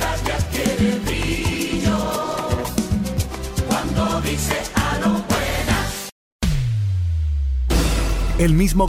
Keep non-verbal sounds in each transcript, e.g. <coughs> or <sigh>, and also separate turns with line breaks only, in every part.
"Ah,
El mismo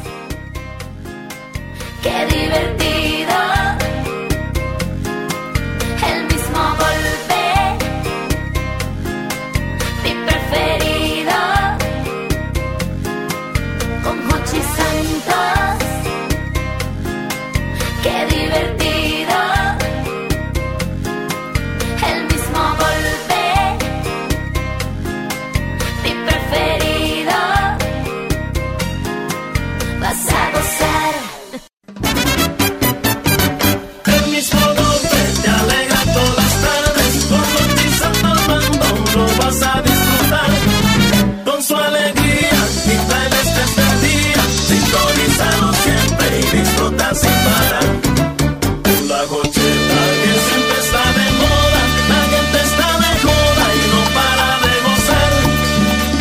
Qué divertido. El mismo golpe. Mi preferido. Con Hochi Santos. Qué divertido. El mismo golpe. Mi preferido. Vas a gozar.
El mismo golpe te alegra todas las tardes. Con Hochi Santos Bambón lo vas a disfrutar. Con su alegría y planes de este día. Sintonízalo siempre y disfruta sin parar. La gocheta que siempre está de moda. La gente está de joda y no para de gozar.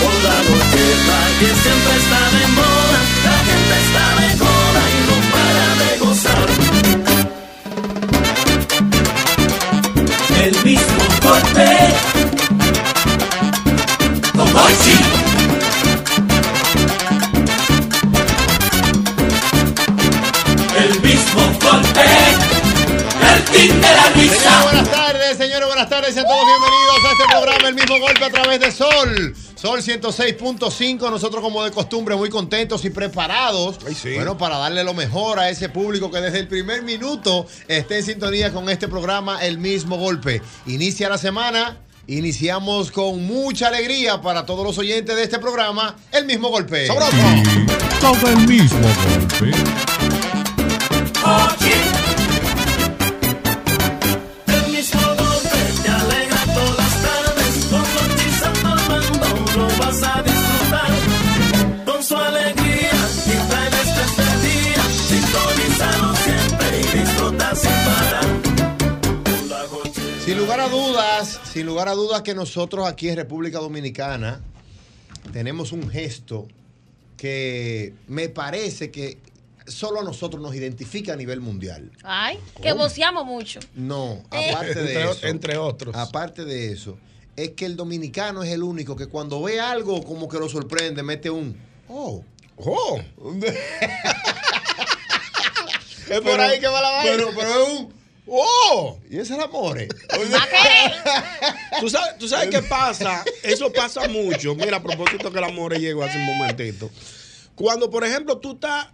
Con la gocheta que siempre está de moda. La gente está de joda y no para de gozar. el mismo golpe. Con Hochi. El mismo golpe. El fin de la risa.
Señores, buenas tardes, señores, buenas tardes. Sean todos bienvenidos a este programa El mismo golpe a través de Sol. Sol 106.5, nosotros como de costumbre muy contentos y preparados. Bueno, para darle lo mejor a ese público que desde el primer minuto esté en sintonía con este programa El mismo golpe. Inicia la semana, iniciamos con mucha alegría para todos los oyentes de este programa El mismo golpe.
Todo el mismo golpe.
El mismo golpe te alegra todas las tardes. Con Hochi Santos Bambón lo vas a disfrutar. Con su alegría y planes de este día. Sintonízalo siempre y disfruta sin parar.
Sin lugar a dudas, sin lugar a dudas que nosotros aquí en República Dominicana tenemos un gesto que me parece que solo a nosotros nos identifica a nivel mundial.
Ay, que voceamos mucho.
No, aparte de
Entre o-
eso.
entre otros.
Aparte de eso, es que el dominicano es el único que cuando ve algo como que lo sorprende, mete un oh.
¡Oh!
Es
por ahí que va la vaina.
Pero, pero es un
¡Oh!
y ese es el amor.
¿Tú sabes, tú sabes qué pasa? Eso pasa mucho. Mira, a propósito que la amor llegó hace un momentito. Cuando, por ejemplo, tú estás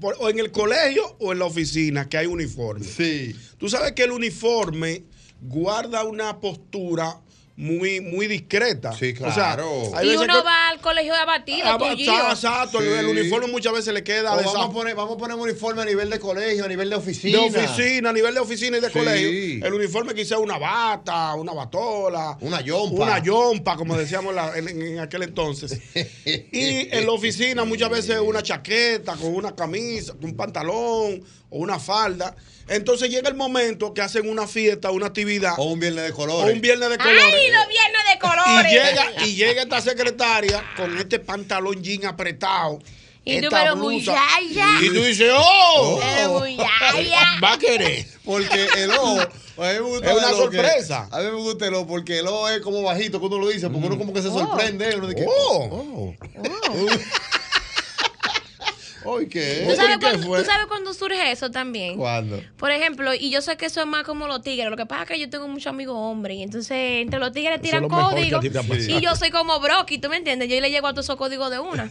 por- o en el colegio o en la oficina, que hay uniforme.
Sí.
Tú sabes que el uniforme guarda una postura muy, muy discreta.
Sí,
O sea,
claro.
hay
Y
veces
uno
que-
va al colegio de abatido,
Ah,
tullido.
está, Exacto, el- el
Sí.
uniforme muchas veces le queda
O
de,
vamos,
esa-
a poner, vamos a poner un uniforme a nivel de colegio, a nivel de
de
oficina.
oficina, a nivel de oficina y de
Sí.
colegio. El uniforme quizás una bata, una batola,
Una yompa.
una yompa, como decíamos la- en, en aquel
<laughs>
entonces. Y en la oficina muchas veces una chaqueta, con una camisa, con un pantalón o una falda. Entonces llega el momento que hacen una fiesta, una actividad
O un viernes de
o
colores.
un viernes de colores.
Ay, los viernes de
Y
colores.
llega, y llega esta secretaria con este pantalón jean apretado.
Y tú,
esta
Tá
pero
blusa,
muchacha.
Y tú dices, ¡oh!
Pero muchacha.
Va a querer.
Porque el ojo. A mí me gusta
Es una
el ojo que-
sorpresa. Mm.
a mí me gusta el ojo porque el ojo es como bajito que uno lo dice. Porque uno como que se sorprende. Uno de que,
¡Oh!
<laughs> "Ay, ¿qué?
¿Tú sabes,
¿Qué
cuándo,
fue?
tú sabes cuándo surge eso también?
¿Cuándo?
Por ejemplo, y yo sé que eso es más como los tigres. Lo que pasa es que yo tengo muchos amigos hombres. Y entonces, entre los tigres tiran
lo mejor que
códigos.
a ti te ha pasado.
Y yo soy como Brocky, ¿tú me entiendes? Yo le llego a todos esos códigos de una.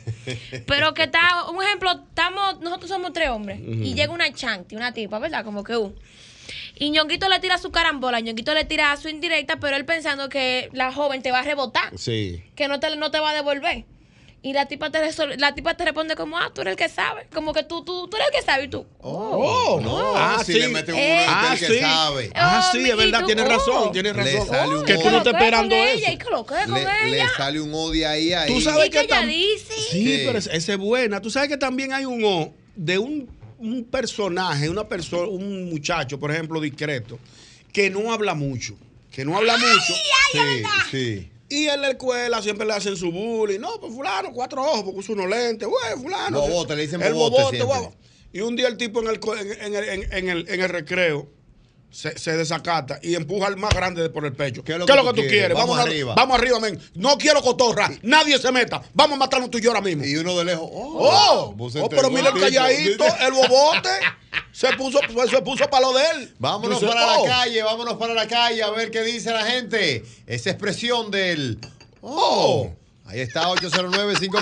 Pero que está, un ejemplo, estamos, nosotros somos tres hombres. Y llega una chanti, una tipa, ¿verdad? Como que uh. Y Ñonguito le tira su carambola, Ñonguito le tira su indirecta, pero él pensando que la joven te va a rebotar
Sí.
que no te, no te va a devolver. Y la tipa, te resol- la tipa te responde como, ah, tú eres el que sabe. Como que tú, tú, tú eres el que sabe y tú.
¡Oh!
No,
ah,
si
sí.
le mete uno
Eh.
ah,
Ah,
que
sí.
sabe.
Ah,
Oh,
sí,
mi-
es verdad,
y tú-
tienes
oh.
razón, tienes
Le
razón. Oh,
sale un
que
Y
tú no
coloqué
estás esperando
con
eso.
Ella, y coloqué pues, con
Le, le
ella.
sale un odio ahí. ahí.
Tú sabes
¿Y qué
que
ella
<laughs> tam-
dice?
Sí,
Oh, Sí.
pero esa esa es buena. Tú sabes que también hay un O de un, un personaje, una persona, un muchacho, por ejemplo, discreto, que no habla mucho, que no habla mucho.
Sí, sí.
Y en la escuela siempre le hacen su bullying. No, pues fulano, cuatro ojos, porque usa unos lentes. Güey, fulano.
Bobote, le dicen
el
bobote
bobote,
siempre.
guau. Y un día el tipo en el, co- en, en el, en- en el, en el recreo se, se desacata y empuja al más grande de por el pecho.
¿Qué es lo
¿Qué
que
es lo
tú
que tú
quieres?
quieres?
Vamos
a-
arriba.
Vamos arriba, men. No quiero cotorra. Nadie se meta. Vamos a matarnos tú y yo ahora mismo.
Y uno de lejos.
¡Oh!
¡Oh!
oh,
Vos se
pero
entregó
mira el
tipo.
calladito,
<laughs>
el bobote. Se puso, pues, se puso para lo de él.
Vámonos
Dice,
para la
oh,
calle, vámonos para la calle a ver qué dice la gente. Esa expresión del. ¡Oh! Ahí está,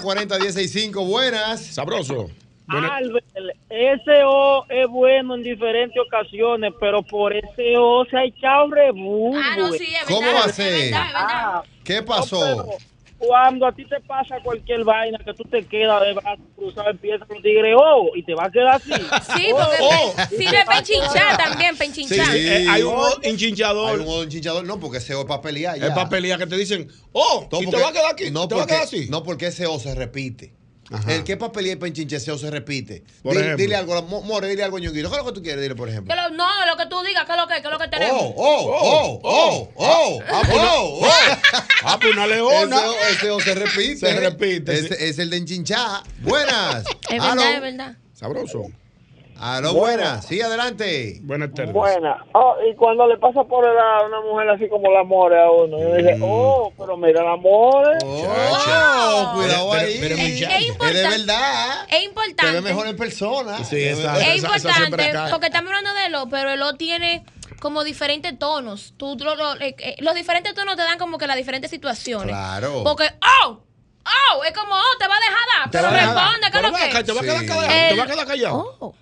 809-540-165. Buenas.
Sabroso. Bueno,
Albert, ese O es bueno en diferentes ocasiones, pero por ese O se ha echado rebú.
Ah, no,
güey.
sí, es verdad.
¿Cómo va a
es
ser?
verdad, es verdad.
Ah,
¿Qué
no,
pasó?
pero Cuando a ti te pasa cualquier vaina que tú te quedas de brazo cruzado, empiezas los tigres, oh, y te va a quedar así.
<laughs> Sí, porque
Oh, oh.
sirve penchinchá también, penchinchá.
Sí, sí.
eh, hay un
Hay
enchinchador.
un modo hinchador. No, porque ese O es para pelear. ya.
Es para pelear que te dicen, oh,
No,
y te
porque-
va a quedar aquí.
No,
te va a
porque,
quedar así.
no, porque ese O se repite.
Ajá.
El que para pelear y para enchincheseo se repite.
Por
Dile,
ejemplo.
dile algo, Mo- More, dile algo, Ñonguito. ¿Qué es lo que tú quieres? Dile, por ejemplo.
Que lo- no, lo que tú digas, que es lo que, que es lo que tenemos.
Oh, oh, oh, oh, oh, oh, oh. <laughs>
Ah, pues una leona.
Ese o- Ese, o se repite.
Se repite,
Ese- Es el de enchinchá. Buenas.
<laughs> Es
Aló.
verdad, es verdad.
Sabroso.
Aló, buenas. Sí, adelante.
Buenas tardes.
Buena. Oh, y cuando le pasa por el lado a una mujer así como la more a uno, yo
Mm.
dije, oh, pero mira la more.
Oh, cuidado
Pero-
ahí.
pero,
Es, es
muchacha, es de
Es de
importante.
verdad.
Es
Te
importante.
ve mejor en persona.
Sí, exacto.
es
Esa- esa siempre
importante
cae.
porque estamos hablando de lo, pero el lo tiene como diferentes tonos. Tú, lo- lo- eh, eh, los diferentes tonos te dan como que las diferentes situaciones.
Claro.
Porque, oh, oh, es como, oh, te va a dejar dar, pero
va a dejar-
responde, ¿qué es
pero
lo
ven acá,
que?
Te va a quedar
Sí.
callado. Te
El-
va a quedar callado.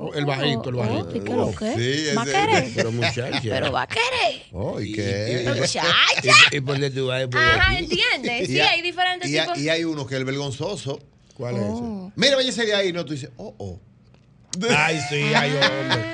Oh,
El bajito, el
oh,
bajito.
¿y ¿Qué es lo que?
Sí,
¿Va a
ese- <laughs>
querer?
Pero muchacha.
Pero va a querer.
Oh, ¿y
Pero
qué?
muchacha.
y, y ponle tu ahí por
Ajá,
aquí.
entiende. Sí,
Y ha-
hay diferentes
y ha-
tipos. Oh.
Y hay uno que es el vergonzoso.
¿Cuál es ese?
Mira, váyase de ahí. No, tú dices, oh, oh.
Ay, sí,
<laughs>
ay, hombre.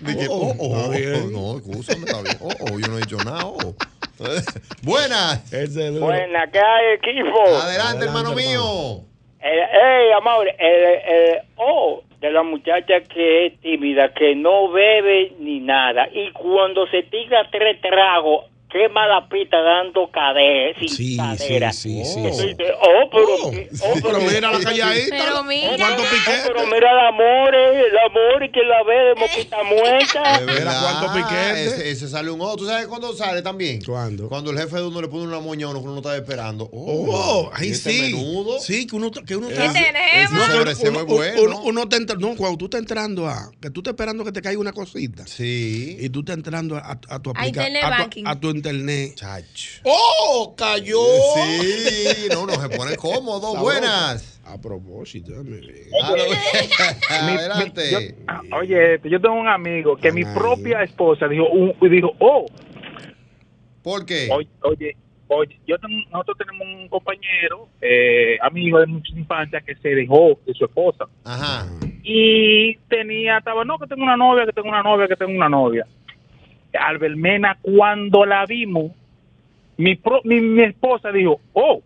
De que,
Oh,
oh,
oh,
oh,
está bien.
no, escúchame, está bien. Oh, oh, yo no he dicho nada. Oh. <laughs> Buenas.
Ese es duro.
Buena, ¿qué hay, equipo?
Adelante,
Adelante,
hermano
hermano.
mío.
Eh, ey, Amaury, el, el O de la muchacha que es tímida, que no bebe ni nada, y cuando se tira tres tragos, qué mala pita dando cadera, sin
Sí, sí,
cadera.
sí,
Oh.
sí.
Tú
sí.
dices, oh, pero,
Oh,
qué- oh, pero,
pero mira la calladita.
Pero mira.
¿Cuánto
oh, pero
piquete?
mira el amor, eh, el amor y que la ve de
Eh.
mosquita muerta.
verdad. ¿cuánto piquete?
Ese, ese sale un oh. ¿Tú sabes cuándo sale también?
¿Cuándo?
Cuando el jefe de uno le pone una moña a uno que uno no estaba esperando. Oh,
Oh, ahí
¿y este
sí.
Menudo.
Sí, que uno, que uno
¿Qué tenemos?
No,
No,
sobre
que
ese
uno,
es bueno.
uno- uno está entrando, no, cuando tú estás entrando a, que tú estás esperando que te caiga una cosita
Sí.
y tú estás entrando a, a tu
A
aplicación,
internet
a, tu-
banking.
a tu internet.
Chacho.
¡Oh, cayó!
Sí, no, no se pone cómodo.
Sabroso.
Buenas. Ah,
A propósito, mire.
<laughs>
Adelante.
Oye, este, yo tengo un amigo
que mi Ay. propia
esposa dijo, dijo oh,
¿Por qué?
Oye, oye, oye, yo tengo- nosotros tenemos un compañero, eh, amigo de mucha infancia, que se dejó de su esposa.
Ajá.
Y tenía, estaba, no, que tengo una novia, que tengo una novia, que tengo una novia. Albermena, cuando la vimos, mi, pro- mi, mi esposa dijo, oh,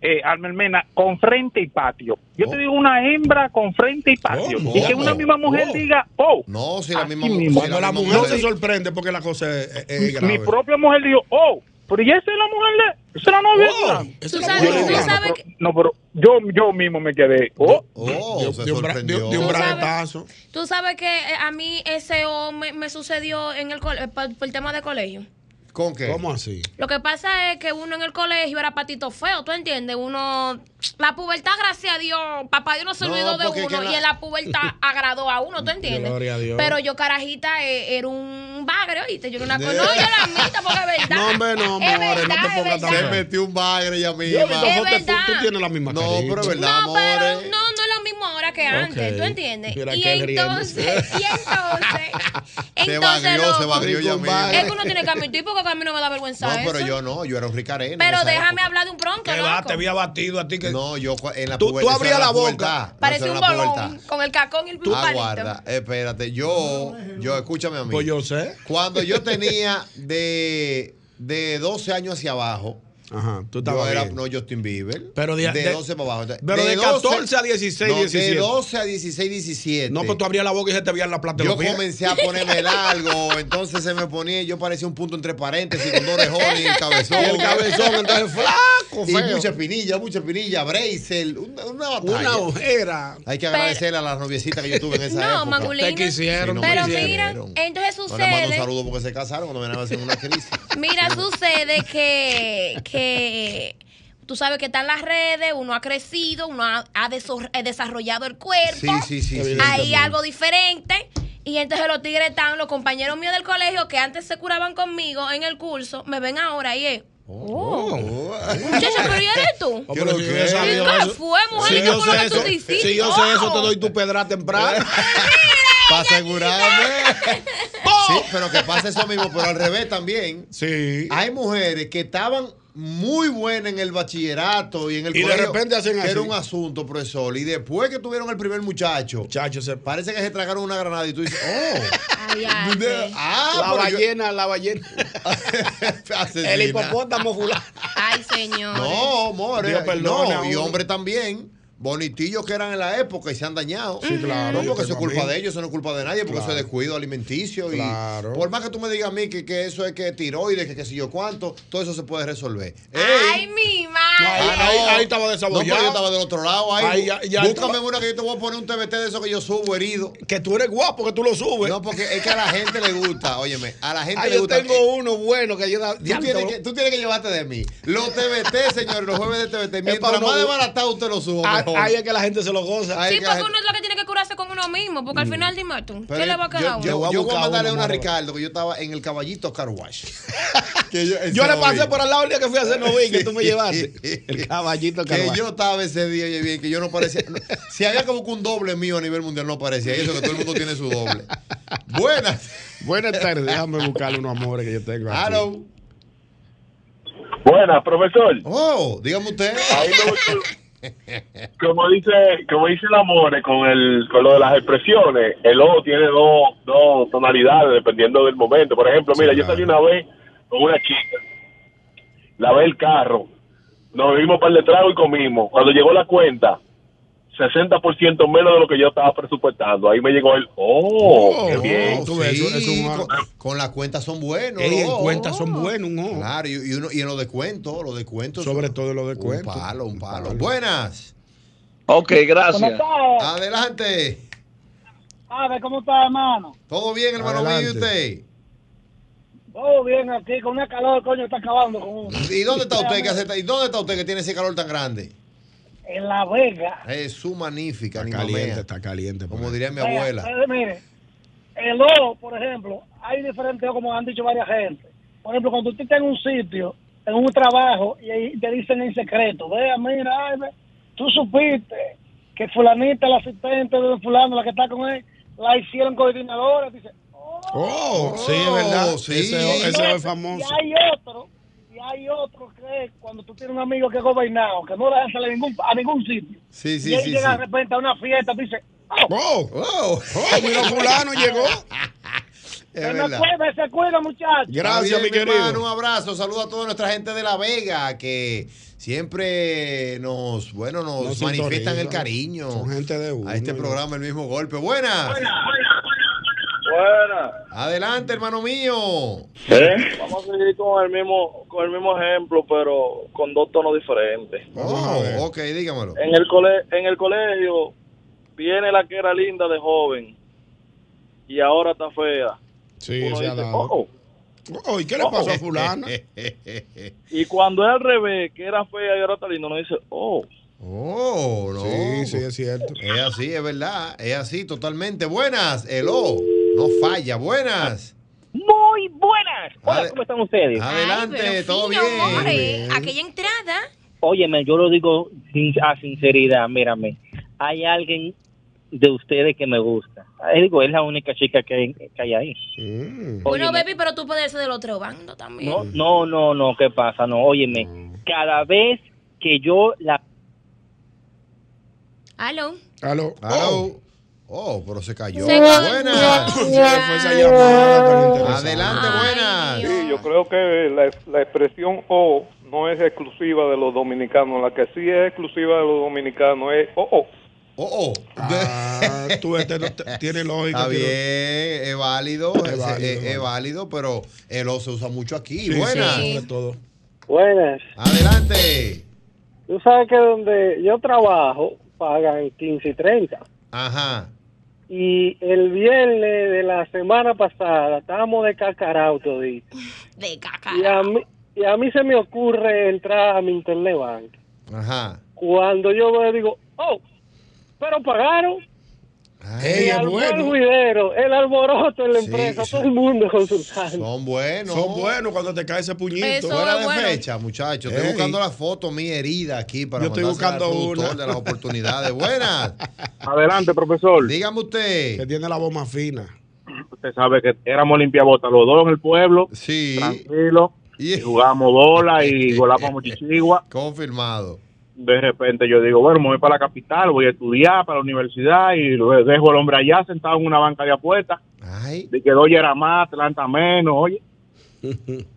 eh, Albermena, con frente y patio. Yo te
Oh.
digo una hembra con frente y patio.
¿Cómo?
Y que una misma mujer
Oh.
diga, oh.
No, si la
Así
misma
mismo.
si
Cuando la
misma
mujer se sorprende porque la cosa es, es- es grave.
Mi propia mujer dijo, oh, pero ya esa es la mujer de, esa es la novia. de
Oh,
fulano".
esa
Tú
es la
sabes-
buena.
tú sabes-
no, pero, no, pero yo, yo mismo me quedé. Oh,
Oh,
De-
se
de un bra- de-
sorprendió.
de un
Tú sabes-
braguetazo.
Tú sabes que eh, a mí ese O me, me sucedió en el cole- eh, por, por el tema de colegio.
¿Con qué?
¿Cómo así?
Lo que pasa es que uno en el colegio era patito feo, ¿tú entiendes? Uno, la pubertad, gracias a Dios, papá Dios no se
No,
olvidó de
porque es que
uno
la-
y en la pubertad agradó a uno, ¿tú entiendes?
Gloria a Dios.
Pero yo carajita eh, era un bagre, ¿oíste? Yo era una... co- No, yo la admito porque es verdad.
No, hombre, no,
Es
amores, no te
verdad, es
pongas tan
verdad.
Se
Ajá.
metió un bagre ella
Yo he
misma.
visto
Es
fotos, tú,
verdad.
tú tienes la misma
No,
carita.
pero es verdad.
No, pero
amores.
no, no es lo mismo ahora que antes,
Ok.
¿tú entiendes?
Mira
y
que
entonces, y entonces,
se
entonces,
bagrió, se
loco,
bagrió ella
Con
misma.
bagre.
es que uno tiene que admitir porque a mí no me da vergüenza
No,
eso.
pero yo no, yo era un ricareno. en
Pero
esa
déjame
época.
hablar de un pronto,
Que
loco.
va, te había batido a ti que.
No, yo cua- en la
Tú- tú
pubertad.
abrías la boca.
Parece un bolón
bolón.
con el cacón y el palito.
Aguarda, Ah, espérate. Yo, yo, escúchame a mí.
Pues yo sé.
Cuando yo tenía de, de 12 años hacia abajo,
Ajá, tú
Yo
estabas
era
bien.
no Justin Bieber.
Pero de-
de,
de-
12 para abajo. Entonces,
pero de 14 a 16,
no,
17.
De 12 a 16, 17.
No, pues tú abrías la boca y se te veían la plata de
Yo
los pies.
comencé a ponerme largo, entonces se me ponía, yo parecía un punto entre paréntesis con dos orejones y el cabezón.
Y el cabezón, entonces flaco,
Y
feo.
mucha espinilla, mucha espinilla, bracer, una, una
<laughs> Una
batalla.
ojera.
Hay que
Pero-
agradecerle a las noviecitas que yo tuve
<laughs>
en esa
No,
época.
Mangulina.
Te quisieron,
te
Pero
quisieron.
mira, entonces
No le mando un
sucede.
saludo porque se casaron, cuando me hacen
<laughs>
una crisis.
Mira, sucede que, que tú sabes que están las redes, uno ha crecido, uno ha, ha desor- eh, desarrollado el cuerpo.
Sí, sí, sí. sí.
Hay algo diferente. Y entonces los tigres están, los compañeros míos del colegio que antes se curaban conmigo en el curso, me ven ahora y es. Oh. Muchacho, pero ¿y eres tú?
Oh, pero si yo
¿Qué?
¿Y
sabía
qué
eso-
fue, mujer?
Si
¿Qué
yo
fue
sé
lo que tú Oh.
eso,
te hiciste?
si yo sé eso, te doy tu pedra temprano.
<laughs>
<laughs>
Para asegurarme. Sí, pero que pasa eso mismo, pero al revés también.
¡Oh! Sí.
Hay mujeres que estaban muy buenas en el bachillerato y en el
Y de
colegio,
repente hacen
que
así.
Era un asunto, profesor. Y después que tuvieron el primer muchacho,
Muchachos, se pa-
parece que se tragaron una granada y tú dices,
<laughs>
oh.
Ay, ay, ay.
ah,
la
pero yo-
ballena, la ballena.
Asesina.
El hipopótamo fulano.
Ay, señor.
No, more.
Dios perdone
no,
a
y
uno.
hombres también. Bonitillos que eran en la época y se han dañado.
Sí, claro,
No,
yo
porque eso es
tengo
culpa
amigos.
de ellos, eso no es culpa de nadie, porque
Claro.
eso es descuido alimenticio.
Claro.
Y por más que tú me digas a mí que, que eso es que tiroides, que qué sé yo cuánto, todo eso se puede resolver.
Ay,
¡Ey!
Ay,
mi madre.
Ah, no.
ahí- ahí estaba
No, pero
desabollado.
yo estaba del otro lado. Ahí.
Ahí ya- ya
Búscame
estaba-
una que yo te voy a poner un TBT de eso que yo subo herido.
Que tú eres guapo, que tú lo subes.
No, porque es que a la gente le gusta. Óyeme, a la gente
Ah,
le
yo
gusta. Eh,
tengo uno bueno que yo da-
Ah, Tú
diablo,
tienes, que, tú tienes que llevarte de mí. Los TBT, señores, los jueves de TBT.
para
Mientras
uno-
más desbaratado usted lo suba.
Ah,
mejor.
Ahí es que la gente se lo goza. pues,
Ay,
Sí,
que
porque
la
uno es lo que tiene que curarse con uno mismo, porque al final, dime tú,
Pero
¿qué le va a quedar a
yo,
uno?
yo-
Te voy a
yo voy
buscar
a mandarle
uno,
una a
Manuel.
Ricardo, que yo estaba en el caballito Car
<laughs>
Wash.
yo le pasé por al lado el día que fui a hacer novio que tú <laughs> me llevaste. El caballito
Que
carvajal.
yo estaba ese día, oye, bien, que yo no parecía. no, si había que buscar un doble mío a nivel mundial, no parecía. Y Eso que todo el mundo tiene su doble.
<laughs>
Buenas.
Buenas tardes, déjame buscarle unos amores que yo tengo. aquí.
Hello.
Buenas, profesor.
Oh, dígame usted.
Ahí lo- como dice, como dice el amor eh, con el, con lo de las expresiones, el ojo tiene dos, dos tonalidades dependiendo del momento. Por ejemplo, mira, yo salí una vez con una chica, lavé el carro, nos bebimos un par de tragos y comimos. Cuando llegó la cuenta, 60% menos de lo que yo estaba presupuestando. Ahí me llegó el, oh,
<laughs>
qué
Oh,
bien.
tú ves, eso- eso es un-
con, con las cuentas son buenos.
Ey, en
oh.
cuentas son buenos, un ojo.
Claro, y, y uno, y en los descuentos, los descuentos.
Sobre
son-
todo en los descuentos.
Un palo, un palo. Buenas.
Ok, gracias.
Adelante.
A ver, ¿cómo está, hermano?
¿Todo bien, hermano mío? ¿Y
Adelante.
usted?
Todo bien aquí, con una calor, coño, está acabando con uno.
¿Y dónde está usted que hace- y dónde está usted que tiene ese calor tan grande?
En La Vega.
Es su magnífica,
Está
ni
caliente,
mamea.
está caliente. pues. por
como
ahí.
diría mi
Vea,
abuela.
ustedes miren, el ojo, por ejemplo, hay diferentes ojos, como han dicho varias gente. Por ejemplo, cuando usted está en un sitio, en un trabajo, y ahí te dicen en secreto, vea, mira, ay, ve, tú supiste que fulanita, la asistente de fulano, la que está con él, la hicieron coordinadora, dice,
Oh,
Oh,
sí,
é
es verdad.
sí.
Ese,
é
ojo- ese ojo es famoso.
Y hay otro, y hay otro que es cuando tú tienes un amigo que es gobernado, que no le deja salir a ningún, a ningún sitio.
Sí, sí,
y él
sí,
llega de
sí.
repente a una fiesta y dice, "Ah,
Oh,
Oh,
oh, mira, fulano
<laughs>
llegó.
es
se me
verdad.
cuida, se cuida, muchacho.
Gracias,
Está bien,
mi querido.
hermano, un abrazo, saludo a toda nuestra gente de La Vega que siempre nos, bueno, nos,
Nos
manifiestan
sintonizan.
el cariño
Son gente de uno,
a este
¿no?
programa el mismo golpe. Buenas.
Buenas.
Adelante, hermano mío.
Vamos a seguir con el mismo, con el mismo ejemplo, pero con dos tonos diferentes.
Vamos a
Oh,
ver.
ok, dígamelo.
En el, cole, en el colegio viene la que era linda de joven y ahora está fea.
Sí,
Uno
se ha
dice,
dado.
"Oh".
Oh, ¿y qué le pasó a fulano?
<laughs> Y cuando es al revés, que era fea y ahora está linda, uno dice, oh.
Oh, no.
Sí, sí, es cierto.
Es así, es verdad. Es así, totalmente. Buenas, hello. No falla, buenas.
Muy buenas.
Ade-
están ustedes?
Adelante,
Ay, pero
todo
fino, more.
bien.
Aquella entrada.
Óyeme, yo lo digo sin- a sinceridad, mírame. Hay alguien de ustedes que me gusta. Eh, digo, es la única chica que, que hay ahí.
Mm.
Bueno,
Óyeme.
baby, pero tú puedes ser del otro bando también.
No, no, no, no, ¿qué pasa? No, óyeme, cada vez que yo la...
Aló.
Aló. Oh.
Hello. Oh, pero se cayó.
Se
<laughs>
buenas.
cortó.
Se le fue esa llamada tan interesante.
Adelante,
Ay,
buenas.
Dios.
Sí, yo creo que la, la expresión O
no es exclusiva de los dominicanos. La que sí es exclusiva de los dominicanos es oh, oh.
Oh, oh.
Ah, tú este no te- tiene lógica.
Está bien,
tiene-
es válido, es, es- es válido, pero el oso usa mucho aquí. Buenas.
todo.
Buenas.
Adelante.
Tú sabes que donde yo trabajo pagan 15 y 30.
Ajá.
Y el viernes de la semana pasada estábamos de cacarao todito.
De
Y a mí, y a mí se me ocurre entrar a mi internet bank.
Ajá.
Cuando yo veo, digo, oh, pero pagaron. Y
Ey, es
al
bueno.
ruidero, el alboroto en la empresa, todo el mundo consultando.
Son buenos.
Son buenos cuando te cae ese puñito.
Eso
Fuera
es
de
bueno.
fecha, muchachos. Estoy
Ey.
buscando la foto mi herida aquí para
Yo estoy
mandársela al
buscando
productor
una.
de las
<laughs>
oportunidades. Buenas.
Adelante, profesor.
<laughs> Dígame usted.
Que tiene la bomba fina.
Usted sabe que éramos limpiabotas los dos en el pueblo.
Sí.
Tranquilo. Y jugábamos bola
<laughs>
y volábamos chichigua.
Confirmado.
De repente yo digo, bueno, me voy para la capital, voy a estudiar para la universidad y lo dejo al hombre allá sentado en una banca de apuestas. De que doy era más, Atlanta menos,
<laughs>
oye.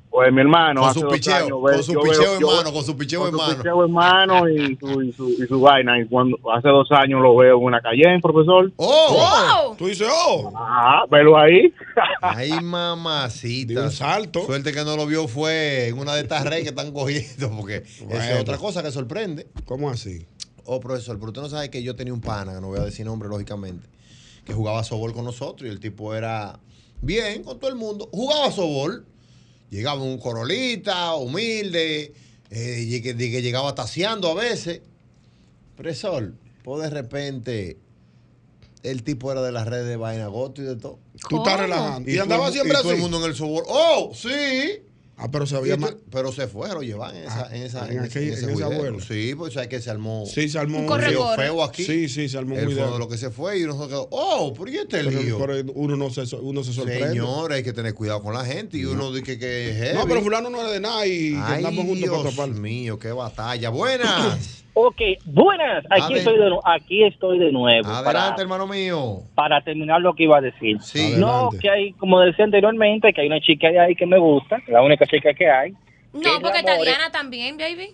Pues mi hermano,
Con
hace
su
dos
picheo,
años,
con
ve-
su
yo
picheo
veo-
en
yo-
mano, con su picheo en mano.
picheo en mano y su, y su, y su vaina. Y cuando hace dos años lo veo en una calle, en profesor.
¡Oh!
Tú dices, oh.
Ah, velo ahí.
Ay, mamacita. un
salto.
Suerte que no lo vio fue en una de estas redes que están cogiendo, porque esa es
Bueno.
otra cosa que sorprende.
¿Cómo así?
Oh, profesor, pero usted no sabe que yo tenía un pana, que no voy a decir nombre, lógicamente, que jugaba sobol con nosotros y el tipo era bien con todo el mundo. Jugaba sobol, llegaba un corolita, humilde, eh, y que, de que llegaba taseando a veces. Profesor, pues de repente el tipo era de las redes de Vainagoto y de todo.
Tú estás ¿Cómo? relajando.
Y,
¿Y andaba
todo el mu-
siempre
y todo el
así?
mundo en el sobol. ¡Oh, sí!
Ah, pero se
Y
había
tú-
más. Ah,
Pero se fue, lo llevan en esa, en esa,
en
en ese-
aquella-
en ese
en esa
juidero.
abuela.
Sí, pues sabes que se armó.
Sí, se armó
un
un
lío
corre-corre.
feo aquí.
Sí, sí, se armó un
Él fue
juidero.
de lo que se fue y nosotros quedó, oh, ¿por qué este
Pero-
lío?
pero uno no se, so- uno se sorprende.
Señores, hay que tener cuidado con la gente y uno dice que es
No,
heavy.
pero fulano no era de nada y
Ay,
andamos juntos para
Dios
tapar.
mío, qué batalla. Buenas.
<laughs> Ok, buenas. Aquí
Ade-
estoy de nuevo. Aquí estoy de nuevo.
Adelante,
para,
hermano mío.
para terminar lo que iba a decir. No,
Adelante.
que hay, como decía anteriormente, que hay una chica ahí que me gusta, la única chica que hay.
No, porque está
Amores.
eh,
Diana también, baby.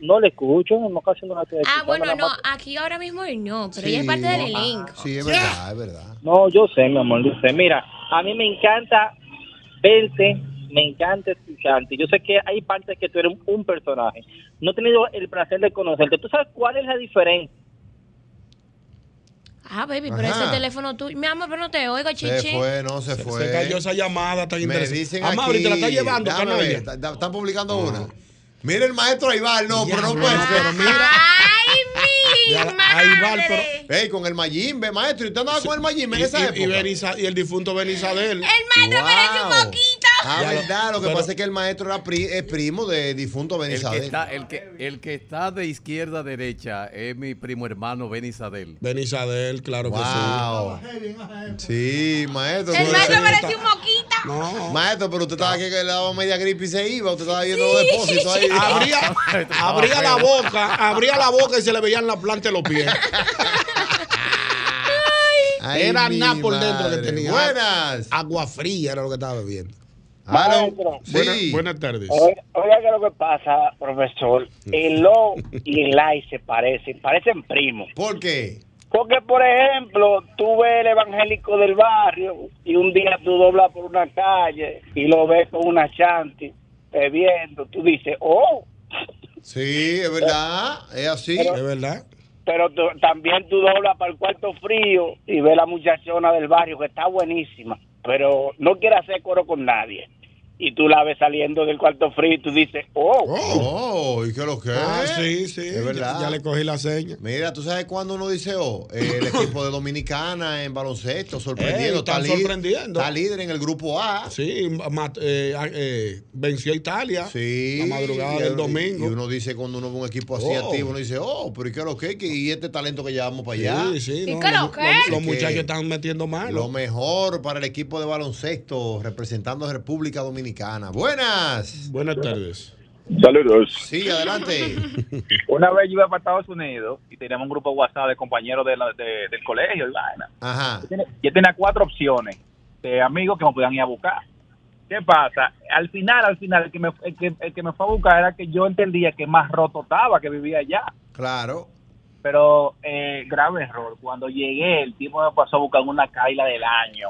No le escucho, no casi no la estoy
Ah,
escuchando,
bueno,
nada
no,
más.
aquí ahora mismo él no, pero
Sí,
ella es parte del
no.
elenco.
ah, Sí, es verdad, es verdad.
No, yo sé, mi amor, yo sé. Mira, a mí me encanta verte, me encanta escucharte. Yo sé que hay partes que tú eres un personaje. No he tenido el placer de conocerte. ¿Tú sabes cuál es la diferencia?
Ah, baby, pero
Ajá.
ese teléfono tuyo. Mi amor, pero no te oigo, chichi.
Se fue, no se, fue.
Se cayó esa llamada tan
Me
interesante.
dicen
Ah, Mauri,
aquí,
te la está llevando,
déjame
canalla.
ver, está- está- Están publicando
Ah.
una. Mira el maestro Aibar, no, pero no puede ser.
<laughs>
¡Ay, mi
Aibar, pero...
Ey, con el Mayimbe, maestro. ¿Y usted andaba con el Mayimbe en
Y-
esa
y-
época?
y Beniza- y el difunto Benizadel. El
maestro
parece un
poquito.
Ah,
Ya lo-
verdad. Lo que
pero-
pasa es que el maestro era pri- es primo de difunto
El que,
Benizadel.
está, el, que, el que está de izquierda a derecha es mi primo hermano Benny Sadel.
Benizadel, claro
Wow.
que sí.
Sí, maestro.
El
tú
maestro
eres-
parecía
un moquita.
Maestro, pero usted estaba aquí que le daba media gripe y se iba. Usted estaba viendo los
<laughs>
depósitos ahí.
<laughs>
<laughs>
Abría,
Ah,
abría la boca, abría la boca y se le veían la planta de los pies.
Ay,
era
mi
nada por dentro que
madre.
tenía.
Buenas.
Agua fría era lo que estaba bebiendo.
Maestro.
Buena- buenas tardes.
Oiga, oiga que lo que pasa, profesor,
<laughs>
el Lo y el Lai se parecen, parecen primos.
¿Por qué?
Porque, por ejemplo, tú ves el evangélico del barrio y un día tú doblas por una calle y lo ves con una chanti bebiendo, tú dices, oh,
Sí, es verdad. Es así.
Pero-
es
verdad.
pero tú- también tú doblas para el cuarto frío y ves la muchachona del barrio que está buenísima, pero no quiere hacer coro con nadie. Y tú la ves saliendo del cuarto frío y tú dices, oh.
Oh, ¿y qué lo que es?
Ah, sí, sí.
Es verdad.
Ya, ya le cogí la seña.
Mira, ¿tú sabes cuándo uno dice, oh, eh, el equipo de Dominicana en baloncesto, sorprendiendo,
Ey,
está,
están
líder,
sorprendiendo.
está líder en el grupo A.
Sí, mat- eh, ah, eh, venció a Italia.
Sí.
La madrugada
y-
del domingo.
Y uno dice, cuando uno ve un equipo así
Oh.
activo, uno dice, oh, pero ¿y qué lo que? es? ¿Y este talento que llevamos para
Sí,
allá?
sí, ¿Y no, qué lo los- que? los- los
Así
muchachos están metiendo mano.
Lo mejor para el equipo de baloncesto representando a República Dominicana. Buenas.
Buenas tardes.
Saludos.
Sí,
<laughs>
adelante.
Una vez yo iba para Estados Unidos y teníamos un grupo de WhatsApp ah, de compañeros de la- de- del colegio y vaina.
Ajá.
Yo tenía cuatro opciones de amigos que me podían ir a buscar.
¿Qué pasa? Al final, al final, el que, me, el que, el que me fue a buscar era que yo entendía que más roto estaba, que vivía allá.
Claro.
Pero eh, grave error. Cuando llegué, el tipo me pasó a buscar en una caila del año.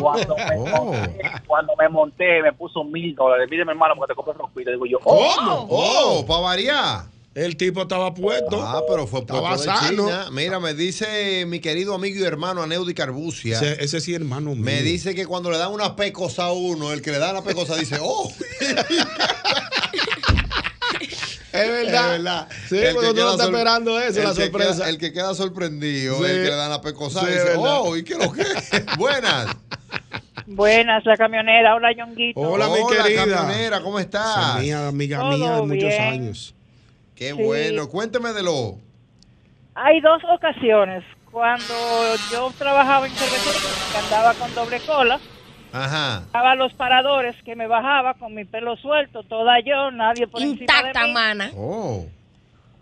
Cuando, me monté, <laughs> cuando me monté, me puso mil dólares. Mire, mi hermano, porque te compro rompito. Digo yo, oh,
¿Cómo? Oh, para variar.
El tipo estaba puesto.
Ah, pero fue puesto
Estaba
de
sano.
China. Mira, me dice mi querido amigo y hermano Aneudi Carbucia.
Ese, ese sí, hermano mío.
Me dice que cuando le dan una pecosa a uno, el que le da la pecosa dice, ¡oh!
Es verdad.
Es verdad.
<laughs> Sí,
El que
cuando tú no
queda
estás
sor-
esperando eso,
el
la
que
sorpresa.
queda- el que queda sorprendido,
Sí.
el que le dan la pecosa
Sí, es
dice,
verdad.
¡oh! ¿Y qué lo que?
<laughs>
Buenas.
Buenas, la camionera. Hola, Ñonguito.
Hola, mi querida.
camionera, ¿cómo estás?
Esa mía, amiga
Todo
mía de muchos
bien.
años.
Qué
Sí.
bueno. Cuénteme de lo.
Hay dos ocasiones. Cuando yo trabajaba en cervecería, que andaba con doble cola,
Ajá.
estaba los paradores que me bajaba con mi pelo suelto, toda yo, nadie por encima
Intacta,
de mí.
mana.
Oh.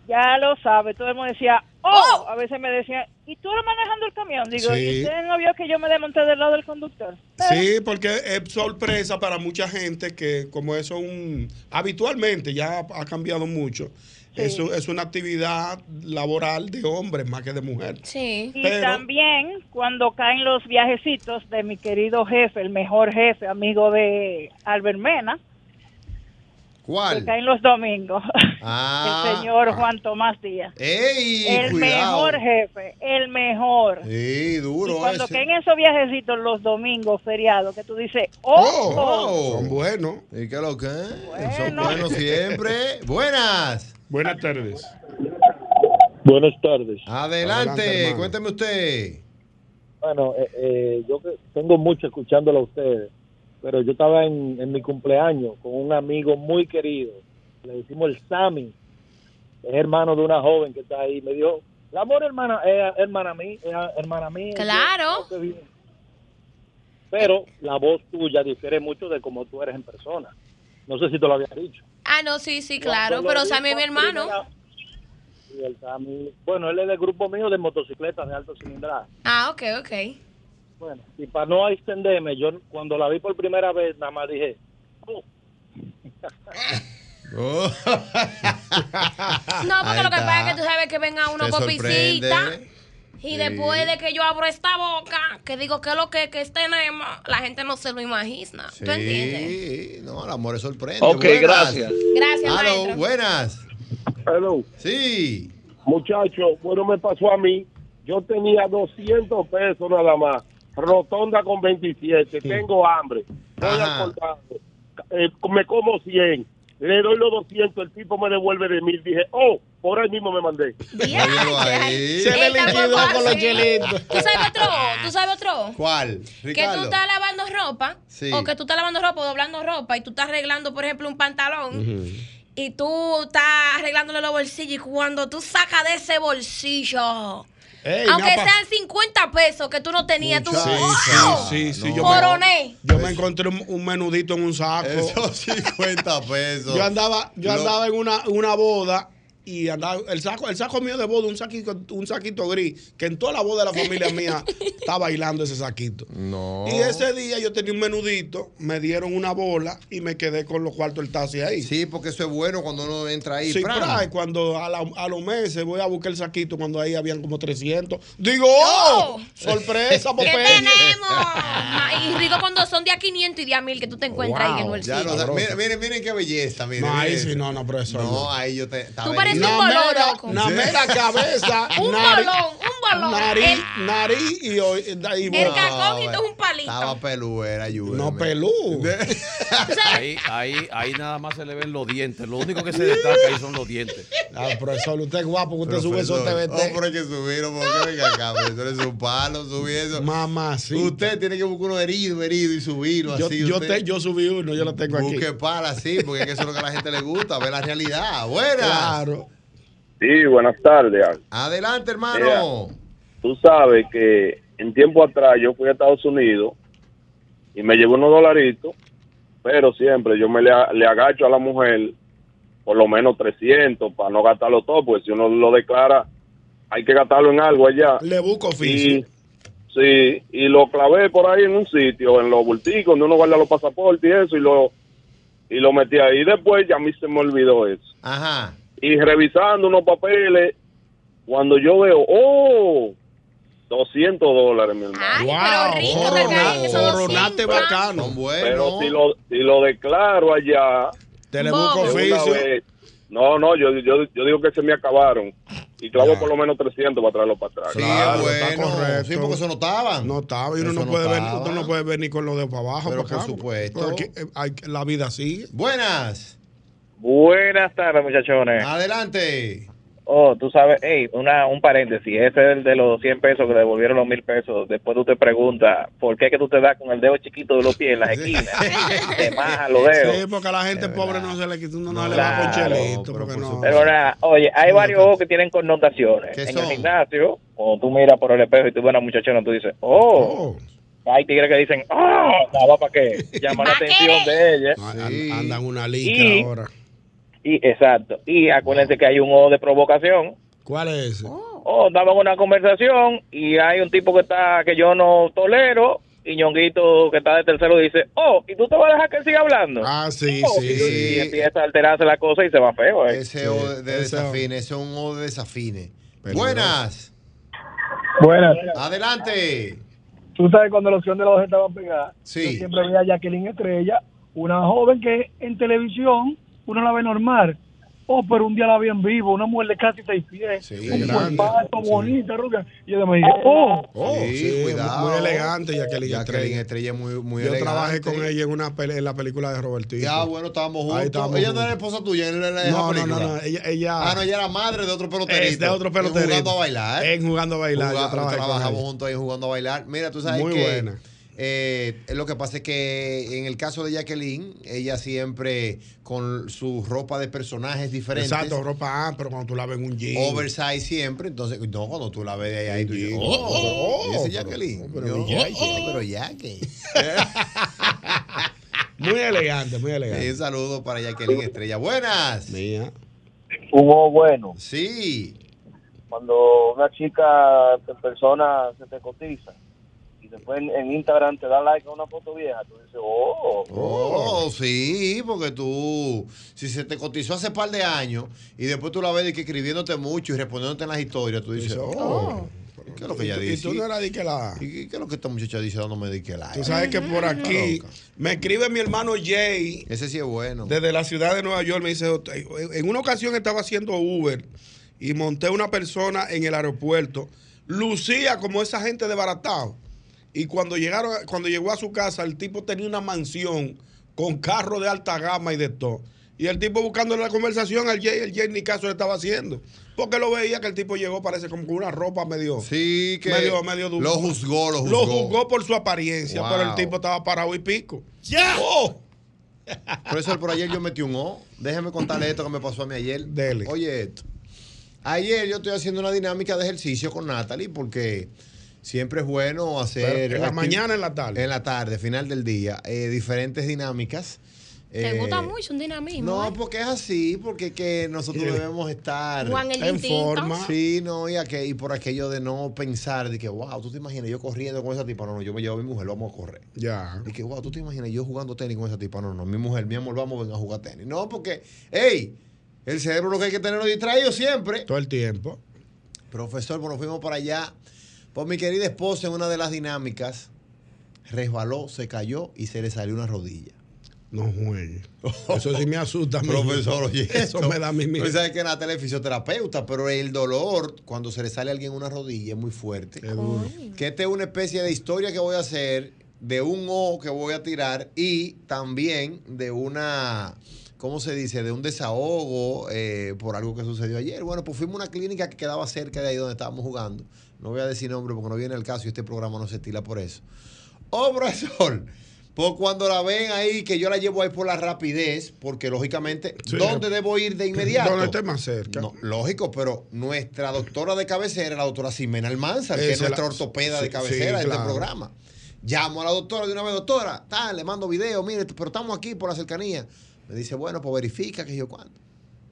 Ya lo sabe, todo el mundo decía, oh, a veces me decían, ¿y tú eres manejando el camión? Digo,
Sí.
¿y usted no vio que yo me desmonté del lado del conductor?
<laughs> Sí, porque es sorpresa para mucha gente que como eso es un habitualmente ya ha ha cambiado mucho. Eso es una actividad laboral de hombres más que de mujeres.
Sí.
Y
Pero-
también cuando caen los viajecitos de mi querido jefe, el mejor jefe, amigo de Albert Mena, que
¿Cuál?
caen los domingos,
Ah.
<laughs> el señor Juan Tomás Díaz.
¡Ey!
el
cuidado.
mejor jefe, el mejor.
Sí, duro
y cuando
ese.
caen esos viajecitos los domingos, feriados, que tú dices,
Oh,
oh, oh,
Son buenos.
¿Y qué lo que? Son buenos siempre. Buenas.
Buenas tardes.
Buenas tardes.
Adelante,
Adelante, hermano.
cuénteme usted.
Bueno, eh, eh, yo que- tengo mucho escuchándolo a ustedes, pero yo estaba en, en mi cumpleaños con un amigo muy querido, le decimos el Sammy, es hermano de una joven que está ahí, me dijo, el amor hermana, eh, hermana mí, eh, hermana mía.
Claro.
Yo, "Oh, qué bien". Pero la voz tuya difiere mucho de cómo tú eres en persona. No sé si te lo había dicho.
Ah, no, sí, sí, claro.
Cuando lo
Pero
vi
Sammy es mi
por
hermano.
primera- Y el Sammy- bueno, él es del grupo mío de motocicletas de alto cilindrada.
Ah, ok, ok.
Bueno, y para no extenderme, yo cuando la vi por primera vez, nada más dije, "Oh".
Oh.
No, porque
Ah, Ahí
lo que pasa
está.
es que tú sabes que venga uno
Te
con
sorprende.
pisita. Y
Sí.
después de que yo abro esta boca, que digo que lo que, que este nema, la gente no se lo imagina. ¿Tú entiendes?
Sí, no, el amor es sorprendente.
Ok,
Buenas.
gracias.
Gracias,
Aló,
maestro.
buenas. Sí.
Muchacho, bueno, me pasó a mí. Yo tenía 200 pesos nada más. Rotonda con 27. Tengo hambre. Estoy
Ajá.
acordado. Eh, me como 100. Le doy los 200. El tipo me devuelve de mil. Dije, oh, por ahí mismo me mandé.
Óyelo ahí.
Se le
Esta fue
liquidó con los
fácil.
chelitos.
¿Tú sabes otro? ¿Tú sabes otro?
¿Cuál?
Que tú
Ricardo.
estás lavando ropa,
Sí.
o que tú estás lavando ropa o doblando ropa, y tú estás arreglando, por ejemplo, un pantalón, y tú estás arreglándole los bolsillos, y cuando tú sacas de ese bolsillo,
Ey, me
aunque
ha pas-
sean 50 pesos que tú no tenías, tú,
Sí,
¡wow!
sí, sí, sí, yo me-
Coroné.
Yo me encontré un, un menudito en un saco. <laughs>
Esos 50 pesos.
Yo andaba, yo
Lo-
andaba en una, una boda y andaba el saco, el saco mío de boda, un saquito, un saquito gris, que en toda la boda de la familia mía está bailando ese saquito.
No.
Y ese día yo tenía un menudito, me dieron una bola y me quedé con los cuartos del taxi ahí.
Sí, porque eso es bueno cuando uno entra ahí.
Sí,
¡pram!
pra, y cuando a, la- a los meses voy a buscar el saquito, cuando ahí habían como 300, digo,
<laughs>
¡oh! ¡Sorpresa,
¿Qué
Popeye! <laughs>
tenemos? Ma- Ah, Y rico cuando son de a 500 y de a 1000 que tú te encuentras ahí en el
Wow, ya
bolsillo.
lo- miren, miren, miren qué belleza. Miren,
No, ahí
miren.
sí, no, no, pero eso
No,
no.
ahí yo te. está
Tú
bien.
pareces un bolón,
Namera,
loco.
namera, cabeza,
<laughs> un
nariz,
bolón, un bolón.
nariz,
El-
nariz y, o- y
El
boca.
cacón y tú es un palito.
Estaba pelú, era ayuda.
No,
<laughs>
pelú.
Ahí, ahí, ahí nada más se le ven los dientes. Lo único que se destaca ahí son los dientes.
Ah, profesor, usted es guapo, usted sube esos
Profesor,
TBT.
<laughs> Oh, pero hay que subirlo, porque venga acá, profesor, es un palo, subir eso.
Mamacita.
Usted tiene que buscar uno herido, herido y subirlo
yo,
así.
yo
usted.
te- yo subí uno, yo lo tengo aquí.
Busque pala así, porque es que eso es lo que a la gente le gusta, ver la realidad. Buenas.
Claro.
Sí, buenas tardes.
Adelante, hermano.
Mira, tú sabes que en tiempo atrás yo fui a Estados Unidos y me llevé unos dolaritos, pero siempre yo me le, a- le agacho a la mujer por lo menos 300 para no gastarlo todo, porque si uno lo declara hay que gastarlo en algo allá.
Le busco
Y,
oficio.
Sí, y lo clavé por ahí en un sitio, en los bulticos, donde uno guarda los pasaportes y eso, y lo, y lo metí ahí. Después ya a mí se me olvidó eso.
Ajá.
Y revisando unos papeles, cuando yo veo, ¡oh! 200 dólares, mi hermano.
Coronate bacano.
Pero si lo, si lo declaro allá.
Te le busco
de una
oficio.
vez- No, no, yo, yo, yo digo que se me acabaron. Y clavo por lo menos 300 para traerlo para atrás.
Claro, está correcto. Sí, porque eso no estaba.
No estaba. Y uno
Eso
no,
no
puede venir,
estaba.
uno no puede venir con los dedos para abajo.
Pero
para
por
acá,
supuesto.
porque, eh, hay- la vida sigue. <laughs>
Buenas.
Buenas tardes, muchachones.
Adelante.
Oh, tú sabes, hey, una, un paréntesis. Ese es el de los 100 pesos que le devolvieron los 1000 pesos. Después tú te preguntas, ¿por qué que tú te das con el dedo chiquito de los pies en las esquinas? te majas los dedos.
Sí, porque a la gente pobre no se le quita, uno no, le va con
Claro,
chelito. Porque no.
Pero nada, oye, hay varios juegos que tienen connotaciones. En el gimnasio, cuando tú miras por el espejo y tú ves a una muchachona, tú dices, oh. Hay tigres que dicen, ah, nada, ¿para <laughs> qué? Llama la atención de ella.
Andan una lica
Y-
ahora.
Y exacto. Y acuérdense que hay un O de provocación.
¿Cuál es ese?
Oh, estamos en una conversación y hay un tipo que está que yo no tolero y ñonguito que está de tercero dice, oh, ¿y tú te vas a dejar que él siga hablando?
Ah, sí,
Oh,
sí,
y-
sí.
Y empieza a alterarse la cosa y se va feo. eh.
Ese O de- de desafine, ese es un O de desafine. Buenas.
Buenas.
Adelante.
Tú sabes cuando la opción de la dos estaban pegadas.
Sí.
Yo siempre veía a Jacqueline Estrella, una joven que en televisión uno la ve normal. Oh, pero un día la vi en vivo, una mujer de casi seis pies. un
grande.
cuerpazo, bonita, rubia. Y yo me dije, oh.
sí, cuidado.
Muy elegante, Jacqueline,
Jacqueline
Estrella.
Estrella es muy, muy
Yo
elegante.
trabajé con ella en una pele- en la película de Robertito.
Ya, bueno, estábamos juntos.
Ahí estábamos
ella no era
juntos.
esposa tuya en la, en la
No, no,
película.
no, no, ella- ella-
Ah, no, ella era madre de otro peloterito.
Es de otro peloterito.
En jugando a bailar.
En Jugando a Bailar, yo
Juga-
trabajé con
trabajamos
ella.
juntos ahí en jugando a bailar. Mira, tú sabes
Muy
que.
buena.
eh, lo que pasa es que en el caso de Jacqueline, ella siempre con su ropa de personajes diferentes.
Exacto, ropa amplia, pero cuando tú la ves en un jean.
Oversize siempre, entonces, no, cuando tú la ves de ahí, tú dices, oh,
oh,
¿y ese
pero-
Jacqueline.
pero
Yo,
mi Jackie.
oh, pero Jackie.
Muy elegante, muy elegante.
Un saludo para Jacqueline Estrella. Buenas.
Mía.
Hubo bueno.
Sí.
Cuando una chica en persona se te cotiza y después en, en Instagram te da like a una foto vieja, tú dices, oh,
Oh, sí, porque tú, si se te cotizó hace par de años y después tú la ves de que escribiéndote mucho y respondiéndote en las historias, tú dices, oh, ¿y ¿qué es lo que ella
Y tú-
dice?
Y tú no eras de que la.
¿Y qué- qué es lo que esta muchacha dice dándome de que Mm, la?
Tú sabes que por aquí me escribe mi hermano Jay.
Ese sí es bueno.
Desde la ciudad de Nueva York me dice, en una ocasión estaba haciendo Uber y monté una persona en el aeropuerto. Lucía como esa gente de baratado. Y cuando llegaron, cuando llegó a su casa, el tipo tenía una mansión con carro de alta gama y de todo. Y el tipo buscando la conversación al Jay, el Jay ni caso le estaba haciendo. Porque lo veía que el tipo llegó, parece como con una ropa medio.
Sí, que
medio, medio dura.
lo juzgó, lo juzgó.
Lo juzgó por su apariencia,
Wow.
pero el tipo estaba parado y pico.
¡Ya!
¡Oh!
Profesor, por ayer yo metí un O. Déjeme contarle esto que me pasó a mí ayer. Oye, esto. Ayer yo estoy haciendo una dinámica de ejercicio con Natalie porque siempre es bueno hacer.
Pero en la
acti-
mañana, en la tarde.
En la tarde, final del día. eh, diferentes dinámicas.
Te
Eh,
gusta mucho un dinamismo.
No,
¿eh?
porque es así, porque que nosotros
Eh,
debemos estar
Juan el En distinto. forma.
Sí, no, y, aqu- y por aquello de no pensar, de que, wow, tú te imaginas yo corriendo con esa tipa, no, no, yo me llevo a mi mujer, vamos a correr.
Ya.
Y que, wow, tú te imaginas yo jugando tenis con esa tipa, no, no, mi mujer, mi amor, vamos, ven a jugar tenis. No, porque, hey, el cerebro lo que hay que tenerlo distraído siempre.
Todo el tiempo.
Profesor, bueno, fuimos para allá. Pues mi querida esposa en una de las dinámicas resbaló, se cayó y se le salió una rodilla.
No juegue. Eso sí me asusta. mijo.
Profesor, oye.
<laughs> Eso
esto.
me da mi miedo.
Tú sabes que Natalia es fisioterapeuta, pero el dolor cuando se le sale a alguien una rodilla es muy fuerte. Que esta es una especie de historia que voy a hacer, de un ojo que voy a tirar y también de una. ¿Cómo se dice? De un desahogo eh, por algo que sucedió ayer. Bueno, pues fuimos a una clínica que quedaba cerca de ahí donde estábamos jugando. No voy a decir nombre porque no viene el caso y este programa no se estila por eso. Oh, profesor. Pues cuando la ven ahí, que yo la llevo ahí por la rapidez, porque lógicamente, ¿dónde debo ir de inmediato?
Donde esté más cerca.
No, lógico, pero nuestra doctora de cabecera, la doctora Simena Almanza, que
Esa
es nuestra
la-
ortopeda
sí,
de cabecera
sí,
de este
claro.
programa. Llamo a la doctora de una vez, doctora, tal, le mando video, mire, pero estamos aquí por la cercanía. Me dice, bueno, pues verifica que yo cuánto.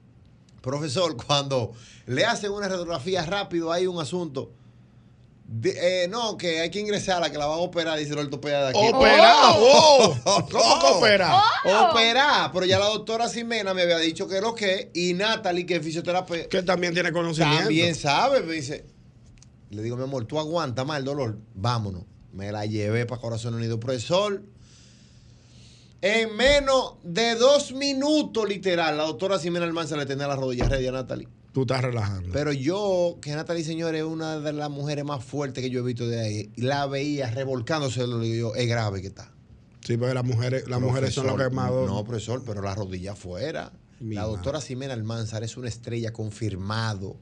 <laughs> Profesor, cuando le hacen una radiografía rápido, hay un asunto. De- eh, no, que hay que ingresarla, que la van a operar, dice el ortopeda de aquí.
Operar, oh. ¿Cómo que operar?
Oh. Operar, pero ya la doctora Simena me había dicho que lo que, y Natalie, que es fisioterapeuta.
Que también tiene conocimiento.
También sabe, me dice. Le digo, mi amor, tú aguantas más el dolor, vámonos. Me la llevé para Corazón Unido, profesor. En menos de dos minutos, literal, la doctora Simena Almanza le tenía las rodillas ready a Natalie.
Tú estás relajando.
Pero yo, que Natalie, señores, es una de las mujeres más fuertes que yo he visto de ahí. y La veía revolcándose, lo digo yo, es grave que está.
Sí, porque las mujeres, las mujeres son las
Profesor,
que más. do-
No, profesor, pero la rodilla afuera. la doctora Ximena Almanzar es una estrella confirmado.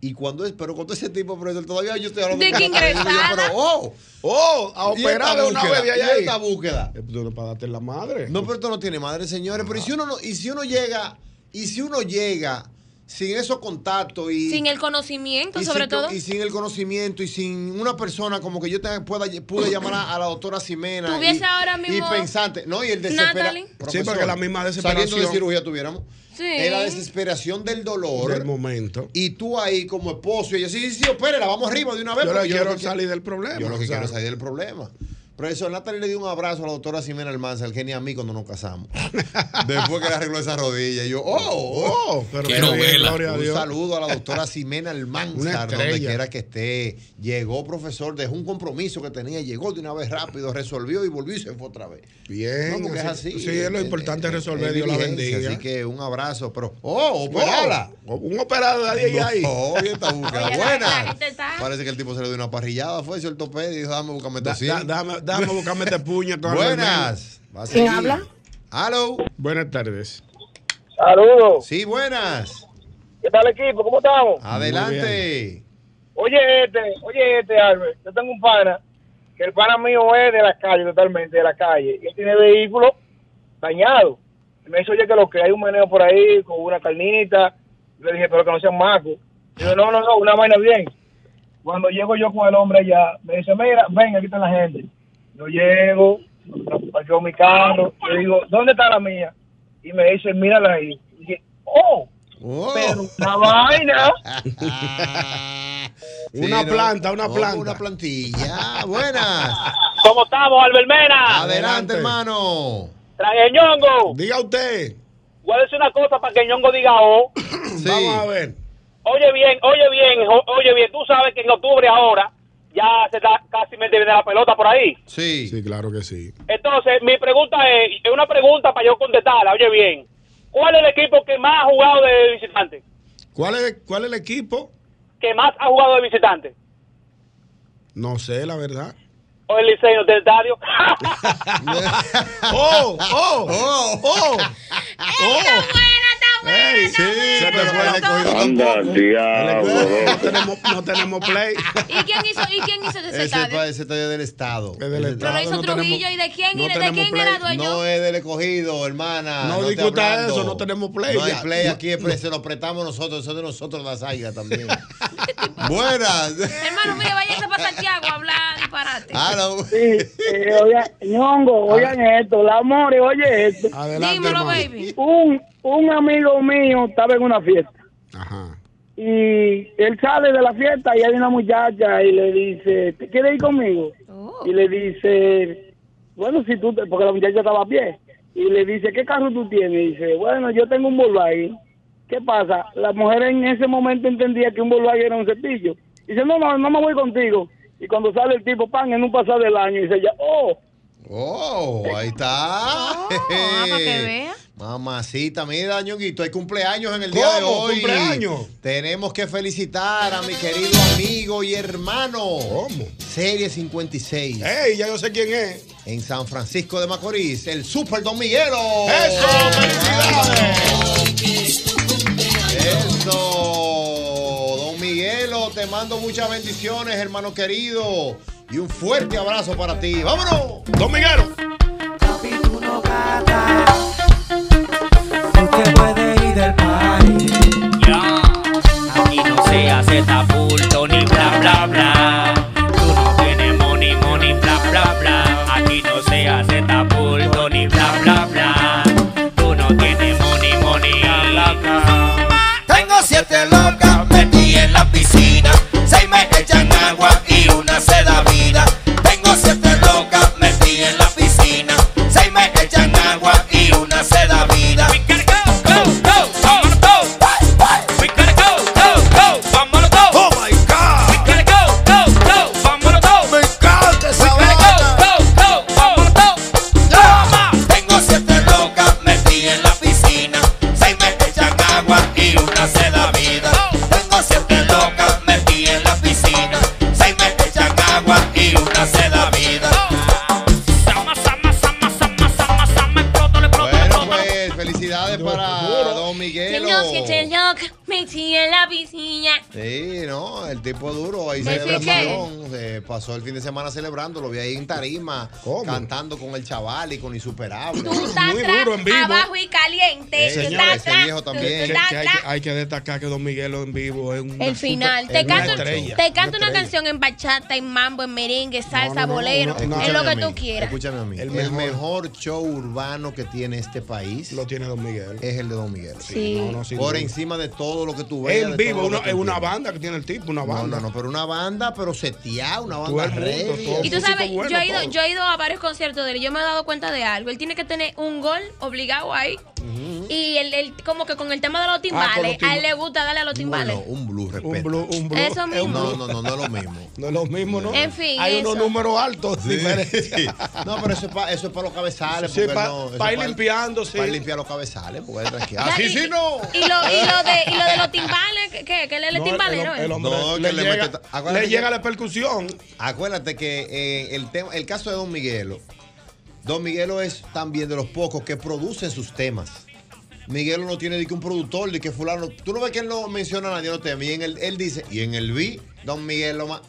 Y cuando es, pero cuando ese tipo, profesor, todavía yo estoy hablando
De
con
que
Natalie,
ingresada.
yo, Pero, oh,
oh, a
¿Y esta
operar de una
búsqueda?
vez de ahí
¿Y
a ahí?
esta búsqueda.
Eh, tú no para darte la madre.
No, pero esto no tiene madre, señores. Pero y si uno no- y si uno llega, y si uno llega sin esos contactos y
Sin el conocimiento,
y
sobre
sin,
todo.
Y sin el conocimiento y sin una persona como que yo te- pueda,
<coughs>
pude llamar a, a la doctora Ximena.
Tuviese
y,
ahora mismo
Y pensante. No, y el desespero.
Natalie. Sí,
porque la misma
Saliendo
desesperación.
de cirugía tuviéramos.
Sí.
Es la desesperación del dolor.
Del momento.
Y tú ahí como esposo. Y yo, sí, sí, sí, opérela, vamos arriba de una vez.
Yo
porque
le
lo
quiero
que-
salir del problema.
Yo lo que
o sea.
quiero es salir del problema. Profesor, Natalie le dio un abrazo a la doctora Ximena Almanza, el genio a mí cuando
<laughs>
nos casamos. Después que le arregló esa rodilla. Y yo, oh, oh,
Pero Quiero qué bien, verla. gloria a
Un
Dios. <laughs>
saludo a la doctora Ximena Almanza,
Una
donde
estrella.
quiera que esté. Llegó, profesor, dejó un compromiso que tenía, llegó de una vez rápido, resolvió y volvió y se fue otra vez.
Bien.
No, porque es
así-
así.
Sí, es lo
Eh,
importante
eh,
resolver.
eh,
Dios la
diligencia,
bendiga.
Así que un
<laughs>
abrazo, pero, oh, operala.
Oh, un operado de ahí a ahí.
No, oye, esta búsqueda
Oye, la-
buena.
la gente está-
Ah.
Parece que el tipo se le dio una parrillada, fue ese ortopedia y dijo, dame buscarme
Da-
tocino.
da- dame- dame buscarme este puño. con
Buenas.
el
Va a
¿Quién
seguir.
habla?
Hello.
Buenas tardes.
Saludos.
Sí, buenas.
¿Qué tal equipo? ¿Cómo estamos?
<laughs>
Adelante.
Oye este, oye este, Albert, yo tengo un pana, que el pana mío es de la calle, totalmente de la calle, y él tiene vehículo dañado. Y me dice, oye, que lo que hay un meneo por ahí con una carnita. Yo le dije, pero que no sean macos. Yo, no, no, no, una vaina bien. Cuando llego yo con el hombre allá, me dice, mira, ven, aquí está la gente. Yo llego, parqueo mi carro, le digo, ¿dónde está la mía? Y me dice, mírala ahí. Y dije, oh,
哦
pero la vaina.
Una planta, una
No,
planta.
Una plantilla. Buenas.
¿Cómo estamos, Albert Mena?
Adelante, hermano.
Traje ñongo.
Diga usted.
Voy a decir una cosa para que ñongo diga
<clears throat>
oh.
Vamos a ver.
Oye bien, oye bien, o- oye bien. Tú sabes que en octubre ahora ya se está casi me viene la pelota por ahí.
Sí.
Sí, claro que sí.
Entonces, mi pregunta es, es una pregunta para yo contestarla. Oye bien. ¿Cuál es el equipo que más ha jugado de visitante?
¿Cuál es, ¿Cuál es el equipo?
¿Que más ha jugado de visitante?
No sé, la verdad.
¿O el Liceo del
<laughs>
Dario?
¡Oh! ¡Oh! ¡Oh! ¡Oh! <laughs>
Eh,
¡Oh! Ey, sí, se te fue la cogida
Anda,
tampoco.
diablo.
No tenemos, no tenemos play.
¿Y
<laughs>
quién hizo, y quién hizo
Ese
de ese
es
estadio?
pa- ese está del Estado.
Pero lo hizo Trujillo. ¿Y de quién?
no
¿Y de
tenemos
quién
play.
era dueño?
No es del escogido, hermana.
No
te
discuta
hablando.
eso, no tenemos play,
No hay
ya.
play
No,
aquí,
<laughs>
pero se lo apretamos nosotros, eso es de nosotros las águilas también.
<laughs>
Buenas.
Hermano, mire, váyase para Santiago a hablar disparate.
Ah,
Hello.
Sí, eh, oigan, ñongo, oigan esto, la amores, oye esto.
Adelante, Dímelo, hermano. baby.
Un, un amigo mío estaba en una fiesta. Y él sale de la fiesta y hay una muchacha y le dice, ¿te quieres ir conmigo?
哦
Y le dice, bueno, si tú, te- porque la muchacha estaba a pie. Y le dice, ¿qué carro tú tienes? Y dice, bueno, yo tengo un Volkswagen. ¿Qué pasa? La mujer en ese momento entendía que un Volkswagen era un cepillo. Y dice, no, no, no me voy contigo. Y cuando sale el tipo, pan, en un pasado del año, y dice ella, oh,
Oh, ahí está.
para Oh, que vea.
Mamacita, mira, ñonguito, hay cumpleaños en el día de
¿Cómo?
hoy.
¿Cumpleaños?
Tenemos que felicitar a mi querido amigo y hermano. ¿Cómo? Serie 56.
¡Ey, ya yo sé quién es!
En San Francisco de Macorís, el Super Don Miguelo.
¡Eso!
Eso, don Miguelo, te mando muchas bendiciones, hermano querido. Y un fuerte abrazo para ti. ¡Vámonos!
¡Don Miguelo!
Usted puede ir del party. Aquí no se hace tapulto ni bla bla bla. Tú no tienes money money bla bla bla. Aquí no se hace tapulto ni bla bla bla. Tú no tienes money money bla bla bla. Tengo siete locas metí en la piscina. Seis me echan agua y una
pues,
don't get your look, me tea en la piscina.
oh. Sí, no, el tipo duro, ahí
¿Me
celebración, se pasó el fin de semana celebrando, lo vi ahí en tarima, cantando con el chaval y con Insuperable.
Tú estás atrás, abajo y caliente.
Eh,
Tú
señores,
estás
ese
atrás,
viejo
tú
también.
Que-
estás
que hay,
atrás.
que hay que destacar que Don Miguel en vivo es un.
Ah,
El final. Te canto, te canto una, canción en bachata, en mambo, en merengue, salsa, bolero, en lo que tú quieras.
Escúchame a mí. El, mejor, show urbano que tiene este país. Lo
tiene Don Miguel.
Es el de Don Miguel.
Sí. No, no, sin
Por
duda.
encima de todo lo que tú veas.
En
de
vivo,
todo lo
una-
que
es
tú
una
quieras.
banda que tiene el tipo, una
No,
banda.
no, no, pero una banda, pero seteada, una banda
el mundo,
ready.
todo.
Y tú sabes, yo he ido, yo he ido a varios conciertos de él y yo me he dado cuenta de algo. Él tiene que tener un gol obligado ahí. Y él, él como que con el tema de los
Ah,
timbales,
tim-
a él le gusta darle a los timbales.
No, un blues, respeta. Un
blues, un
blues. Eso mismo.
No, no, no, no es lo mismo.
no es lo mismo, ¿no?
En fin,
Hay unos
eso.
números altos diferentes.
<laughs> No, pero eso es para eso es pa los cabezales.
Sí,
porque
pa-
no, eso
pa'
es
ir limpiando, sí.
Para limpiar los cabezales, porque es tranquilo.
Ah,
Ya,
Así
y-
sí, no.
Y lo, y lo de, y lo
<laughs>
de los timbales, ¿qué? ¿Qué él le
No,
timbalero?
el- el
eh?
hombre- No, que
le,
le
llega,
mete- acuérdate
le
que-
llega la percusión.
Acuérdate que eh, el, tema, el caso de Don Miguelo, Don Miguelo es también de los pocos que producen sus temas. Miguelo no tiene ni que un productor, ni que fulano. Tú no ves que él no menciona a nadie los temas. Y en el, él dice, y en el B, Don Miguelo más,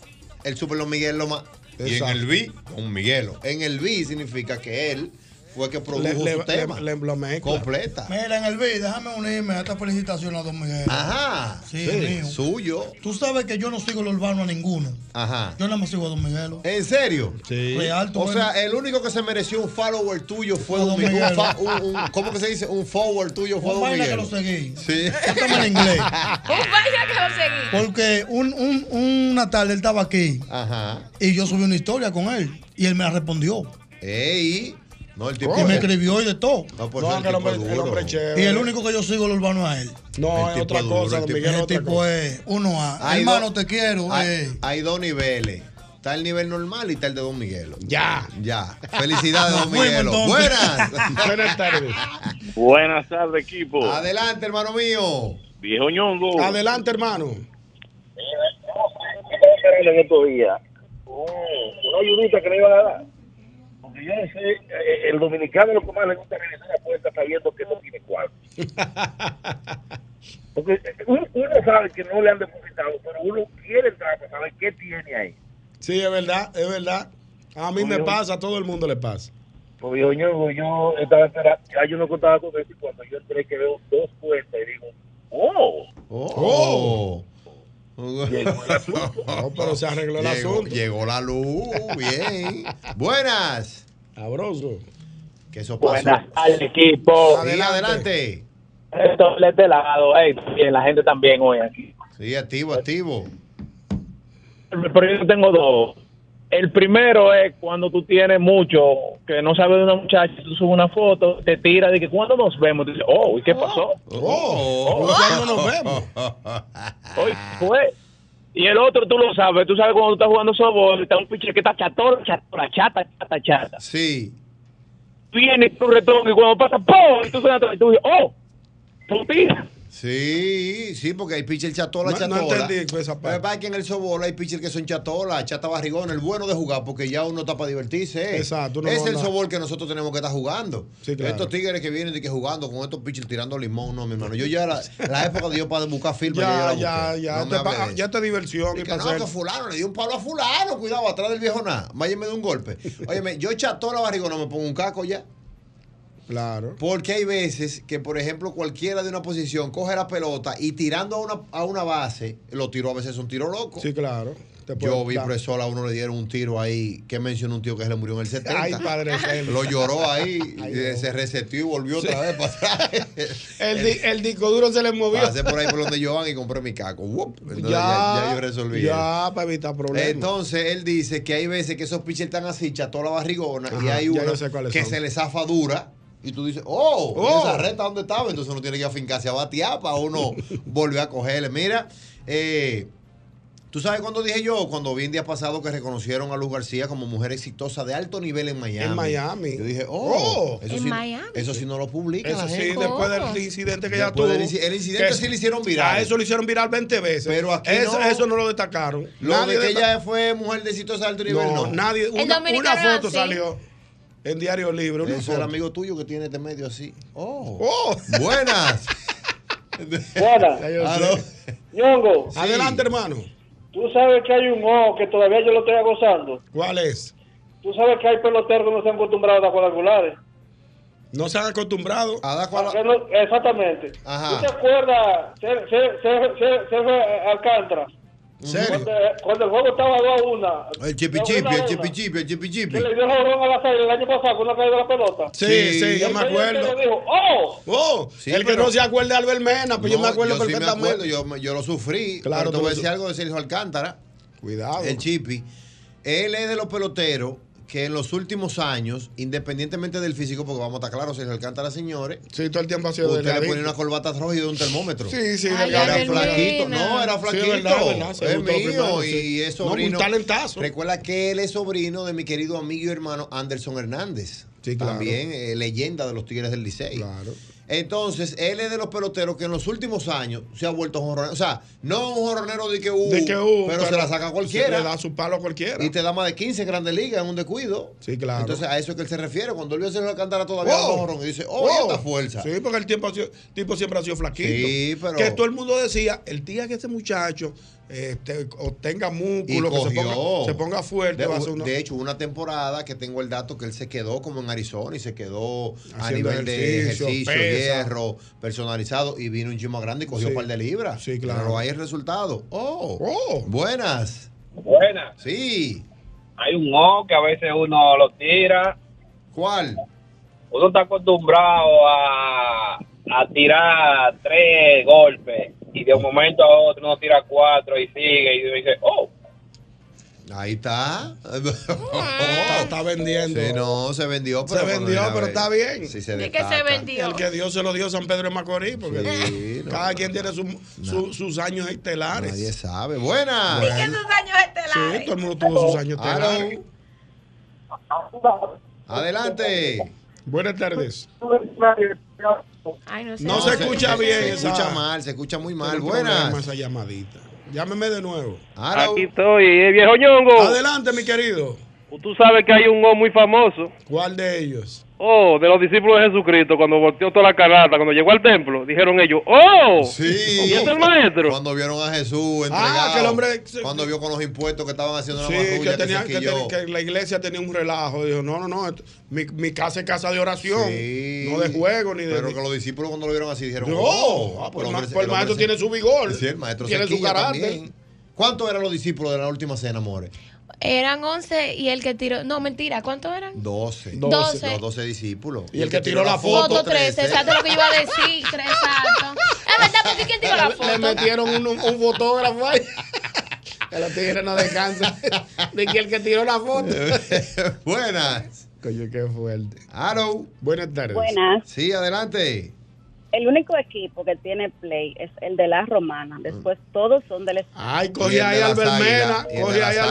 el Super Don Miguelo más. Y en
Exacto.
el B, Don Miguelo. En el B significa que él fue que produjo
Le,
su
le,
tema.
le, le- lo mezcla.
completa.
Mira, en el B, déjame unirme a esta felicitación a Don
Ah.
Miguel.
Ajá.
Sí,
sí,
mío.
Suyo.
Tú sabes que yo no sigo el urbano a ninguno.
Ajá.
Yo no me sigo a Don Miguel.
¿En serio? Sí.
Real, tú
o
eres-
sea, el único que se mereció un follower tuyo fue
Fue
un,
Don Miguel.
un fa- un- un- ¿Cómo que se dice? Un forward tuyo fue
Un
Don
vaina que
Miguel.
lo seguí.
Sí.
Toma en inglés.
Un vaya que lo seguí.
Porque un- un- una tarde él estaba aquí
<laughs> Ajá.
y yo subí una historia con él y él me la respondió.
Ey. No, el tipo.
Y me escribió y de todo.
No, pues
No,
el
que el
tipo
hombre-
es
el
duro.
hombre es chévere. Y el único que yo sigo el urbano a él.
No, El es tipo otra es duro, cosa, el don tipo- Miguel es
El
otra
tipo
cosa.
es uno a.
Hay
Ah, Hermano,
dos-
te quiero.
Hay,
eh.
hay dos niveles. Está el nivel normal y está el de Don Miguel.
Ya.
Ya.
<laughs>
Felicidades, Don
Nos fuimos,
Miguel.
entonces.
<laughs>
Buenas.
Buenas tardes.
Buenas tardes, equipo.
Adelante, hermano mío.
Viejo ñongo.
Adelante, hermano.
en estos días. Oh, Una ayudita que le iban a dar. Porque yo no sé, eh, el dominicano lo que más le gusta es regresar a puerta sabiendo que no tiene cuarto. Porque eh, uno uno sabe que no le han depositado, pero uno quiere entrar para saber qué tiene ahí.
Sí, es verdad, es verdad. A mí me
Oye,
pasa, a todo el mundo le pasa.
Pues viejo ñongo, yo estaba esperando, hay uno que estaba con eso y cuando yo entré que veo dos puertas y digo, ¡oh!
Oh. <laughs>
Llegó el asunto.
No, pero se arregló el
Llegó-
asunto.
Llegó la luz. Bien. Buenas.
Sabroso.
Que eso pasó.
Buenas al equipo.
Sí, adelante.
Esto es de este lado, ey, bien, la gente también hoy aquí.
Sí, activo, activo.
Pero yo tengo dos. El primero es cuando tú tienes mucho, que no sabes de una muchacha, tú subes una foto, te tira de que cuando nos vemos, tú dices, oh, ¿y qué pasó?
Oh,
¿Cuándo nos <laughs> vemos? Hoy fue. Y el otro tú lo sabes, tú sabes cuando tú estás jugando softball, está un pinche que está chator, chatora, chata, chata, chata.
Sí.
Viene tu retorno y cuando pasa, ¡pum! Y tú suena atrás y tú dices, oh, putina.
Sí, sí, porque hay pitcher chatola,
No- no
chatola.
entendí esa
Lo que pasa es que en el sobola hay pitcher que son chatola, chata barrigón, el bueno de jugar, porque ya uno está para divertirse. eh.
Exacto, uno
Es
no
el
anda-
sobol que nosotros tenemos que estar jugando.
Sí, claro.
Estos tigres que vienen de que jugando con estos pitchers tirando limón, no, mi hermano. Yo ya la, la época de yo para buscar firma,
Ya,
yo la
ya,
busqué.
ya.
No me
te pa-
hable de
ya te diversión.
y
y
que no,
pasar.
que fulano le dio un palo a fulano, cuidado, atrás del viejo nada. Váyeme de un golpe. Óyeme, yo chatola barrigona me pongo un caco ya.
Claro.
Porque hay veces que, por ejemplo, cualquiera de una posición coge la pelota y tirando a una, a una base, lo tiró a veces un tiro loco.
Sí, claro. Te
Yo
puede-
vi
da-
profesor a uno le dieron un tiro ahí que mencionó un tío que se le murió en el 70.
Ay,
<laughs>
padre santo.
Lo lloró ahí,
Ay,
y se reseteó y volvió otra vez para atrás.
<laughs> El, di- el disco duro se le movió.
Pasé por ahí por donde yo van y compré mi caco. Wup. Entonces, ya, ya yo resolví. eso.
Pues Ya, para evitar problemas.
Entonces él dice que hay veces que esos pitchers están así, cható la barrigona, y
Ajá,
hay
ya
una
yo sé cuáles
que
son.
se le zafa dura. Y tú dices, oh, ¿y
Oh.
esa reta dónde estaba? Entonces uno tiene que afincarse a batear
<laughs>
para uno volver a cogerle. Mira, eh, tú sabes cuando dije yo, cuando vi en día pasado que reconocieron a Luz García como mujer exitosa de alto nivel en Miami.
En Miami.
Yo dije, oh,
Oh.
eso,
En
sí,
Miami. Oh.
eso sí no lo publica.
Eso
la
sí,
gente.
después del incidente que ya
Después
tuvo.
del inci- el incidente
que-
sí le hicieron viral.
A eso lo hicieron viral 20 veces.
Pero aquí
eso,
no.
eso no lo destacaron.
Lo de que
desta-
ella fue mujer de exitosa de alto nivel, no.
No, nadie.
El
Una,
dominicano
una
era
foto
así.
salió en Diario Libre. Una
Eso es
foto. <laughs>
el amigo tuyo que tiene este medio así. Oh.
Oh.
Buenas.
<laughs>
Buena.
Aló.
Ñongo.
Adelante, hermano.
Tú sabes que hay un ojo que todavía yo lo estoy gozando.
¿Cuál es?
Tú sabes que hay peloteros que no se han acostumbrado a dar cuadrangulares.
No se han acostumbrado
a dar
Que no- exactamente.
Ajá.
¿Tú te acuerdas, Se- Se- Se- Se- Sergio Alcántara? Cuando, cuando el juego estaba 2 a 1.
El chipi chipi, el chipi chipi, el chipi chipi.
Que le dio jorón a la salida el año pasado con una caída de la pelota.
Sí, sí, yo
Y
me
el señor
acuerdo.
le dijo, ¡Oh!
Oh,
Sí,
el que
pero-
no se acuerde de Albert Mena, pues yo
No,
me acuerdo
yo sí me
perfectamente.
acuerdo, yo, me- yo lo sufrí.
Claro,
Claro, te
tú
voy a
lo su-
decir algo de Sergio Alcántara.
Cuidado.
El Chipi. Él es de los peloteros que en los últimos años, independientemente del físico, porque vamos a estar claros, Sergio Alcántara, señores.
Sí, todo el tiempo ha sido
Usted le
delgadito.
ponía una corbata roja y de un termómetro.
Sí, sí, Ay, delgadito.
Era
Albert
flaquito.
Mena.
No, era
Sí,
flaquito.
verdad, verdad, se
es
gustó
mío.
primero, sí.
Y es
No, un
sobrino.
talentazo.
Recuerda que él es sobrino de mi querido amigo y hermano Anderson Hernández.
Sí, claro.
También eh, leyenda de los Tigres del Licey.
Claro.
Entonces, él es de los peloteros que en los últimos años se ha vuelto jorronero. O sea, no un jorronero de que hubo,
De que, uh,
pero, se la saca cualquiera.
se le da su palo a cualquiera.
Y te da más de 15 en grandes ligas en un descuido.
Sí, claro.
Entonces, a eso es que él se refiere. Cuando él vio a Sergio Alcántara todavía
Wow.
daba jorrón y dice, oh, y
Wow.
esta fuerza.
Sí, porque el tiempo ha sido- tipo siempre ha sido flaquito.
Sí, pero-
Que todo el mundo decía, el día que ese muchacho este, obtenga
Y
músculo, que se
cogió.
ponga, se ponga fuerte,
De,
va a ser una-
de hecho, hubo una temporada que tengo el dato que él se quedó como en Arizona y se quedó a
Haciendo
nivel de
ejercicio,
ejercicio,
pesa.
hierro, personalizado y vino un chimo grande y cogió
Sí.
un par de libras. Sí,
claro.
Pero ahí el resultado. Oh, buenas.
Buena.
Sí.
Hay un O que a veces uno lo tira.
¿Cuál?
Uno está acostumbrado a, a tirar tres golpes y de un momento a otro uno tira cuatro y sigue y uno dice, oh,
Ahí está. <laughs>
está, está vendiendo.
Sí, no, se vendió.
se
cuando
vendió,
era
pero
vez-
está bien.
Sí, se
¿De qué se
destaca.
vendió?
El que Dios se lo dio a San Pedro de Macorís, porque <laughs> cada quien tiene su- su- sus años estelares.
Nadie sabe. Buenas.
¿Y qué sus años
Sí,
estelares?
todo el mundo tuvo sus años
Aló.
estelares.
Adelante.
Buenas tardes.
Ay, no sé.
No se escucha bien.
Se
esa-
escucha mal, se escucha muy mal.
Tengo un
Buenas.
problema esa llamadita. Llámeme de nuevo.
Aló. Aquí
estoy, eh, viejo ñongo.
Adelante, mi querido.
Tú sabes que hay un O muy famoso.
¿Cuál de ellos?
Oh, de los discípulos de Jesucristo, cuando volteó toda la canasta, cuando llegó al templo, dijeron ellos, ¡Oh!
Sí.
¿Y es el maestro?
Cuando vieron a Jesús entregado,
Ah, que el hombre-
cuando vio con los impuestos que estaban haciendo
Sí,
una marrulla
que,
que,
tenía,
se
que,
quilló.
ten- que la iglesia tenía un relajo. Dijo, no, no, no, esto- mi, mi casa es casa de oración,
Sí.
no de juego ni de...
Pero que los discípulos cuando lo vieron así dijeron,
No,
"Oh,
ah, pues
el
el ma-
hombre se-
pues el
hombre
maestro
se-
tiene su vigor,
Sí, el maestro
tiene
se
su
quilla
carácter".
también. ¿Cuántos eran los discípulos de la última cena, amores?
Eran 11 y el que tiró. No, mentira, ¿cuántos eran?
12.
Doce.
Los 12 discípulos.
Y el que tiró la
Foto 13, exacto lo que yo iba a decir, tres, exacto. Es verdad, porque ¿quién tiró la
Le
foto?
metieron un, un fotógrafo ahí. <laughs> Que los tigres no descansan. De que el que tiró la foto.
<laughs> Buenas.
Coño, qué fuerte.
Hello.
Buenas tardes.
Buenas.
Sí, adelante.
El único equipo que tiene play es el de la romana. Después todos son del
Ay, coño.
coño.
Coge ahí Albert Mena, coge ahí Albert Mena,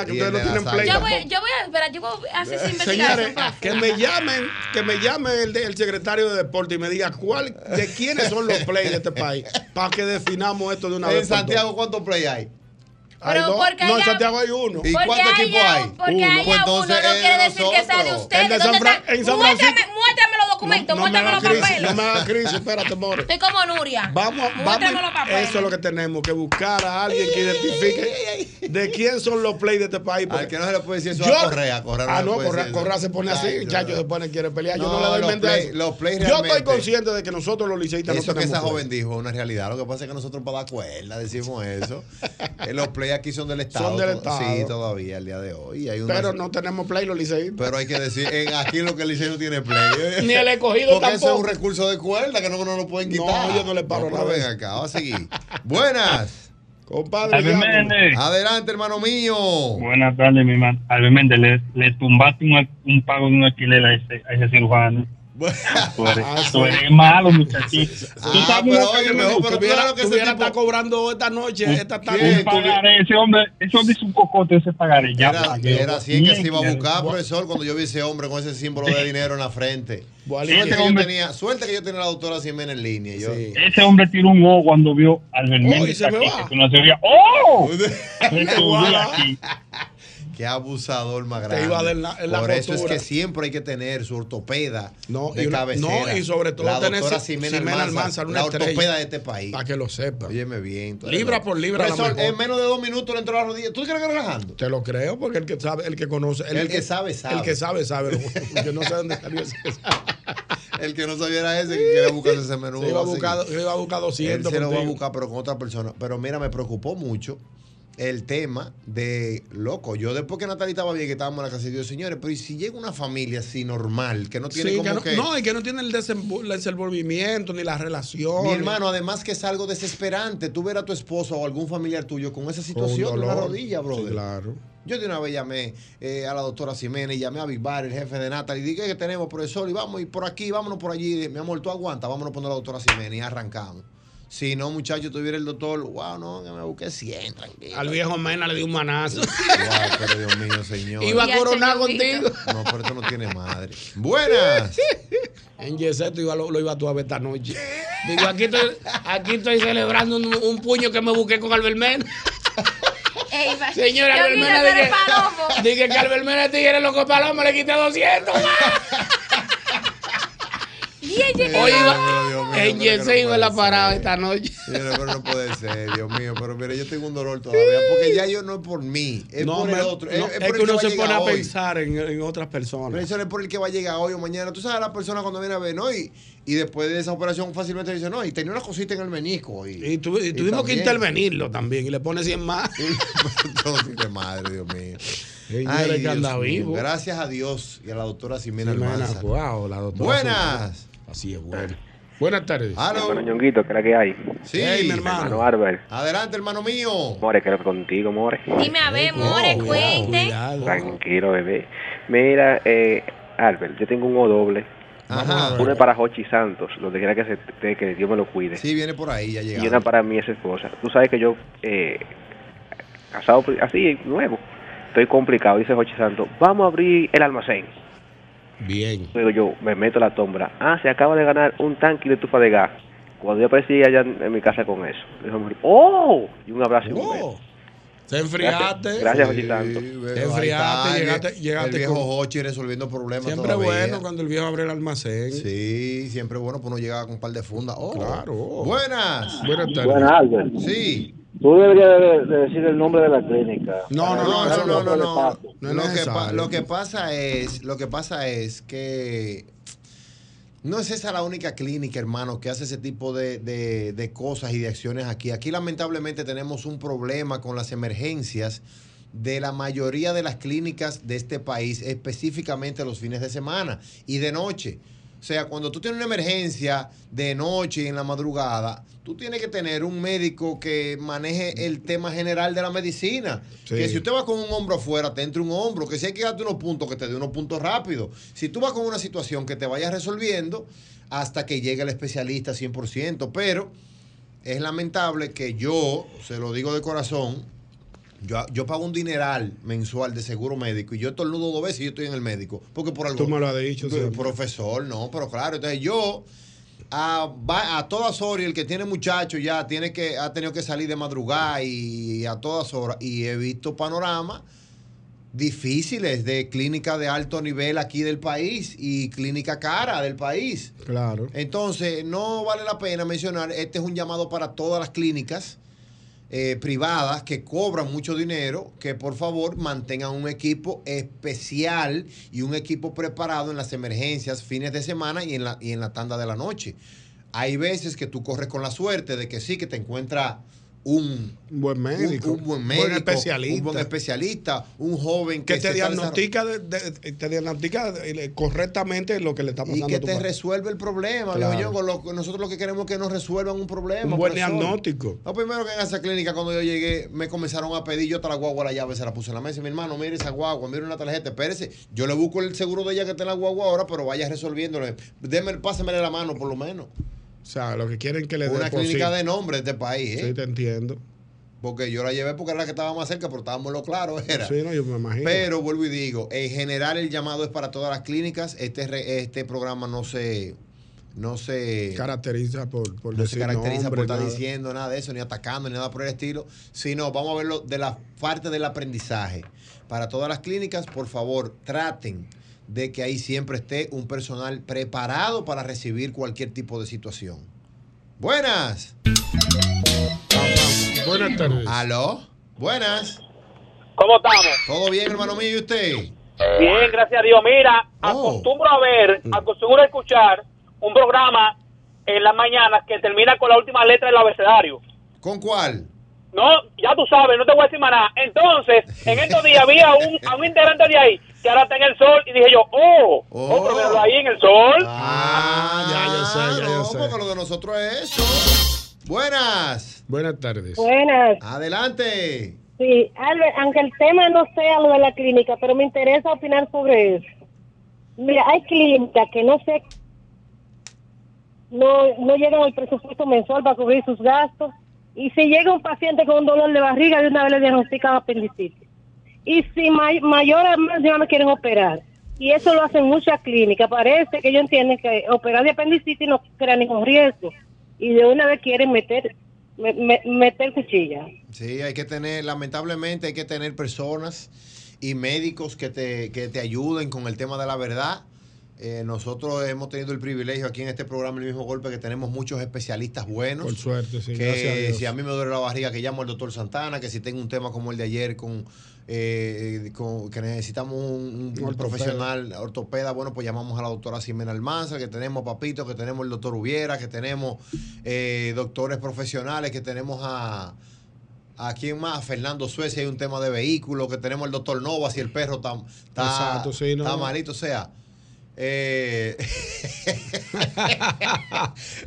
Albermena,
que ustedes no tienen play.
Yo voy, yo voy a esperar, yo voy a hacer esa investigación.
Eh, Señores, que me llamen, que me llame el, de- el secretario de deporte y me diga cuál, de quiénes son los play de este país, para que definamos esto de una
En
vez. por todas.
Santiago, ¿cuántos play hay?
Hay
Pero
dos.
porque
no, en
haya-
Santiago hay uno.
¿Y
Porque
cuántos
haya
equipos
un-
hay?
Porque haya
Pues
uno,
entonces
no
es
quiere
de
decir que sea de
nosotros.
ustedes.
El de
¿Dónde
San Fran-
están?
en San
Muéstrame-
Francisco.
Muéstrame los documentos,
No me
muéstrame
haga
los
crisis,
papeles.
no me haga crisis, espérate, more.
Estoy como Nuria.
Vamos, a-
Muéstrame los
vamos.
papeles.
Eso es lo que tenemos, que buscar a alguien que identifique de quién son los play de este país. porque
Al que no se le puede decir eso
yo-
a Correa. Correa
ah,
le
no,
puede
Correa,
decir eso.
Correa se pone
Ay,
así,
no,
chacho
no.
se pone, quiere pelear. yo no
No,
le doy
los
mente a
play-
eso.
los play
Yo estoy
realmente-
consciente de que nosotros los liceístas no
Eso que
tenemos
esa
play.
joven dijo es una realidad. Lo que pasa es que nosotros para dar
<laughs>
cuerda decimos eso. Eh, los play aquí son del Estado.
del
to-
Estado.
Sí, todavía, al día de hoy. Hay unas-
Pero no tenemos play los liceístas.
Pero hay que decir, en- aquí lo que el liceo no tiene play.
<laughs>
eh.
Ni el escogido
Porque eso es un
tampoco.
recurso de cuerda que no, no lo pueden quitar.
No, yo no le paro
pero
la
ven
vez.
acá, vamos a seguir. Buenas.
Compadre,
Adelante, hermano mío.
Buenas tardes, mi hermano. Albert Méndez, le, le tumbaste un, un pago de un alquiler a ese, a ese cirujano. Tú eres,
Ah,
tú eres malo, muchachito. Tú
Ah,
sabes
pero
lo que
oye,
yo me-
mejor, pero
tuviera-
claro que ese
tuviera
tipo está cobrando esta noche, esta tarde.
un pagaré, ese hombre, ese hombre es un cocote, ese pagaré. Ya
Era,
pagué.
era así que se iba a
Mierda.
buscar, profesor, cuando yo vi ese hombre con ese símbolo de dinero en la frente.
Bualilla.
Suerte que, yo
Hombre.
tenía, suerte que yo tenía a la doctora Jiménez en línea. Yo,
Ese hombre tiró un O cuando vio al
Oh, y
Méndez
se me
aquí,
va. <laughs>
que no se veía. ¡Oh!
Guau.
Resolvió aquí.
Qué abusador más
Te
grande.
iba a dar la- en la
Por eso es
rotura.
que siempre hay que tener su ortopeda
No,
de
y una-
cabecera.
no, y sobre todo
la
tener
doctora
Xi-
Ximena,
Ximena
Almanzar,
Almanzar, una
la
estrella.
ortopeda de este país.
Para que lo sepa.
Óyeme bien. tú eres
Libra
loco.
por libra.
Profesor,
la mejor.
en menos de dos minutos le entró la rodilla. ¿Tú crees que relajando?
Te lo creo, porque el que sabe, el que conoce.
El que sabe, sabe.
El que sabe, sabe. Yo no sé dónde salió ese.
El que no sabía era ese que quería buscarse ese menú.
Se iba a
así
buscar-
que-
se iba a buscar 200
Él se lo va a
contigo.
buscar, pero con otra persona. Pero mira, me preocupó mucho el tema de loco. Yo después que Natalia estaba bien, que estábamos en la casa, yo digo, señores, pero ¿y si llega una familia así normal, que no tiene
Sí,
como
que no,
que.
no, y que no tiene el desenvol- el desenvolvimiento ni la relación.
Mi hermano, además que es algo desesperante, tú ver a tu esposo o algún familiar tuyo con esa situación de una
dolor.
rodilla, brother.
claro.
Yo de una vez llamé eh, a la doctora Jiménez, llamé a Vivar, el jefe de Natal, y dije que tenemos, profesor, y vamos, y por aquí, vámonos por allí. Mi amor, tú aguanta, vámonos por la doctora Jiménez y arrancamos. Si no, muchacho, tuviera el doctor, wow, no, que me busqué 100, tranquilo.
Al viejo Mena le dio un
<laughs>
manazo.
Wow, pero Dios mío, señor.
Iba a coronar contigo.
No, pero esto no tiene madre. <laughs> Buenas.
En Yeseto iba, lo, lo iba tú a ver esta noche. Digo, aquí estoy, aquí estoy celebrando un, un puño que me busqué con Albermena.
<laughs> Ey, va-
Señora
Yo quise
Albermena,
ser
dije, <laughs>
palomo.
dije que Albermena es tigre loco palomo, le quité 200.
<laughs> Y ella que
Hoy
no.
iba, en Yesé iba la parada esta noche.
Señores, pero no puede ser, Dios mío. Pero mire, yo tengo un dolor todavía. Porque ya yo no es por mí, es
no,
por el
me-
otro.
no,
es,
es,
por el
que uno
va
se
llegar
pone a
hoy.
pensar en, en otras personas.
Pero eso no es por el que va a llegar hoy o mañana. Tú sabes, la persona cuando viene a ver, ¿no? Y, y después de esa operación fácilmente dice, no, y tenía una cosita en el menisco. Y,
Y, tuvi- y tuvimos que
<laughs>
intervenirlo también. Y le pone 100 más.
de madre, Dios mío.
Señores, que anda
mío.
vivo.
Gracias a Dios y a la doctora Ximena
Ximena,
Almanza.
guau, la doctora
Buenas.
Así es, bueno. Buenas tardes.
Aló.
Hermano Ñonguito, ¿qué es la que hay?
Sí.
Hey, mi hermano.
Hermano Álvaro.
Adelante, hermano mío.
More, creo que contigo, More.
Dime a ver, more,
Oh,
cuente.
Tranquilo, bebé. Mira, eh, Albert, yo tengo un O doble. Uno es para Jochi Santos, donde quiera que se esté, que Dios me lo cuide.
Sí, viene por ahí, ya
y una
llegamos.
para mi ex esposa. Tú sabes que yo, eh, casado pri- así, nuevo, estoy complicado. Dice Jochi Santos, vamos a abrir el almacén.
Bien.
Pero yo me meto a la sombra. Ah, se acaba de ganar un tanque de tufa de gas. Cuando yo aparecí allá en, en mi casa con eso, dijo, ¡Oh! Y un abrazo y un beso.
Te enfriaste.
Gracias,
Sí.
Jochi Santos.
Pero
Te enfriaste,
ahí está,
llegaste- llegaste
El viejo
con-
Hochi resolviendo problemas
Siempre
todavía.
bueno cuando el viejo abre el almacén.
Sí, siempre bueno, pues uno llegaba con un par de fundas. Oh.
Claro.
Buenas.
Buenas tardes.
Buenas, Albert.
Sí.
Tú deberías de, de decir el nombre de la clínica.
No, no, no, eso no, no, no.
lo, que pa- lo que pasa es, lo que pasa es que no es esa la única clínica, hermano, que hace ese tipo de, de- de cosas y de acciones aquí. Aquí lamentablemente tenemos un problema con las emergencias de la mayoría de las clínicas de este país, específicamente los fines de semana y de noche. O sea, cuando tú tienes una emergencia de noche y en la madrugada, tú tienes que tener un médico que maneje el tema general de la medicina.
Sí.
Que si usted va con un hombro afuera, te entre un hombro. Que si hay que darte unos puntos, que te dé unos puntos rápido. Si tú vas con una situación que te vayas resolviendo hasta que llegue el especialista 100%. Pero es lamentable que yo, se lo digo de corazón, yo, yo pago un dineral mensual de seguro médico y yo estornudo dos veces y yo estoy en el médico. Porque por algo.
Tú me lo has dicho
Pero,
siempre.
Profesor, no, pero claro. Entonces yo. A, va- a todas horas, y el que tiene muchachos ya tiene que, ha tenido que salir de madrugada y a todas horas. Y he visto panoramas difíciles de clínicas de alto nivel aquí del país y clínica cara del país.
Claro.
Entonces, no vale la pena mencionar, este es un llamado para todas las clínicas eh, privadas que cobran mucho dinero, que por favor mantengan un equipo especial y un equipo preparado en las emergencias, fines de semana y en la, y en la tanda de la noche. Hay veces que tú corres con la suerte de que sí, que te encuentra un
buen médico,
un, buen
buen
médico,
especialista.
un buen especialista, un joven
Que
que,
te
se está
diagnostica, de- de- te diagnostica eh, correctamente lo que le está pasando.
desarrollando y que
a tu
te
padre.
resuelve el problema.
Claro.
viejo Ñongo. Lo- nosotros lo que queremos es que nos resuelvan un problema. pues,
Un buen
profesor.
diagnóstico.
Lo primero que en esa clínica cuando yo llegué me comenzaron a pedir, yo hasta la guagua la llave se la puse en la mesa, y mi hermano, mire esa guagua, mire una tarjeta, espérese, yo le busco el seguro de ella que está en la guagua ahora, pero vaya resolviéndole, Deme, pásenme la mano por lo menos.
O sea, lo que quieren que le dé
Una
por
clínica
sí.
de nombre de este país, ¿eh?
Sí, te entiendo.
porque yo la llevé porque era la que estaba más cerca, pero estábamos lo claro, era.
Sí, no, yo me imagino.
Pero vuelvo y digo, en general el llamado es para todas las clínicas. Este, re- este programa no se no se
caracteriza por, por
no se
decir
caracteriza
nombre,
por estar
nada.
diciendo nada de eso, ni atacando, ni nada por el estilo, sino vamos a verlo de la parte del aprendizaje. Para todas las clínicas, por favor, traten de que ahí siempre esté un personal preparado para recibir cualquier tipo de situación. Buenas.
Buenas tardes.
Aló. Buenas.
¿Cómo estamos?
Todo bien, hermano mío, ¿y usted?
Bien, gracias a Dios. Mira,
Oh.
acostumbro a ver,
Mm.
acostumbro a escuchar un programa en las mañanas que termina con la última letra del abecedario.
¿Con cuál?
No, ya tú sabes, no te voy a decir más nada. Entonces, en estos días había un, a un integrante de ahí que ahora está en el sol y dije yo, oh, oh, pero míralo ahí en el sol.
Ah, ya yo sé, ya yo sé. porque lo de nosotros es eso. Buenas.
Buenas tardes.
Buenas.
Adelante.
Sí, Albert, aunque el tema no sea lo de la clínica, pero me interesa opinar sobre eso. Mira, hay clínicas que no sé, no, no llegan al presupuesto mensual para cubrir sus gastos. Y si llega un paciente con un dolor de barriga, de una vez le diagnostican apendicitis. Y si may, mayor a más, ya no quieren operar. Y eso lo hacen muchas clínicas. Parece que ellos entienden que operar de apendicitis no crea ningún riesgo. Y de una vez quieren meter, me- me- meter cuchilla.
Sí, hay que tener, lamentablemente hay que tener personas y médicos que te, que te ayuden con el tema de la verdad. Eh, nosotros hemos tenido el privilegio aquí en este programa, el mismo golpe, que tenemos muchos especialistas buenos.
Por suerte, sí. gracias a
que
Dios.
si a mí me duele la barriga, que llamo al doctor Santana, que si tengo un tema como el de ayer con, eh, con- que necesitamos un, un- un
ortopeda.
profesional ortopeda, bueno, pues llamamos a la doctora Ximena Almanza, que tenemos a Papito, que tenemos el doctor Hubiera, que tenemos eh, doctores profesionales, que tenemos a... ¿A quién más? A Fernando Suez, si hay un tema de vehículo, que tenemos el doctor Nova, si el perro está, está,
Exacto, sí, no,
está
no.
malito, o sea... eh,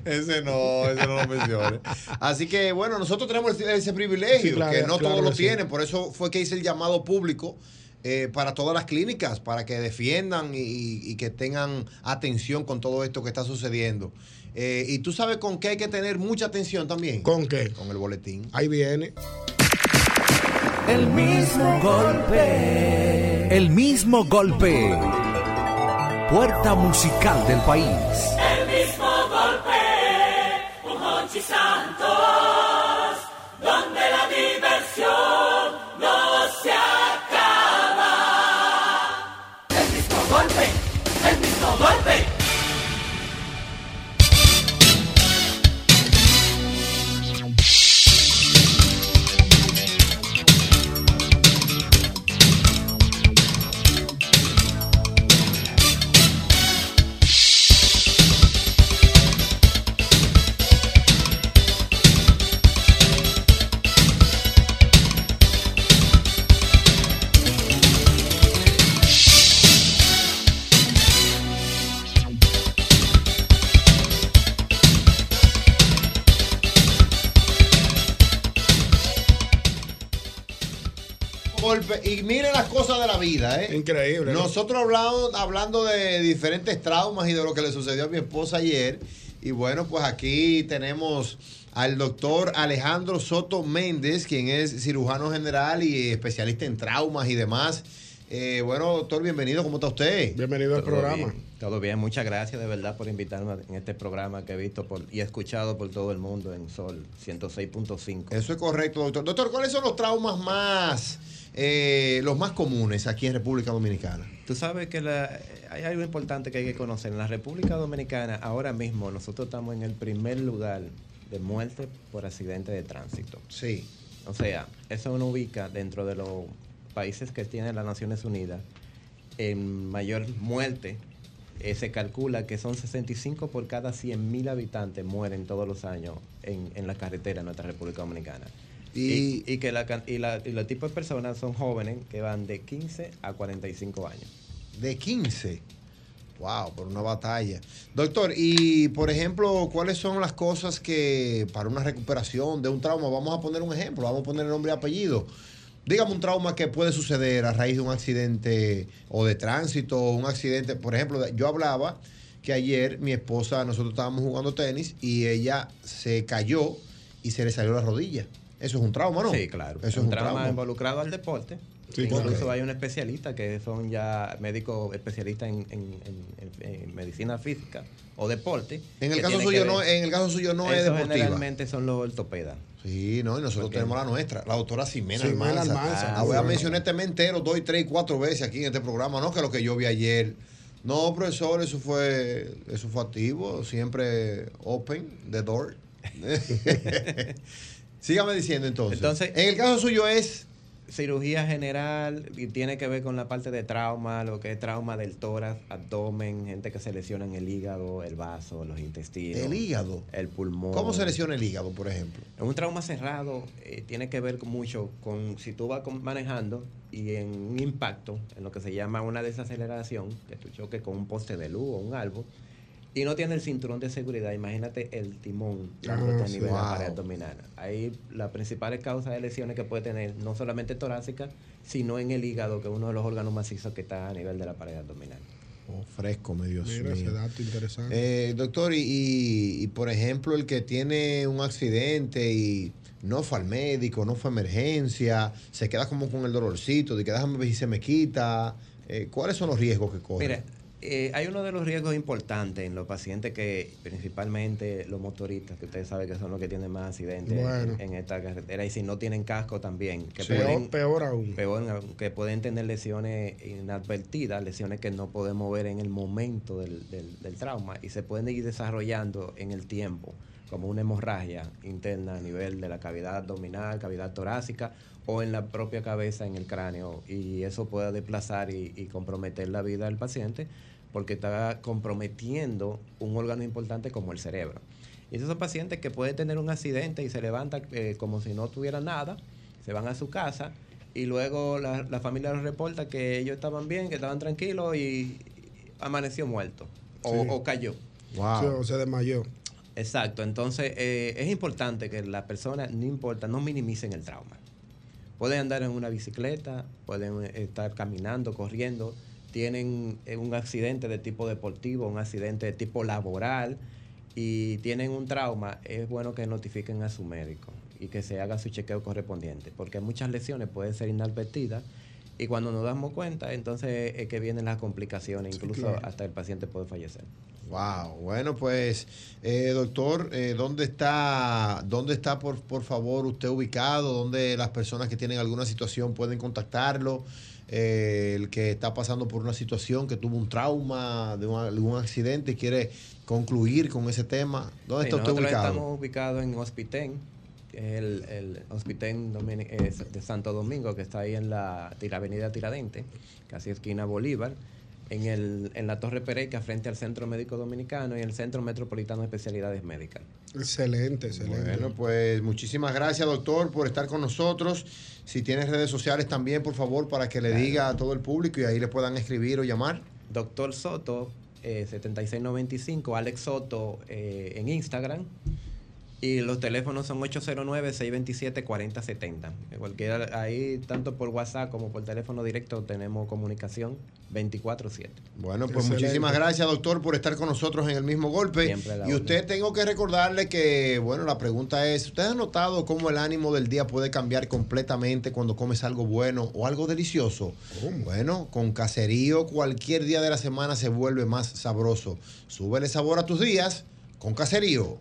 ese no, ese no lo mencioné. Así que bueno, nosotros tenemos ese- ese privilegio,
Sí, claro,
que no
claro
todos lo
que sí.
tienen, por eso fue que hice el llamado público eh, para todas las clínicas, para que defiendan y, y que tengan atención con todo esto que está sucediendo. Eh, y tú sabes con qué hay que tener mucha atención también.
¿Con qué?
Con el boletín.
Ahí viene.
El mismo golpe. El mismo golpe. Puerta musical del país. El mismo golpe, un Hochi Santos, donde la diversión no se acaba. El mismo golpe, el mismo golpe.
golpe. Y miren las cosas de la vida, ¿eh?
Increíble. ¿no?
Nosotros hablamos, hablando de diferentes traumas y de lo que le sucedió a mi esposa ayer. Y bueno, pues aquí tenemos al doctor Alejandro Soto Méndez, quien es cirujano general y especialista en traumas y demás. Eh, bueno, doctor, bienvenido. ¿Cómo está usted?
Bienvenido al programa.
Todo bien, muchas gracias de verdad por invitarme en este programa que he visto por, y escuchado por todo el mundo en Sol 106.5.
Eso es correcto, doctor. Doctor, ¿cuáles son los traumas más, eh, los más comunes aquí en República Dominicana?
Tú sabes que la- hay algo importante que hay que conocer. En la República Dominicana, ahora mismo, nosotros estamos en el primer lugar de muerte por accidente de tránsito.
Sí.
O sea, eso nos ubica dentro de los países que tienen las Naciones Unidas en mayor muerte. Eh, se calcula que son 65 por cada 100.000 habitantes mueren todos los años en, en la carretera en nuestra República Dominicana. Y, y que la, can- y la, y los tipos de personas son jóvenes que van de 15 a 45 años.
De 15. Wow, por una batalla. Doctor, y por ejemplo, ¿cuáles son las cosas que para una recuperación de un trauma, vamos a poner un ejemplo, vamos a poner nombre y apellido? Dígame un trauma que puede suceder a raíz de un accidente o de tránsito o un accidente. Por ejemplo, yo hablaba que ayer mi esposa, nosotros estábamos jugando tenis y ella se cayó y se le salió la rodilla. Eso es un trauma, ¿no?
Sí, claro.
Eso es
un,
un
trauma,
trauma.
involucrado al deporte. Sí, Incluso hay un especialista que son ya médicos especialistas en, en- en- en- en medicina física o deporte.
En el
que
caso
tienen
suyo
que
no-
ver-
en el caso suyo no es
Esos
deportiva.
Generalmente son los ortopedas.
Sí, no, y nosotros tenemos la nuestra, la doctora Ximena
Sí, Ximena
Almanza.
Almanza.
la voy a mencionar este mes entero, dos, tres, cuatro veces aquí en este programa, no que lo que yo vi ayer. No, profesor, eso fue, eso fue activo, siempre open, the door. <laughs> Sígame diciendo entonces.
Entonces,
en el caso suyo es
cirugía general y tiene que ver con la parte de trauma, lo que es trauma del tórax, abdomen, gente que se lesiona en el hígado, el vaso, los intestinos.
el hígado.
El pulmón.
¿Cómo se lesiona el hígado, por ejemplo?
Oh. Un trauma cerrado eh, tiene que ver con mucho con si tú vas con- manejando y en un impacto, en lo que se llama una desaceleración, que tú choques con un poste de luz o un árbol, y no tienes el cinturón de seguridad, imagínate el timón que
Ah,
está a este
sí.
nivel de la
Wow.
pared abdominal. Ahí las principales causas de lesiones que puede tener, no solamente torácica, sino en el hígado, que es uno de los órganos macizos que está a nivel de la pared abdominal.
Oh, fresco, mi Dios
Mira ese
mío.
dato
Eh, doctor, y, y- y, por ejemplo, el que tiene un accidente y no fue al médico, no fue a emergencia, se queda como con el dolorcito, de que déjame ver si se me quita. eh, ¿Cuáles son los riesgos que corre?
Mira, eh, hay uno de los riesgos importantes en los pacientes que, principalmente los motoristas, que ustedes saben que son los que tienen más accidentes
Bueno.
en, en esta carretera, y si no tienen casco también, que
Sí.
pueden,
Peor, peor aún.
peor aún, que pueden tener lesiones inadvertidas, lesiones que no podemos ver en el momento del, del- del trauma y se pueden ir desarrollando en el tiempo, como una hemorragia interna a nivel de la cavidad abdominal, cavidad torácica o en la propia cabeza, en el cráneo, y eso puede desplazar y, y comprometer la vida del paciente porque está comprometiendo un órgano importante como el cerebro. Y esos son pacientes que pueden tener un accidente y se levantan eh, como si no tuviera nada, se van a su casa y luego la, la familia les reporta que ellos estaban bien, que estaban tranquilos y amaneció muerto o,
Sí.
o cayó.
Sí, o se desmayó.
Exacto, entonces eh, es importante que las personas, no importa, no minimicen el trauma. Pueden andar en una bicicleta, pueden eh, estar caminando, corriendo, tienen eh, un accidente de tipo deportivo, un accidente de tipo laboral y tienen un trauma, es bueno que notifiquen a su médico y que se haga su chequeo correspondiente, porque muchas lesiones pueden ser inadvertidas y cuando nos damos cuenta, entonces es que vienen las complicaciones, incluso
claro.
hasta el paciente puede fallecer.
Wow, bueno, pues, eh, doctor, eh, ¿dónde está, dónde está por, por favor usted ubicado? ¿Dónde las personas que tienen alguna situación pueden contactarlo? Eh, el que está pasando por una situación que tuvo un trauma, de un- algún accidente y quiere concluir con ese tema, ¿dónde
Sí,
está usted
nosotros
ubicado?
Estamos ubicados en Hospitén, que es el, el Hospitén Domini- eh, de Santo Domingo, que está ahí en la tira, avenida Tiradente, casi esquina Bolívar, en, el, en la Torre Pereca, frente al Centro Médico Dominicano y el Centro Metropolitano de Especialidades Médicas.
Excelente, excelente. Bueno, pues muchísimas gracias, doctor, por estar con nosotros. Si tienes redes sociales también, por favor, para que le diga a todo el público y ahí le puedan escribir o llamar.
Doctor Soto, eh, 7695, Alex Soto eh, en Instagram. Y los teléfonos son 809-627-4070. Cualquiera, ahí, tanto por WhatsApp como por teléfono directo, tenemos comunicación 24-7.
Bueno, Pues muchísimas gracias, doctor, por estar con nosotros en el mismo golpe.
Siempre a la
Y usted tengo que recordarle que, bueno, la pregunta es, ¿usted ha notado cómo el ánimo del día puede cambiar completamente cuando comes algo bueno o algo delicioso? Oh, Bueno, con caserío cualquier día de la semana se vuelve más sabroso. Súbele sabor a tus días con caserío.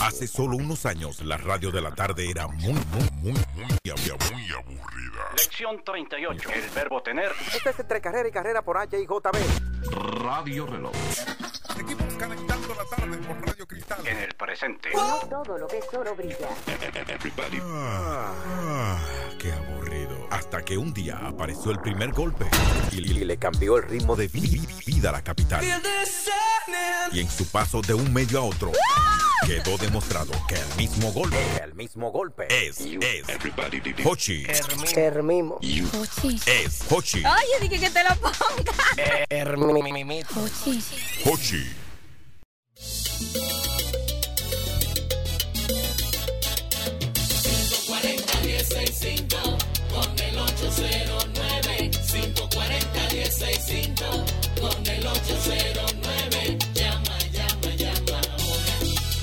Hace solo unos años la radio de la tarde era muy, muy, muy, muy, ab- muy aburrida.
Lección 38. El verbo tener.
Este es entre carrera y carrera por HIJB.
Radio Reloj.
Seguimos calentando la tarde por Radio Cristal.
En el presente.
todo lo que es oro brilla.
Ah, ah, qué aburrido. Hasta que un día apareció el primer golpe y, y le cambió el ritmo de vi- vi- vida a la capital. Y en su paso de un medio a otro, quedó demostrado que el mismo golpe, el mismo golpe es, es Hochi.
Hermimo.
Es Hochi.
Oye, dije que te lo ponga. Hermimimito.
Hochi.
Con el 809. 540 Con el 809. Llama, llama, llama ahora.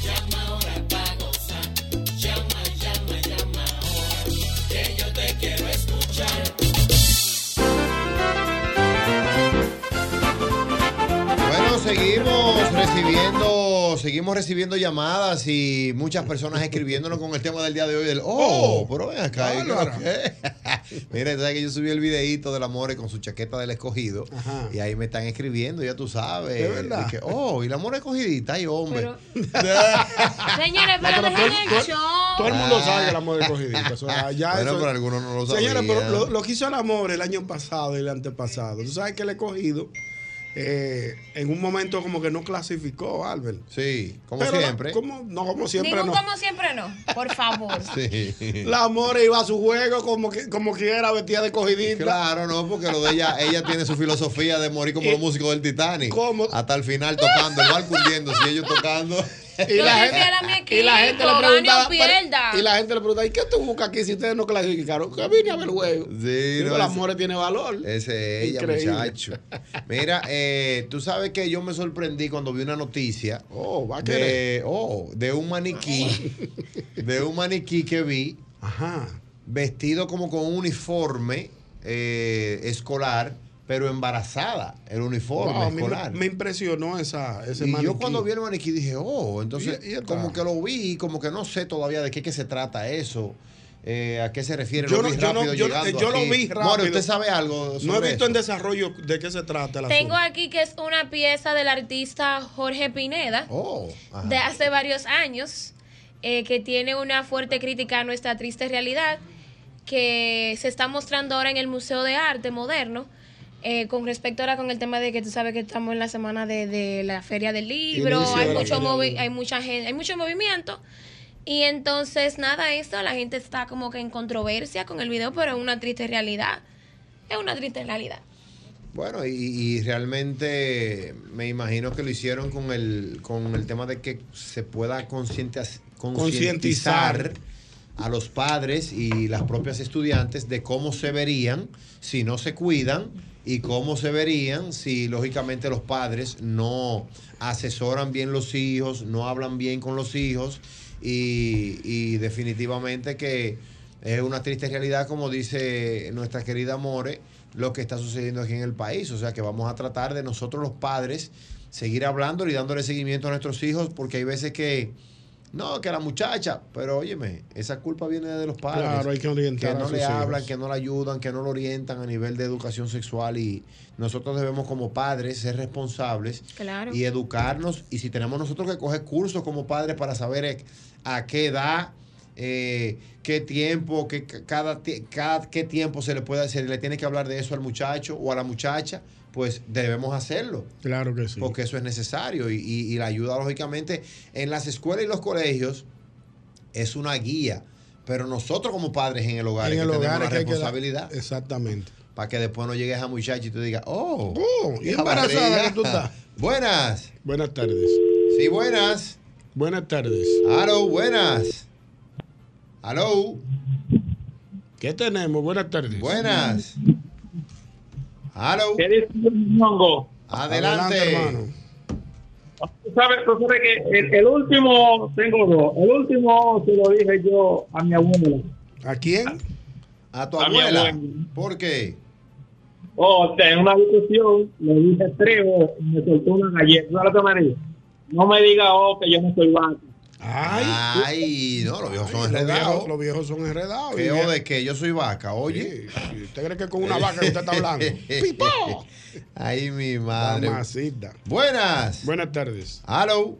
Llama ahora para gozar. Llama, llama, llama ahora. Que yo te quiero escuchar.
seguimos recibiendo, seguimos recibiendo llamadas y muchas personas escribiéndonos con el tema del día de hoy del oh, pero ven acá. ¿y qué es lo que? <laughs> Mira, tú sabes que yo subí el videito del Amore con su chaqueta del escogido y ahí me están escribiendo, ya tú sabes.
De verdad.
Y que, oh, y el Amore escogidita, ay hombre.
Señores, pero
No, pero
dejen
todo-
el
todo-
show.
Todo el mundo sabe que el amor es cogidita. o sea, ya
Bueno,
eso-
pero algunos no lo
Señores,
sabían.
pero lo, lo que hizo el amor el año pasado y el antepasado. Tú sabes que el escogido eh, en un momento como que no clasificó, Albert.
Sí, como siempre.
como, no, como siempre
Ningún
no.
como siempre no, por favor.
Sí.
La amor iba a su juego como, que, como quiera, vestida de cogidita.
Claro, no, porque lo de ella, ella tiene su filosofía de morir como los músicos del Titanic. Hasta el final tocando, el barco hundiéndose y ellos tocando.
<laughs> Y la, gente, y la gente le preguntaba,
gane o pierda.
y la gente le preguntaba, ¿y qué tú buscas aquí si ustedes no clasificaron? Que vine a ver el juego.
Sí,
Digo,
no,
el
ese-
amor tiene valor.
Ese es ella,
Increíble.
muchacho. Mira, eh, tú sabes que yo me sorprendí cuando vi una noticia
va a
de,
querer.
oh, de un maniquí, de un maniquí que vi vestido como con un uniforme eh, escolar, pero embarazada el uniforme
Wow, a mí me,
escolar.
me impresionó esa, ese
y
maniquí.
yo cuando vi el maniquí dije, oh, entonces
Y- y está.
como que lo vi, como que no sé todavía de qué que se trata eso, eh, a qué se refiere.
Yo
lo
no-
vi
yo no-
rápido
yo no-
llegando
yo lo
aquí.
vi
More,
rápido.
¿usted sabe algo
No he
sobre
visto
eso?
en desarrollo de qué se trata la
Tengo aquí que es una pieza del artista Jorge Pineda
Oh, ajá.
de hace varios años eh, que tiene una fuerte crítica a nuestra triste realidad que se está mostrando ahora en el Museo de Arte Moderno eh, con respecto ahora con el tema de que tú sabes que estamos en la semana de, de la Feria del Libro,
Inicio de
hay
la Feria
mucho,
del
movi-
Libro.
hay, mucha gente, hay mucho movimiento y entonces nada, eso la gente está como que en controversia con el video, pero es una triste realidad, es una triste realidad.
Bueno, y, y realmente me imagino que lo hicieron con el, con el tema de que se pueda concientiz- concientizar
Concientizar.
a los padres y las propias estudiantes de cómo se verían si no se cuidan y cómo se verían si lógicamente los padres no asesoran bien los hijos, no hablan bien con los hijos y, y definitivamente que es una triste realidad como dice nuestra querida More lo que está sucediendo aquí en el país, o sea que vamos a tratar de nosotros los padres seguir hablando y dándole seguimiento a nuestros hijos porque hay veces que no, que la muchacha, pero óyeme, esa culpa viene de los padres.
Claro, hay que orientar
Que
a
no
sus
le hablan,
hijos.
que no le ayudan, que no lo orientan a nivel de educación sexual y nosotros debemos como padres ser responsables
Claro.
y educarnos y si tenemos nosotros que coger cursos como padres para saber eh, a qué edad, eh, qué tiempo, qué, ca- cada, ti- cada qué tiempo se le puede se le tiene que hablar de eso al muchacho o a la muchacha, pues debemos hacerlo.
Claro que sí.
Porque eso es necesario y, y- y la ayuda, lógicamente, en las escuelas y los colegios es una guía. Pero nosotros como padres en el hogar,
En
es
el
que
hogar es
tenemos la
que hay que dar-
responsabilidad.
Exactamente.
Para que después no llegues a muchacho y te digas, oh,
y
esa
embarazada
barriga".
que tú estás.
Buenas.
Buenas tardes.
Sí, buenas.
Buenas tardes.
Aló, buenas. Aló.
¿Qué tenemos? Buenas tardes.
Buenas. Aló.
Adelante. hermano.
Tú sabes, tú sabes que el, el último, tengo dos. El último se lo dije yo a mi abuela.
¿A quién?
A tu
mi
abuela. ¿Por qué?
Oh, o sea, en una discusión le dije trevo y me soltó una galleta. ¿Tú sabes lo que me dijo? No me diga, oh, que yo no soy vaca.
Ay, no, los viejos son enredados.
Los viejos son enredados.
¿Qué
y-
o de qué? Yo soy vaca, oye.
¿Usted cree que con una vaca que usted está
<laughs>
hablando? ¡Pipo!
Ay, mi madre.
Mamacita.
Buenas.
Buenas tardes.
Aló.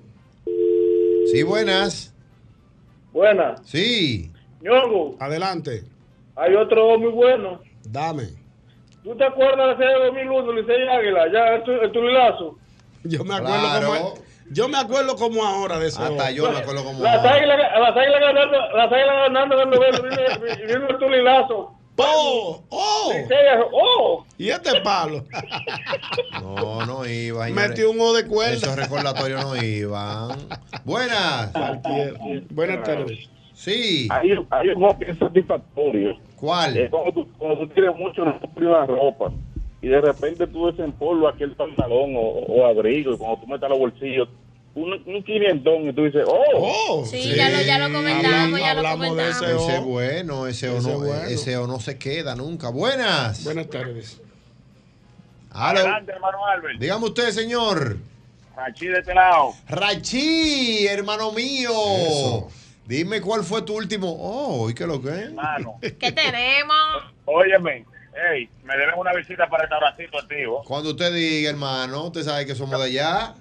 Sí, buenas.
Buenas.
Sí.
Ñongo,
Adelante.
hay otro dos muy bueno.
Dame.
¿Tú te acuerdas de la serie de 2001, Licey Águila? Ya, el, tu- el tulilazo.
Yo me acuerdo
Claro.
como yo me acuerdo como ahora de eso.
Hasta yo me acuerdo como
Las águilas, las águilas ganando, las águilas ganando del noveno, vino, vino el tulilazo.
¡Oh! ¡Oh!
¡Oh!
Y este palo.
No, no iba. señores.
Metió un O de cuerda.
Esos recordatorios no iban. Buenas.
Buenas tardes.
Sí.
Hay, hay un hobby que es satisfactorio.
¿Cuál?
Es Eh, cuando, tú, cuando tú tienes mucho en tu prima ropa y de repente tú desempolvas aquel pantalón o, o abrigo y cuando tú metes los bolsillos, un, un quinientón y tú dices, ¡oh!
Sí, ya lo, ya lo comentamos, ya lo comentamos.
Ese bueno, ese o no, eh, ese o no se queda nunca. Buenas.
Buenas tardes.
Aló.
hermano Albert.
Dígame usted, señor.
Rachid de este lado.
Rachi, hermano mío. Dime cuál fue tu último. Oh, ¿y qué lo que es?
¿Qué tenemos?
Óyeme, hey, me debes una visita para el restaurancito antiguo.
Cuando usted diga, hermano, usted sabe que somos de allá.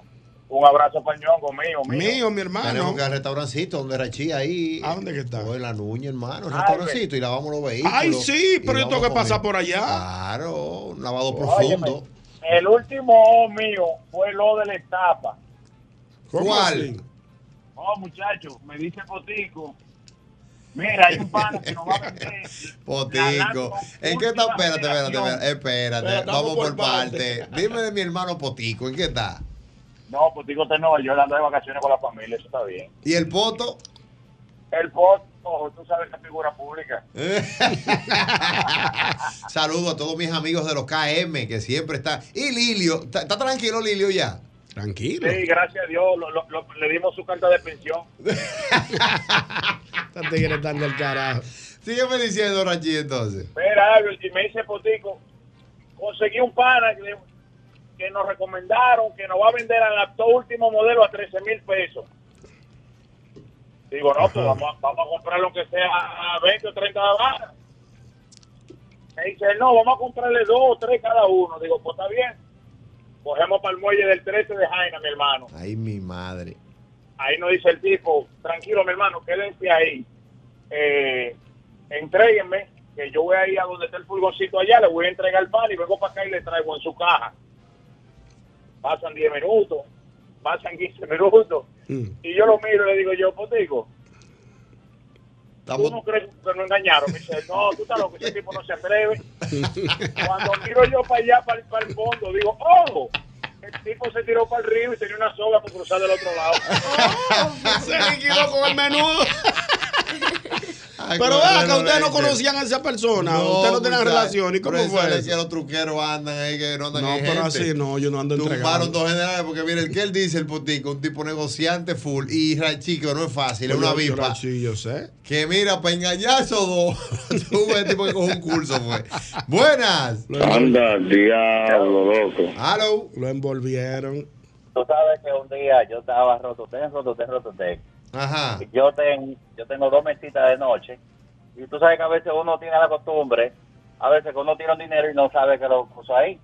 Un abrazo pañongo mío, mío.
mi hermano. Tenemos que ir al restaurancito donde Rachí ahí. ¿A dónde que está? en la Nuña, hermano. El
Ay,
restaurancito y lavamos los vehículos.
Ay, sí, pero
Y
yo tengo
vamos
que
a
pasar
comer.
por allá.
Claro, un lavado
Óyeme.
profundo.
El último O mío fue el O de la etapa.
¿Cuál?
Oh, muchacho, me dice Potico. Mira, hay un pana que nos va a vender.
Potico. ¿En qué está? Espérate, espérate, espérate. espérate.
Pero estamos
Vamos por
por parte.
parte. Dime de mi hermano Potico, ¿en qué está?
No, Potico está en Nueva York, anda de vacaciones con la familia, eso está bien.
¿Y el Poto? <laughs>
El pot, ojo, tú sabes que es figura pública.
Saludo a todos mis amigos de los KM que siempre están. Y Lilio, ¿está está tranquilo Lilio ya? Tranquilo.
Sí, gracias a Dios, lo- lo- lo- le dimos su carta de pensión.
Estás del carajo. Sígueme diciendo, Rachi, entonces.
Mira, Albert, y me dice Potico, conseguí un pana que, que nos recomendaron que nos va a vender al laptop último modelo a 13 mil pesos. Digo, no,
Ah.
pues vamos, a- vamos a comprar lo que sea a 20 o 30 barras. Me dice, no, vamos a comprarle dos o tres cada uno. Digo, pues está bien. Cogemos para el muelle del 13 de Jaina, mi hermano.
Ay, mi madre.
Ahí nos dice el tipo, tranquilo, mi hermano, quédense ahí. Eh, entréguenme, que yo voy a ir a donde está el furgoncito allá, le voy a entregar el pan y vengo para acá y le traigo en su caja. Pasan 10 minutos, pasan 15 minutos. Y yo lo miro y le digo, yo, Potico, ¿tú no crees que nos engañaron? Me dice, no, tú estás loco, ese tipo no se atreve. Cuando miro yo para allá, para, el- para el fondo, digo, ¡ojo! El tipo se tiró para el río y tenía una soga por cruzar del otro lado.
Se liquidó con el menudo. Pero
con
vea
el
que ustedes no
Lorente.
conocían a esa persona. ustedes
pues,
no tenían
muchacho,
relación. ¿Y cómo
por eso
fue?
es que
eso?
los truqueros andan ahí, que no andan
No,
en
pero
gente.
así no, yo no ando
Tumbaron
entregando.
dos generales porque miren, ¿qué él dice el Potico? Un tipo negociante full y rachico, no es fácil, es
Oye,
una
yo
vipa.
Sí, yo sé.
Que mira, para engañar a esos dos, <laughs> tuve el tipo que cogió un curso, fue. Buenas.
Anda, diablo, loco.
Hello.
Lo envolvieron.
Tú sabes que un día yo estaba rototén, rototén, rototén.
Ajá.
Yo, ten, yo tengo dos mesitas de noche. Y tú sabes que a veces uno tiene la costumbre, a veces que uno tiene un dinero y no sabe que lo puso ahí.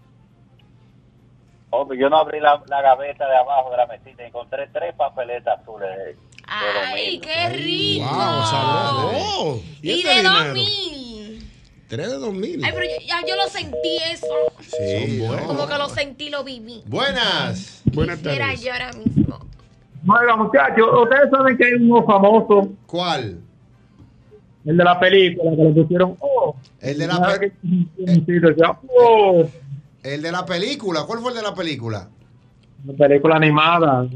Oh, pues yo no abrí la, la gaveta de abajo de la mesita y encontré tres papeletas azules. de- de
¡Ay, qué rico!
Wow, sabroso.
Y,
este
de
dinero?
2000.
Tres de dos mil.
Ay, pero yo, ya yo lo sentí eso.
Sí,
Como que lo sentí, lo viví.
Buenas.
Buenas
Mira, yo ahora mismo.
Bueno, muchachos, ustedes saben que hay uno famoso.
¿Cuál?
El de la película, que le pusieron. Oh,
El de
Nada
la
que-
pe-
Oh,
el de la película, ¿cuál fue el de la película?
la película animada.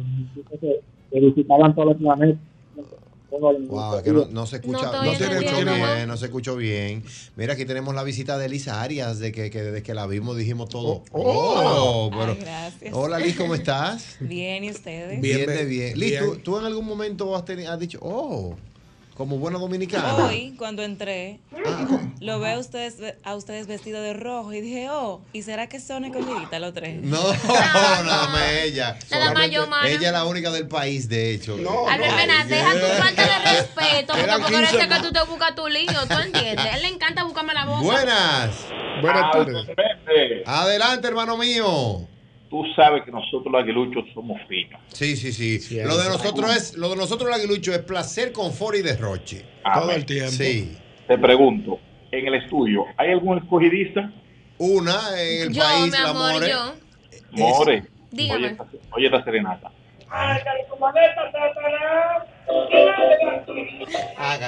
Que que visitaban todos los planetas.
Wow, que no, no se escucha, no,
todavía
se
no
escuchó
entiendo.
bien, no se escuchó bien. Mira, aquí tenemos la visita de Elisa Arias, de que, que desde que la vimos dijimos todo. Oh, pero-
Ay, gracias.
Hola Liz,
<laughs>
¿cómo estás?
Bien, ¿y ustedes?
Bien, de bien. Liz,
Listo.
¿tú, tú en algún momento has, teni- has dicho, oh, como buena dominicana.
Hoy, cuando entré,
Ah.
lo veo a ustedes, a ustedes vestido de rojo y dije, oh, ¿y será que son escondidita los tres? <laughs>
No, <laughs> nada más ella.
Nada más
Solamente-
yo, mana.
Ella es la única del país, de hecho. No,
Albert Mena, deja tu falta de respeto, porque
Eran
por eso
15
es que tú te buscas tu lío, ¿tú entiendes? A él le encanta buscarme la boca.
Buenas.
Buenas
tardes.
Vente.
Adelante, hermano mío.
Tú sabes que nosotros los aguiluchos somos finos.
Sí, sí, sí. Lo de nosotros es, lo de nosotros el aguilucho es placer, confort y derroche.
Todo el
tiempo. Sí.
Te pregunto, en el estudio, ¿hay algún escogidista?
Una en el
Yo,
país,
mi
la
amor,
more.
yo. More.
Dígame.
Oye, esta- oye esta serenata.
Agarra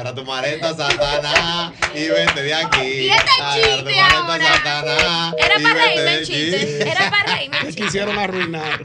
Ah, tu maleta, Satanás, y vete de aquí.
Y este
Agarra tu
chiste
maleta,
ahora.
Satanás,
Era
y
para
vete
reírme
de
el
aquí.
chiste. Era
<laughs>
para reírme el chiste.
Quisieron
<laughs>
arruinar.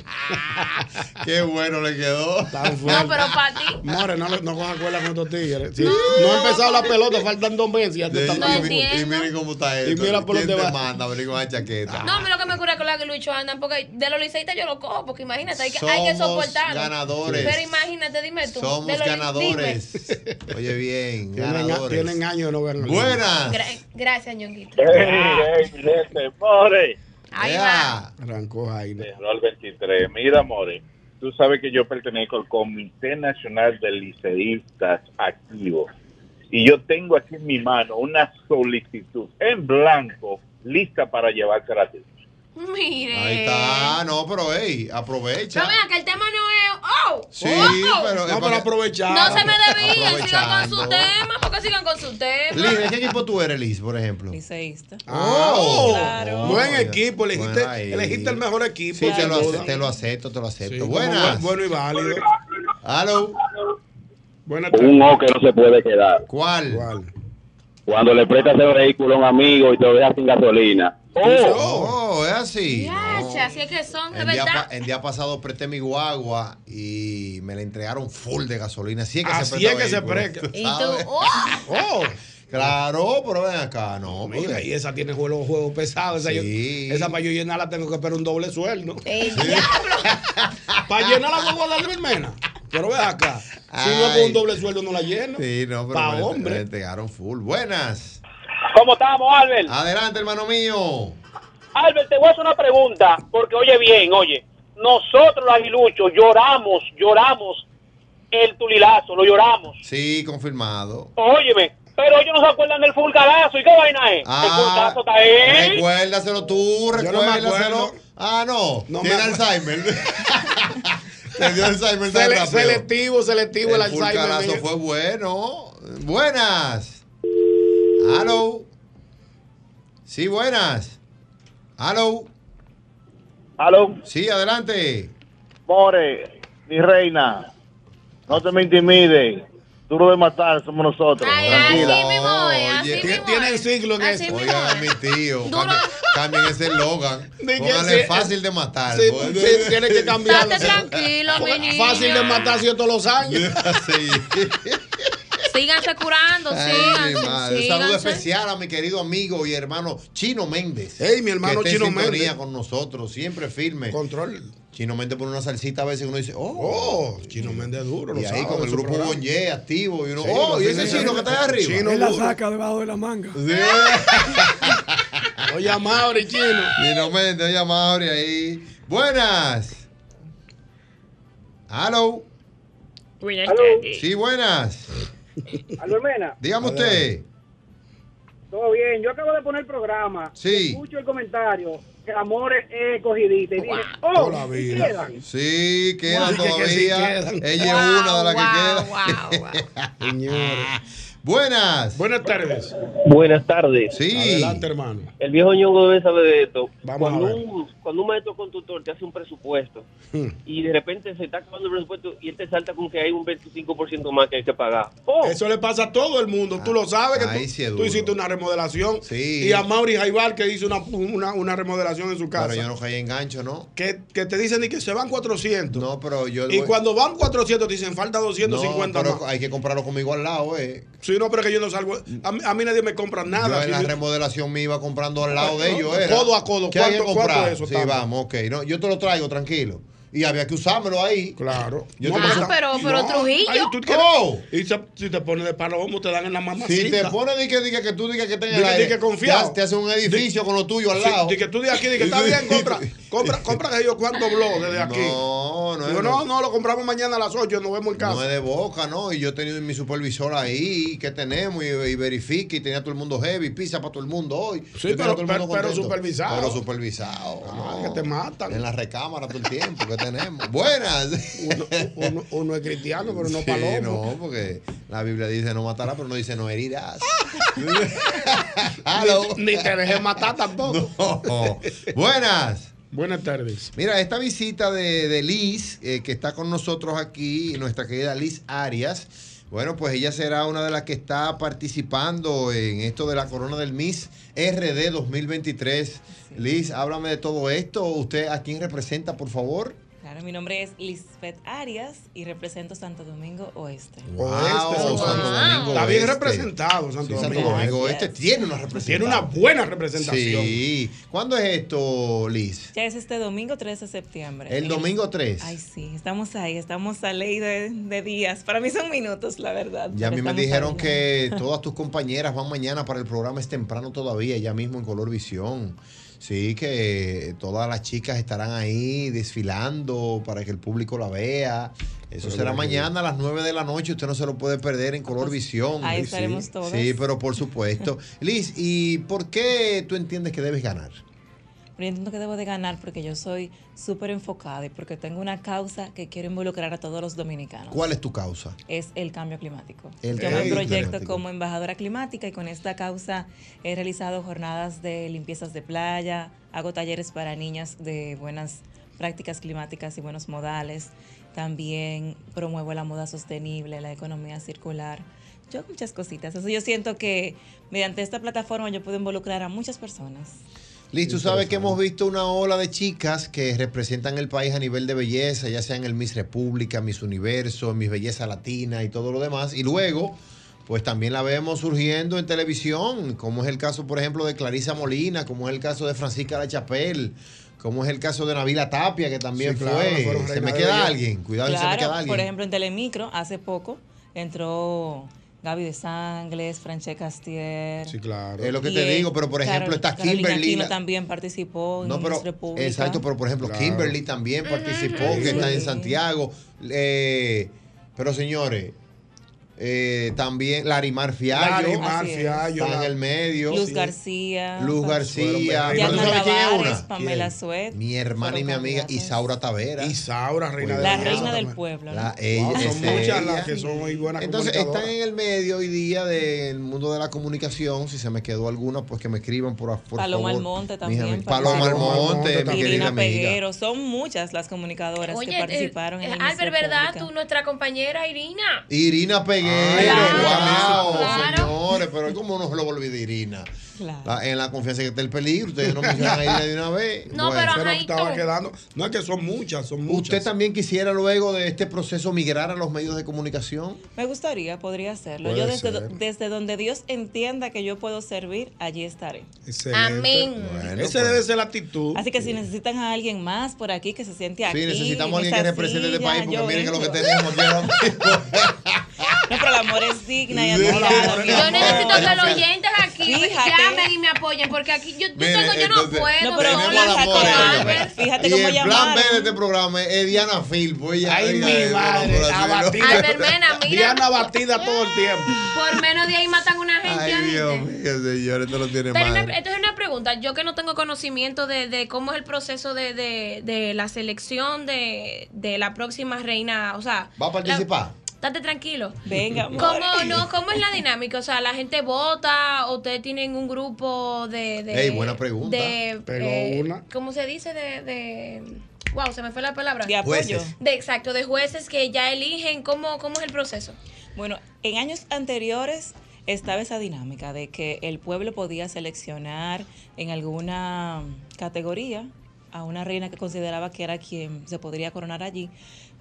Qué bueno le quedó.
Tan fuerte.
No, pero para ti.
More, no, le- no coja cuerda con estos tigres. Sí.
No.
No, ha empezado la pelota, faltan dos meses. y <laughs> Ya te
Sí,
están
y
dando
mi-
puntos.
y miren cómo está esto.
mira por
¿Quién
dónde
te
va.
manda? Venir con la chaqueta.
No, a mí lo que me cura es que los aguiluchos andan, porque de los liceístas yo lo cojo, porque imagínate, hay que, hay que
Somos
soportarlo.
ganadores.
Pero imagínate, dime tú. de
Somos
los-
ganadores. Oye, bien,
<laughs> Tienen, a-
ganadores.
tienen años de no ganar.
dime.
Buenas.
Gra- gracias, Ñonguito.
More.
Ahí
va.
Arrancó Jaina.
Mira, More.
tú sabes que yo pertenezco al Comité Nacional de Liceístas Activos y yo tengo aquí en mi mano una solicitud en blanco lista para llevársela a ti.
Mire.
Ahí está, Ah, no, pero hey, aprovecha.
Pero mira, que el tema no es. ¡Oh!
Sí,
¡Oh!
pero. es para
aprovechar.
No se me debía, sigan con
Aprovechando.
su tema, porque sigan con su tema. Ah,
Liz, ¿de qué equipo tú eres, Liz, por ejemplo?
Liceísta.
Oh,
Claro.
Buen equipo, elegiste,
Bueno, ahí.
elegiste el mejor equipo.
Sí, te
sin
lo,
duda.
ace- te lo acepto, te lo acepto.
Como buen-
Buenas.
Bueno y válido.
Aló.
Buenas
Un ojo que no se puede quedar.
¿Cuál?
Cuando le prestas el vehículo a un amigo y te lo dejas sin gasolina.
Oh, es así.
Yacha, así es que son, de
El día,
verdad.
pa- el día pasado presté mi guagua y me la entregaron full de gasolina. Así es que
Así
se presta
es
pues.
que se
vehículo,
presta.
Y
¿sabes?
tú, ¡oh!
Oh, claro, pero ven acá, no.
Mira, y esa tiene juegos juego pesados. Esa, yo- esa para yo llenarla tengo que esperar un doble
<laughs>
sueldo. <laughs> para llenar la guagua de la hermana. Pero ve acá. Si no es con un doble sueldo no la lleno.
Sí, no, pero
Pa'
me la-
hombre.
me la entregaron full. Buenas.
¿Cómo estamos, Albert?
Adelante, hermano mío.
Albert, te voy a hacer una pregunta, porque oye bien, oye, nosotros los aguiluchos lloramos, lloramos el tulilazo, lo lloramos.
Sí, confirmado.
Óyeme, pero ellos no se acuerdan del fulcarazo, ¿y qué vaina
eh,
es? el
Ah,
fulcarazo está ahí.
Recuérdaselo tú,
Yo no me acuerdo.
recuérdaselo. ah, no.
No me
Tiene
acuerdo. <laughs>
Alzheimer. Te dio Alzheimer tan
Sele-
rápido.
selectivo, selectivo el,
El
Alzheimer.
fulcarazo
mío.
fue bueno. Buenas. Hello. Sí, buenas. Hello.
Aló,
Sí, adelante.
More, mi reina, no te me intimides. Duro de matar somos nosotros. Tranquila.
Oye,
Tienen siglo en eso.
oigan a mi tío. Cambien, cambien ese <laughs> eslogan.
que
Pónganle
sí,
fácil de matar. pues.
Sí,
Bueno.
sí, tiene que cambiarlo.
Estate tranquilo, mi niño.
Fácil de matarse yo todos los años.
Síganse curando,
Ay, mi
síganse.
madre. Un saludo
síganse.
especial a mi querido amigo y hermano Chino Méndez.
Ey, mi hermano
que está
Chino
en sintonía
Méndez.
con nosotros, siempre firme.
Control.
Chino Méndez pone una salsita a veces y uno dice, oh,
Oh, Chino Méndez duro.
y
lo
ahí
sabe,
con el
su
grupo
programa.
Bonje activo y uno,
Sí,
oh,
lo
y
tiene
ese chino que está allá arriba.
Chino
Él la
duro.
saca debajo de la manga.
Oye, a Mauri, Chino.
Chino Méndez, oye a Mauri ahí. Buenas. Hello. Sí, buenas.
Albert Mena,
Dígame usted.
todo bien. Yo acabo de poner el programa.
Sí.
Escucho el comentario. Que amor es cogidita. Y dije, oh,
Toda la
¿y
vida.
quedan?
Sí, quedan
Guau,
todavía.
que sí quedan.
Ella es
Ah,
<laughs>
Guau,
una de las
guau,
que queda. <laughs> Buenas.
Buenas tardes.
Buenas tardes.
Sí.
Adelante, hermano.
El viejo ñongo debe saber de esto.
Vamos a
Cuando
ver.
un, cuando un maestro constructor te hace un presupuesto
Hmm.
y de repente se está acabando el presupuesto y él te salta con que hay un 25% más que hay que pagar.
Eso le pasa a todo el mundo. Tú lo sabes que
Ah, ahí
tú,
sí es
tú
duro.
hiciste una remodelación.
Sí.
Y a Mauri Jaibar que hizo una, una, una remodelación en su casa.
Pero yo no caí en gancho, ¿no?
que, que te dicen ni que se van 400.
No, pero yo.
Y
voy-
cuando van 400 te dicen falta 250
No, pero
más.
hay que comprarlo conmigo al lado, eh.
Sí, no, pero que yo no salgo. A, mí- a mí nadie me compra nada.
yo en
Sí,
la
yo-
remodelación me iba comprando al lado de
No,
ellos.
de
era.
codo a codo.
¿Qué hay que
¿Cuánto- cuánto
comprar?
es eso,
Sí,
Tano?
vamos, ok. No, yo te lo traigo, tranquilo. Y había que usármelo ahí.
Claro.
Yo
No,
te lo
pero-
tra-
Pero, pero
No,
Trujillo.
ay, ¿tú quieres?
Oh.
Y se- si te pones de palomo, te dan en la mamacita.
Si te pones di que, di que, que tú digas que tengas
Di que- di
el
que confiado.
Te, hace un edificio con lo tuyo al
<laughs> Sí,
lado.
di que tú de aquí, de que está bien, compra, compra, compra que yo cuánto blog desde aquí.
No, no es-
Digo, no, no, lo compramos mañana a las 8, nos vemos en casa.
No es de boca, ¿no? Y yo he tenido mi supervisor ahí, que tenemos, y, y verifique, y tenía todo el mundo heavy, pizza para todo el mundo hoy.
Sí,
Yo tenía
pero-
todo el mundo
pero- pero
contento.
supervisado. Ah,
Pero supervisado. no.
que te matan.
En la recámara todo el tiempo que tenemos. <laughs> Buenas.
Uno, uno- uno es cristiano, pero no
Sí,
palomo.
no, porque la Biblia dice no matará, pero no dice no herirás.
<laughs>
<laughs> Ah, Aló.
Ni, ni te dejes matar tampoco.
Oh, <laughs> Buenas.
Buenas tardes.
Mira, esta visita de, de Liz, eh, que está con nosotros aquí, nuestra querida Liz Arias, bueno, pues ella será una de las que está participando en esto de la corona del Miss RD 2023. Liz, háblame de todo esto. ¿Usted a quién representa, por favor?
Claro, mi nombre es Lisbeth Arias y represento Santo Domingo Oeste.
Wow, Santo Domingo
Está bien
Oeste.
representado, Santo
Sí, Santo
Domingo.
Domingo Este tiene una representación.
Tiene una buena representación.
Sí. ¿Cuándo es esto, Liz?
Ya es este domingo 13 de
Eh,
septiembre.
El
En
domingo 3.
Ay, sí, estamos ahí, estamos a ley de, de días. Para mí son minutos, la verdad.
Ya a
pero
mí me
estamos
dijeron
ahí.
que todas tus compañeras van mañana para el programa, es temprano todavía, ya mismo en Color Visión. Sí, que todas las chicas estarán ahí desfilando para que el público la vea. Eso
Pero
será
bueno.
mañana a las 9 de la noche. Usted no se lo puede perder en Color Visión.
Ah, pues, ahí
Sí.
estaremos todos.
Sí, pero por supuesto. Liz, ¿y por qué tú entiendes que debes ganar?
Pero yo entiendo que debo de ganar porque yo soy súper enfocada y porque tengo una causa que quiero involucrar a todos los dominicanos.
¿Cuál es tu causa?
es el cambio climático.
El
Yo me
cambio
proyecto
climático.
como embajadora climática y con esta causa he realizado jornadas de limpiezas de playa, hago talleres para niñas de buenas prácticas climáticas y buenos modales. También promuevo la moda sostenible, la economía circular. Yo hago muchas cositas. Así yo siento que mediante esta plataforma yo puedo involucrar a muchas personas.
Liz, tú sabes que hemos visto una ola de chicas que representan el país a nivel de belleza, ya sean el Miss República, Miss Universo, Miss Belleza Latina y todo lo demás. Y luego, pues también la vemos surgiendo en televisión, como es el caso, por ejemplo, de Clarisa Molina, como es el caso de Francisca La Chapelle, como es el caso de Navila Tapia, que también
Sí, claro,
fue.
fueron
Se me
reinas de
queda
belleza.
alguien, cuidado, si se me
Claro,
queda alguien.
Por ejemplo, en Telemicro, hace poco entró Gaby de Sangles, Franche Castier.
Sí, claro.
Es lo que te digo, pero por ejemplo, está Kimberly,
Aquino
la-
también participó en
No, pero,
Miss República.
exacto, pero por ejemplo,
Claro.
Kimberly también participó,
Ujú.
que está en
Sí.
Santiago. Eh, pero señores, eh, también Larimar Fiallo,
Larimar Así es. Fiallo,
está
la-
en el medio.
Luz García.
Luz García.
Diana
¿Pero tú sabes quién es
Tavares,
una?
Pamela
¿Quién?
Suet.
Mi hermana y mi amiga Isaura Tavera.
Isaura, reina
de La la reina del pueblo, ¿no?
E,
Wow, son muchas las que son muy buenas
eh, Entonces
comunicadoras.
están en el medio hoy día del mundo de la comunicación. Si se me quedó alguna, pues que me escriban por, por
Paloma
favor.
Almonte
mis
también.
amigas. Paloma Almonte, mi querida
Irina
amiga.
Peguero. Son muchas las comunicadoras que
Oye,
participaron
eh,
en Miss
Albert, ¿verdad?
República.
Tú, nuestra compañera Irina.
Irina Peguero,
Claro,
wow,
claro.
señores, pero ¿cómo no se lo volví de Irina?
Claro.
La- en la confianza que está el peligro, ustedes no mencionan a Irina de una vez.
No,
Bueno.
pero ajá, ¿y
estaba
tú?
quedando. No es que son muchas, son muchas.
¿Usted también quisiera luego de este proceso migrar a los medios de comunicación?
Me gustaría, podría hacerlo.
Puede
Yo desde, do-
ser.
desde donde Dios entienda que yo puedo servir, allí estaré.
Excelente.
Amén.
Bueno, pues.
Esa debe ser la actitud.
Así que si necesitan a alguien más por aquí que se siente aquí.
Sí, necesitamos a
en
alguien
Pues
que
esa
represente este
silla,
país, porque
yo
miren que lo que
entro.
tenemos aquí ahora mismo.
No, pero el amor es digna y
Sí,
admirada.
amor,
mira.
Yo necesito
que los oyentes aquí me
Fíjate.
llamen y me apoyen, porque aquí yo, yo
Miren,
tengo- yo no
entonces,
puedo.
No, pero
sola.
tenemos a la
sacó
More,
Albert.
óyeme.
Fíjate
y
cómo
el plan B
llamaron.
de este programa es Diana Filpo. Ella,
Ay,
ella
mi
es una
madre,
locura, sí, ¿no?
abatida.
Albert Mena, mira,
Diana batida todo el tiempo.
por menos de ahí matan a una gente.
Ay, <laughs>
¿viste?
Dios mío, señores, no lo tiene
Pero
madre.
una- esto es una pregunta. Yo que no tengo conocimiento de, de cómo es el proceso de, de, de la selección de, de la próxima reina. O sea,
¿Va a participar?
estate tranquilo.
Venga, amor.
¿Cómo, no, ¿Cómo es la dinámica? O sea, ¿la gente vota o ustedes tienen un grupo de... de
Ey, buena pregunta.
de, eh,
Pegó una.
¿Cómo se dice? De, de... Wow, se me fue la palabra.
De apoyo. Jueces.
De, exacto, de jueces que ya eligen. ¿Cómo, cómo es el proceso?
Bueno, en años anteriores estaba esa dinámica de que el pueblo podía seleccionar en alguna categoría a una reina que consideraba que era quien se podría coronar allí,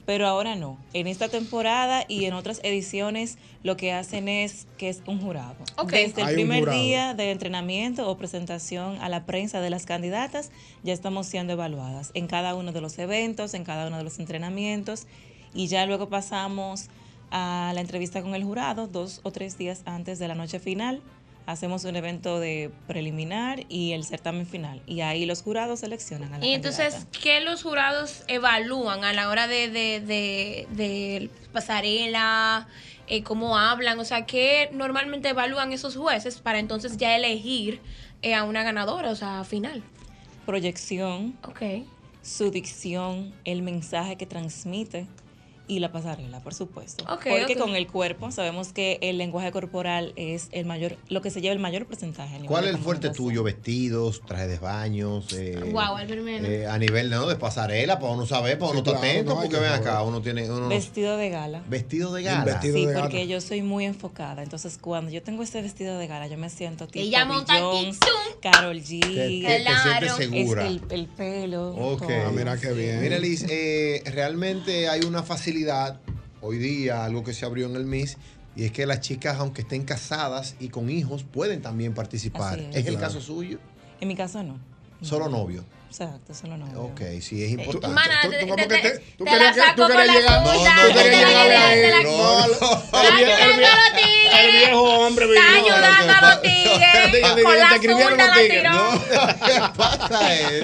pero ahora no. En esta temporada y en otras ediciones lo que hacen es que es un jurado.
Ok.
Desde
Hay
el
un
primer
jurado.
día de entrenamiento o presentación a la prensa de las candidatas ya estamos siendo evaluadas en cada uno de los eventos, en cada uno de los entrenamientos y ya luego pasamos a la entrevista con el jurado dos o tres días antes de la noche final. Hacemos un evento de preliminar y el certamen final. Y ahí los jurados seleccionan a la
Y entonces,
candidata.
¿qué los jurados evalúan a la hora de, de, de, de pasarela? eh, ¿Cómo hablan? O sea, ¿qué normalmente evalúan esos jueces para entonces ya elegir eh, a una ganadora, o sea, final?
Proyección,
Ok.
su dicción, el mensaje que transmite y la pasarela, por supuesto.
Ok,
Porque
ok.
con el cuerpo sabemos que el lenguaje corporal es el mayor, lo que se lleva el mayor porcentaje. a nivel
¿Cuál
de
es el fuerte
comunicación.
tuyo? Vestidos, trajes de baños. Eh,
Guau, Albert Mena.
eh, a nivel ¿no? de pasarela, para uno saber, para uno
Sí,
estar
claro,
atento,
no, hay
porque
que
ven
saber.
acá, uno tiene. uno no-
Vestido de gala.
vestido de gala.
sí, porque yo soy muy enfocada. Entonces, cuando yo tengo este vestido de gala, yo me siento tipo
Ella
Bill
monta aquí,
Jones,
¡zum!
Carol G.
Te- te- te sientes segura.
Es el, el pelo.
Ok. ah,
todo.
Mira, Liz, eh, realmente hay una facilidad hoy día, algo que se abrió en el MIS, y es que las chicas, aunque estén casadas y con hijos, pueden también participar.
Así
es
es.
el
Claro.
caso suyo.
En mi caso, no.
Solo novio.
Exacto, solo no.
Ok, sí, es importante.
Mana,
Tú-
te-
tú-
te-
que
te-
te-
te la saco con la suya,
No, no,
tú te la
no,
llevas, te la-
no, no,
El vie- el vie- el viejo hombre vino.
Está ayudando a los tigres. Con la zurda la tiró.
<laughs>
Lo que pasa <laughs> es,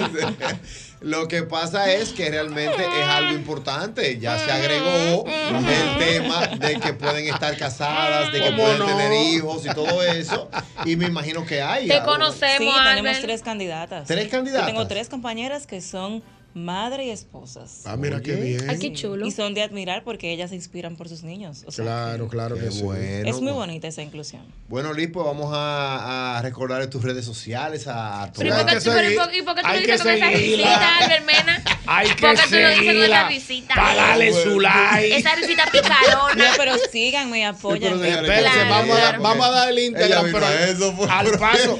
lo que pasa es que realmente es algo importante. Ya se agregó el tema de que pueden estar casadas, de que pueden tener hijos y todo eso. Y me imagino que hay.
Te
algo.
Sí, tenemos tres candidatas.
¿Tres candidatas?
Yo tengo tres compañeras que son madre y esposas.
Ah, mira qué bien.
Sí, Y son de admirar porque ellas se inspiran por sus niños. O sea,
Claro, claro
Qué
que sí.
bueno. pues.
es muy bonita esa inclusión.
Bueno, Liz, pues vamos a, a recordar tus redes sociales, a, a tu
Pero ¿y por qué tú- pero ¿y por- y por qué tú lo
Hay
dices
que
con esa
seguirla.
risita,
<laughs>
Albermena?
Hay
¿Por qué tú lo dices con esa
seguirla.
risita?
Pa' darle su like.
Esa risita picarona.
No, pero síganme y apóyanme.
Espérense, vamos, a dar, vamos a dar el Instagram,
vino pues.
pero al
<laughs>
paso,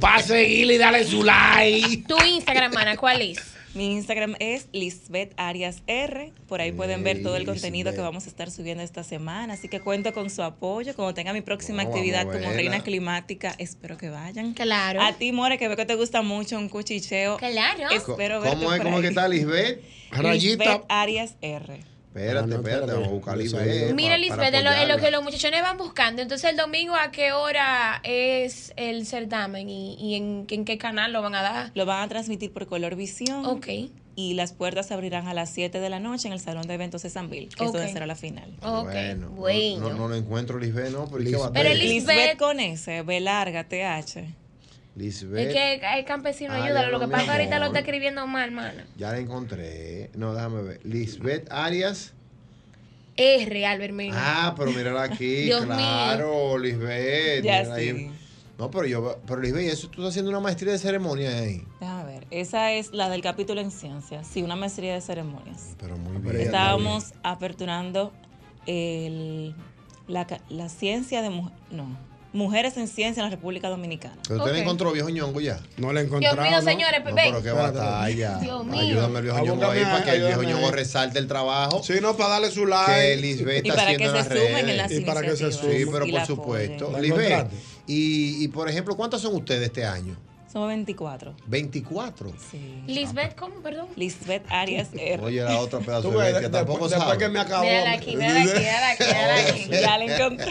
para seguirle y darle su like.
¿Tu Instagram, Mana, cuál es? Mi Instagram es Lisbeth Arias R. Por ahí pueden ver todo el contenido que vamos a estar subiendo esta semana. Así que cuento con su apoyo. Cuando tenga mi próxima
Vamos,
actividad
vamos a
como
verla.
reina climática, espero que vayan.
Claro.
A ti, More, que veo que te gusta mucho un cuchicheo. Claro. Espero verte
¿Cómo es?
por
¿Cómo
ahí.
que está, Lisbeth?
Lisbeth Arias R.
Espérate, espérate, vamos a buscar Lisbeth.
Mira,
pa-
Lisbeth,
para
en lo, en lo
apoyarla.
que los muchachones van buscando, entonces el domingo a qué hora es el certamen y, y en, en qué canal lo van a dar.
Lo van a transmitir por Color Visión.
Ok.
Y las puertas se abrirán a las 7 de la noche en el Salón de Eventos de San Bill, que es donde
Ok.
será la final.
Ok,
Bueno,
bueno.
No, no lo encuentro, Lisbeth, no, pero ¿y qué
Lisbeth.
va a
Pero
tener?
Lisbeth con S, B larga, TH.
Lisbeth,
Es que hay campesino,
Ah,
ayúdalo.
ya
Lo que
no,
pasa es
mi
que ahorita lo
amor.
está escribiendo mal, mana.
ya la encontré. No, déjame ver. Lisbeth Arias.
Es real, Bermena.
Ah, pero mírala aquí,
Dios mío.
claro, Lisbeth.
Ya
mírala ahí.
sí.
No, pero yo, pero Lisbeth, ¿y eso tú estás haciendo una maestría de ceremonias ahí.
Déjame ver. Esa es la del capítulo en ciencias. Sí, una maestría de ceremonias.
Pero muy
bien.
Estábamos aperturando el- la, ca- la ciencia de mujeres. No. Mujeres en ciencia en la República Dominicana.
Pero usted la encontró viejo ñongo ya.
No la
Dios mío, encontrado, ¿no? señores,
No,
ven.
pero qué
Espérate.
batalla.
Dios mío.
Ayúdame el viejo ñongo ahí
Abócame
para que el viejo
ayúdame
ñongo
ahí.
resalte el trabajo.
Sí, no, para darle su
Que
like.
Lisbeth
Y
está
para que
haciendo
se
las
sumen en
redes.
las Y para que se iniciativas.
Sí,
sumen.
pero
Y
por
la
supuesto.
apoyen. La
Lisbeth,
encontraste.
y, y por ejemplo, ¿cuántas son ustedes este año?
Somos 24.
24.
Lisbeth, ¿cómo? Perdón.
Lisbeth Arias R.
Oye, la otra pedazo
Tú
de
ves,
bestia, tampoco sabe.
Mírala aquí, mírala aquí, mírala
<laughs>
aquí, mírala aquí.
<laughs> Ya la encontré.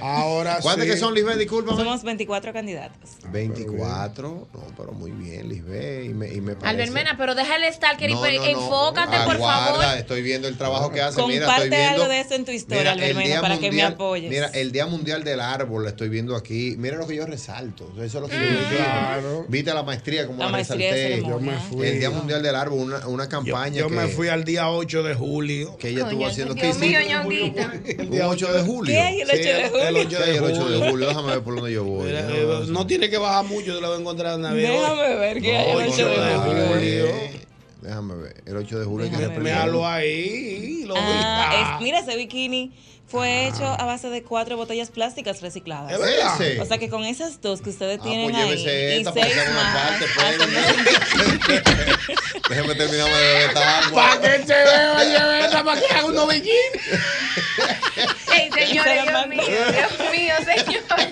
Ahora ¿Cuántas sí. que son, Lisbeth? Discúlpame.
Somos 24 candidatas.
24. No, pero muy bien, Lisbeth. Y me, y me parece-
Albermena, pero déjale estar, querido.
No, no, Ah, no.
Enfócate, por favor.
Aguarda, estoy viendo el trabajo que hace. Mira,
Comparte
estoy viendo,
algo de eso en tu
Mira,
historia,
el
Albermena,
Día
para que me
Mundial-
apoyes.
Mira, eh, el Día Mundial del Árbol, lo estoy viendo aquí. Mira lo que yo resalto. Eso es lo que
Mm.
yo resalto. Viste la maestría, como
La
la,
maestría de
resalté.
ceremonia. Yo me fui.
El Día Mundial del Árbol, una, una campaña
Yo
que,
me fui al día 8 de julio.
que ella estuvo haciendo. ¿Qué
Dios este mío,
hiciste?
ñonguita.
El día 8 de julio.
¿Qué hay el 8 de
Sí, El 8 de,
julio?
julio. Déjame ver por dónde yo voy.
Mira,
Déjame ver.
No tiene que bajar mucho, te lo voy a encontrar en Navidad.
Déjame ver qué hay el 8 de julio.
Déjame ver. El 8 de julio. hay que
Déjame ver.
representar.
Míralo ahí. Lo
Ah, es- mira, ese bikini fue hecho a base de cuatro botellas plásticas recicladas.
Ah. ¿Es verdad?
O sea que con esas dos que ustedes tienen
Pues
ahí
llévese
y
esta para
seis
echar una
más.
parte, pues. Déjame terminar de beber esta agua.
Para que se vea, lleve para que haga unos bikinis.
Ey, señores,
Se la
Dios mío, Dios mío, señores.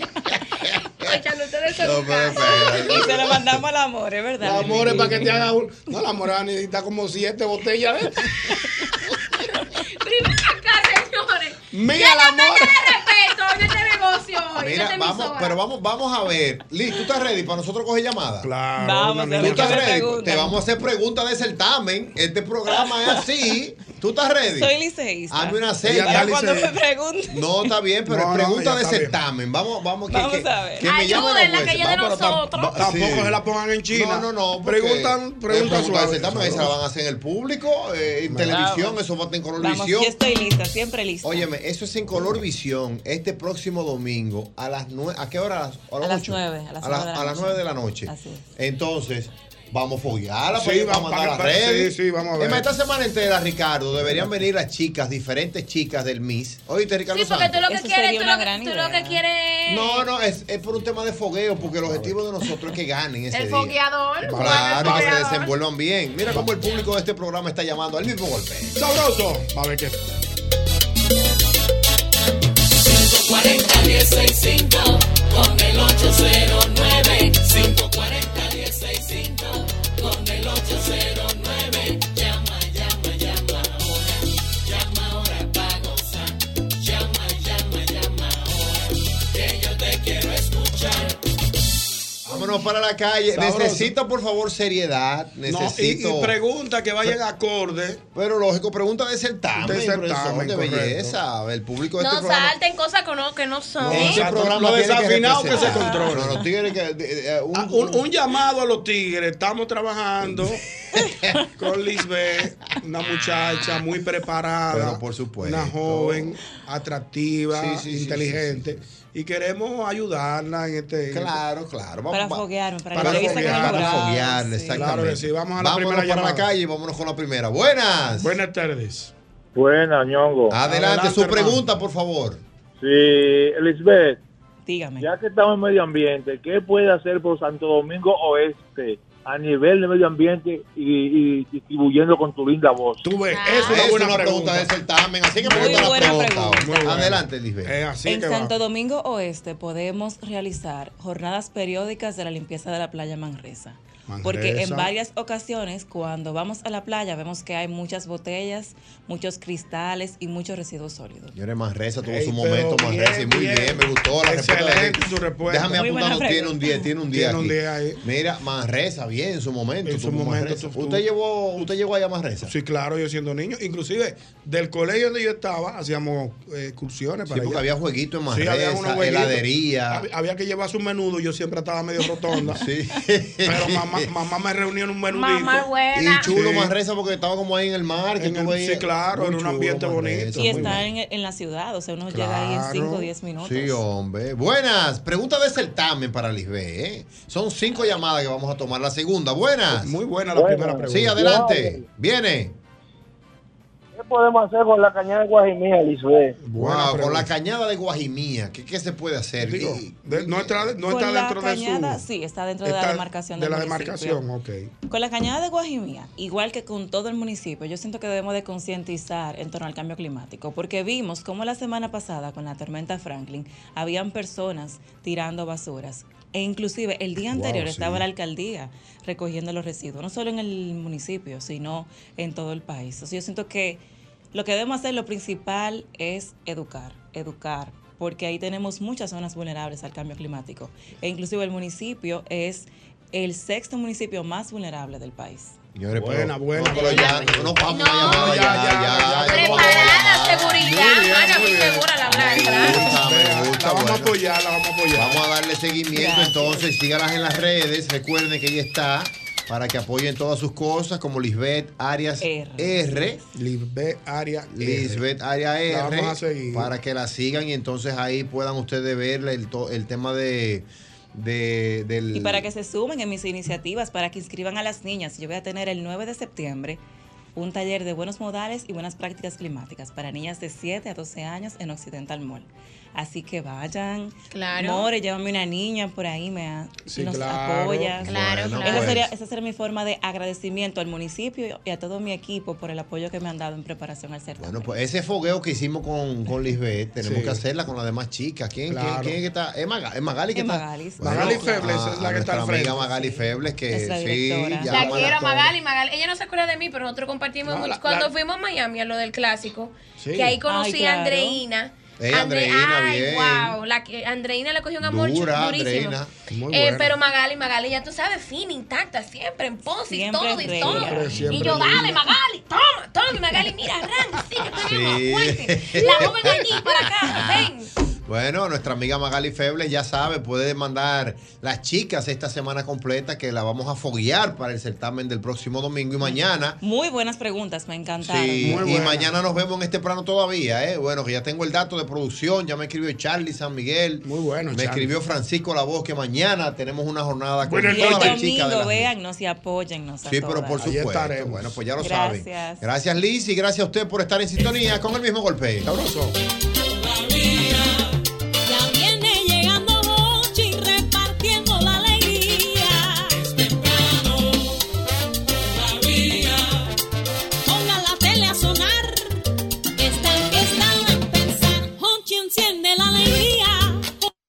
Óyalo, ustedes son
No,
<laughs>
un
pero,
caso.
pero,
Y se lo mandamos al amor, es verdad.
La amor es para que te haga un. No, la amor necesita como siete botellas. de-
Primero acá,
<laughs>
señores.
Mira,
Ya
el
no
amor.
falta de respeto en este negocio hoy, en
Mira,
esta
vamos,
emisora.
pero vamos, vamos a ver. Liz, ¿tú estás ready para nosotros coger llamada? Claro.
Vamos, una
¿Tú
niña.
estás
¿qué me
ready?
preguntan?
Te vamos a hacer preguntas de certamen. Este programa es así. ¿Tú estás ready?
Soy liceísta.
Hazme una
Ya
seña.
cuando me pregunten.
No,
<laughs>
está bien, pero
No,
es
no,
pregunta
ella
de
está bien.
certamen. Vamos, vamos, que,
Vamos
que-
a ver.
que me llamen los
Ayúdenla, que
jueces.
ella es de
Va, pero tam-
nosotros.
va-
Tampoco se la pongan en China.
No, no, no. porque
Preguntan-
es
pregunta
de
suave.
certamen, esa la van a hacer en el público, eh, en
Vamos.
televisión, eso va a estar en color
Vamos, yo
visión.
estoy lista, siempre lista.
Óyeme, eso es en color visión este próximo domingo a las nueve. ¿A qué hora? ¿A las, a
A las
ocho?
nueve, a las
A, la-
nueve de la
a las
noche.
nueve de la noche.
Así es.
Entonces, vamos a foguearla,
Sí,
porque vamos,
vamos
a
para-
mandar a
para-
las redes.
sí, sí, vamos a
Es
ver.
más, Esta semana entera, Ricardo, deberían venir las chicas, diferentes chicas del Miss. Oíste, Ricardo
Sí, porque tú
Santos?
lo que quieres, tú lo que, tú lo que quieres.
No, no, es, es por un tema de fogueo, porque el objetivo de nosotros es que ganen ese
El
día.
fogueador.
Claro, este que se
Fogueador.
desenvuelvan bien. Mira cómo el público de este programa está llamando al mismo golpe.
¡Sabroso! Va a ver qué.
540 165 con el 809 540 165 con el 809. Llama, llama, llama ahora. Llama ahora pa' gozar. Llama, llama, llama ahora. Que yo te quiero escuchar.
Vámonos para la calle.
Sabroso.
Necesito, por favor, seriedad. Necesito.
y pregunta que vayan acorde.
Pero lógico, pregunta de certamen.
De
profesor, De,
certamen, correcto.
belleza. El público de
No
este programa.
salten cosas que no, que no son.
Este programa
Lo
tiene
desafinado que se
representar.
controla.
No, los tigres que- de- de- eh, un-
Ah, un, un llamado a los tigres. Estamos
<laughs>
trabajando con Lisbeth, una muchacha muy preparada.
Pero por supuesto.
Una joven atractiva,
Sí, sí, sí,
inteligente. Y queremos ayudarla en este.
Claro, claro.
Para foguearme, para,
para
que le saquen el
foguear,
Para
jurado.
foguearle,
sí.
exactamente.
Claro que sí, vamos a la
vámonos
primera
para la
llamada.
calle y vámonos con la primera. Buenas.
Buenas tardes.
Buenas, ñongo.
Adelante, su pregunta, por favor.
Sí, Elizabeth.
Dígame.
Ya que estamos en medio ambiente, ¿qué puede hacer por Santo Domingo Oeste a nivel de medio ambiente y, y distribuyendo con tu linda voz?
Tú ves,
es una buena Ah, pregunta. de certamen. Así que
Muy
pregunta la
buena
pregunta.
pregunta. Muy buena.
Adelante, Lisbeth.
Eh,
en Santo Domingo Oeste podemos realizar jornadas periódicas de la limpieza de la playa Manresa. Porque en
Manresa.
varias ocasiones, cuando vamos a la playa, vemos que hay muchas botellas, muchos cristales y muchos residuos sólidos.
Señores, Manresa tuvo
Ey,
su
pero
momento,
bien,
Manresa, y muy bien,
bien.
me gustó la respuesta. de
Excelente su respuesta.
Déjame
Muy buena
apuntarlo, tiene
pregunta.
un 10, tiene un 10
Tiene un
aquí.
10 ahí.
Mira, Manresa, bien, en su momento.
En su
tuvo
momento,
Manresa.
tú-
usted,
tú-
llevó, usted llegó allá a Manresa.
Sí, claro, yo siendo niño. Inclusive, del colegio donde yo estaba, hacíamos eh, excursiones
Sí,
para
porque
allá.
había jueguito en Manresa,
había unos jueguitos.
heladería.
Hab- Había que llevar su menudo, yo siempre estaba medio
<laughs>
rotonda. Pero mamá, mamá me reunía en un menudito.
Mamá buena.
Y chulo
Sí.
Manresa porque estaba como ahí en el mar. Que
En
tú
el-
veías.
sí, claro,
Muy
era un
chulo
ambiente
Manresa,
Y
muy
está en, en la ciudad, o sea, uno llega ahí en
Claro.
5 o 10 minutos.
Sí, hombre. Buenas. Pregunta de certamen para Lisbeth. ¿eh? Son cinco llamadas que vamos a tomar. La segunda. Buenas.
Muy buena
la
primera pregunta.
Sí, adelante. Viene. eh.
¿Qué podemos hacer con la cañada de Guajimía, Lisbeth?
Wow, con la cañada de Guajimía. ¿Qué, qué se puede hacer? Y-
no está, no
Con
está
la
dentro
cañada,
de su.
sí, está dentro de
está
la demarcación
De
del
la
municipio.
demarcación, ok.
Con la cañada de Guajimía, igual que con todo el municipio, yo siento que debemos de concientizar en torno al cambio climático, porque vimos como la semana pasada con la tormenta Franklin habían personas tirando basuras. E inclusive el día
Wow,
anterior estaba
sí.
la alcaldía recogiendo los residuos, no solo en el municipio, sino en todo el país. Entonces yo siento que lo que debemos hacer, lo principal es educar, educar, porque ahí tenemos muchas zonas vulnerables al cambio climático. E inclusive el municipio es el sexto municipio más vulnerable del país.
Señores, pero-
Buena, buena.
Pero ya, no nos vamos a llamar. Ya, ya, ya. ya, no vamos a llamar.
Preparada, seguridad. Ana, muy segura la playa, claro.
la vamos a apoyar, la vamos a apoyar. Vamos a darle seguimiento entonces, sígalas en las redes, recuerden que ella está para que apoyen todas sus cosas como Lisbeth Arias R.
Lisbeth Arias R.
Lisbeth Arias R.
La vamos a seguir.
Para que la sigan y entonces ahí puedan ustedes ver el, to- el tema de, de- del...
Y para que se sumen en mis iniciativas, para que inscriban a las niñas, yo voy a tener el 9 de septiembre un taller de buenos modales y buenas prácticas climáticas para niñas de 7 a 12 años en Occidental Mall. Así que vayan.
Claro.
More, llévame una niña por ahí, me a-
Sí,
nos
claro.
apoyas.
Claro, Bueno, claro.
Esa,
pues.
sería, esa sería mi forma de agradecimiento al municipio y a todo mi equipo por el apoyo que me han dado en preparación al certamen.
Bueno, pues ese fogueo que hicimos con, con Lisbeth, tenemos
Sí.
que hacerla con las demás chicas. ¿Quién, quién-
Claro.
quién, es que está? Es Maga- es Magali que
Es
está.
Magali, sí.
Magali Febles
a-
es la
a
que está
nuestra
al frente.
amiga Magali Febles, que
Nuestra
sí,
directora.
ya
La
van a
quiero a
todo.
Magali, Magali. Ella no se acuerda de mí, pero nosotros compartimos
No,
mucho.
la-
Cuando
la-
fuimos a Miami, a lo del clásico,
Sí.
que ahí conocí
Ay,
a
claro.
Andreina.
Ey,
Andre-
Andreina,
ay,
bien.
wow. La que, Andreina le cogió un amor
Dura,
durísimo.
Andreina. Muy
Eh,
buena.
pero Magali, Magali, ya tú sabes, fina, intacta, siempre en pose y
Siempre
todo y
regia.
todo.
Siempre,
y
siempre
yo, dale,
linda.
Magali, toma, toma, Magali,
<laughs>
mira, arranca, sí, que
Sí.
La joven allí para acá, ven.
<laughs> Bueno, nuestra amiga Magali Febles ya sabe, puede mandar las chicas esta semana completa que la vamos a foguear para el certamen del próximo domingo y mañana.
Muy buenas preguntas, me encantaron.
Sí, y mañana nos vemos en este plano todavía, ¿eh? Bueno, que ya tengo el dato de producción, ya me escribió Charlie San Miguel. Muy bueno, Me
Charlie.
escribió Francisco La Voz que mañana tenemos una jornada con
Bueno, el
todas las chicas de
domingo,
las
véannos y apóyennos. a
Sí, pero
todas.
por supuesto. Bueno, pues ya lo
Gracias.
saben. Gracias, Liz, y gracias a usted por estar en sintonía con el mismo golpe. Sabroso.
Ya viene llegando Bochi repartiendo la alegría. Es temprano, todavía. Ponga la tele a sonar. Están, están a pensar. Hochi enciende la alegría.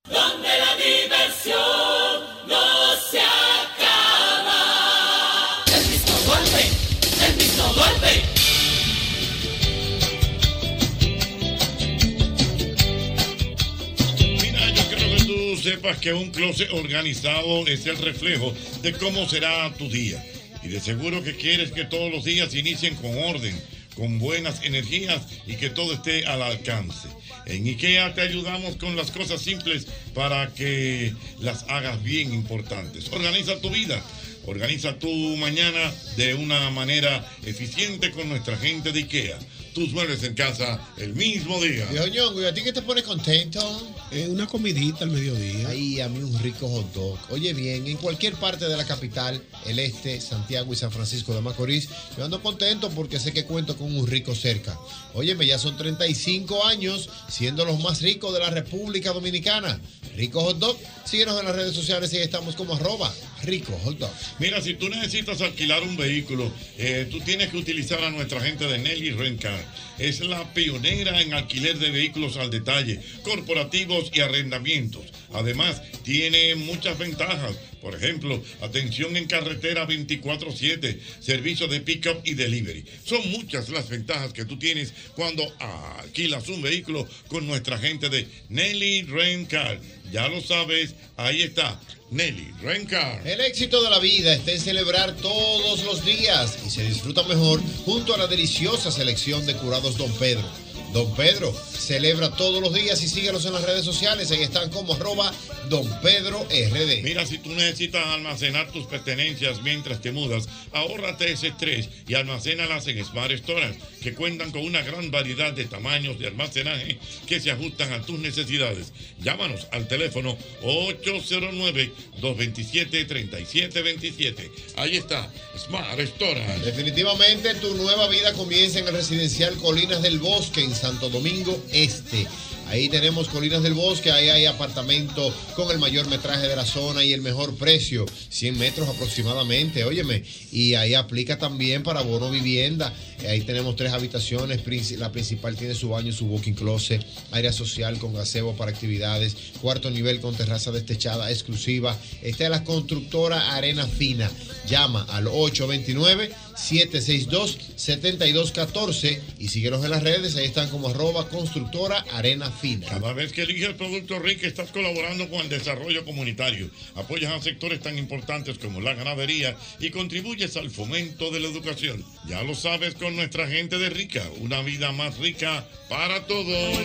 Donde la diversión no se acaba.
sepas que un closet organizado es el reflejo de cómo será tu día. Y de seguro que quieres que todos los días inicien con orden, con buenas energías y que todo esté al alcance. En IKEA te ayudamos con las cosas simples para que las hagas bien importantes. Organiza tu vida. Organiza tu mañana de una manera eficiente con nuestra gente de IKEA. Tus muebles en casa el mismo día.
Dios Ñongo, ¿y a ti qué te pone contento?
Eh, una comidita al mediodía.
Ay, a mí un rico hot dog. Oye bien, en cualquier parte de la capital, el este, Santiago y San Francisco de Macorís, yo ando contento porque sé que cuento con un rico cerca. Óyeme, ya son 35 años siendo los más ricos de la República Dominicana. Rico hot dog, síguenos en las redes sociales y ahí estamos como arroba rico hot dog.
Mira, si tú necesitas alquilar un vehículo, eh, tú tienes que utilizar a nuestra gente de Nelly Rencar. Es la pionera en alquiler de vehículos al detalle, corporativos y arrendamientos. Además, tiene muchas ventajas. Por ejemplo, atención en carretera 24-7, servicio de pick-up y delivery. Son muchas las ventajas que tú tienes cuando alquilas un vehículo con nuestra gente de Nelly Rencar. Ya lo sabes, ahí está, Nelly Rencar.
El éxito de la vida está en celebrar todos los días y se disfruta mejor junto a la deliciosa selección de curados Don Pedro. Don Pedro celebra todos los días y síguenos en las redes sociales. Ahí están como arroba Don Pedro RD.
Mira, si tú necesitas almacenar tus pertenencias mientras te mudas, ahórrate ese estrés y almacénalas en Smart Storage, que cuentan con una gran variedad de tamaños de almacenaje que se ajustan a tus necesidades. Llámanos al teléfono 809-227-3727. Ahí está, Smart Storage.
Definitivamente tu nueva vida comienza en el residencial Colinas del Bosque en Santo Domingo Este. Ahí tenemos Colinas del Bosque, ahí hay apartamento con el mayor metraje de la zona y el mejor precio, 100 metros aproximadamente, óyeme. Y ahí aplica también para bono vivienda. Ahí tenemos tres habitaciones, princi- la principal tiene su baño, su walking closet, área social con gazebo para actividades, cuarto nivel con terraza destechada exclusiva. Esta es la constructora Arena Fina. Llama al 829-762-7214 y síguenos en las redes, ahí están como arroba constructora Arena Fina.
Cada vez que eliges Producto Rica estás colaborando con el desarrollo comunitario, apoyas a sectores tan importantes como la ganadería y contribuyes al fomento de la educación. Ya lo sabes con nuestra gente de Rica, una vida más rica para todos.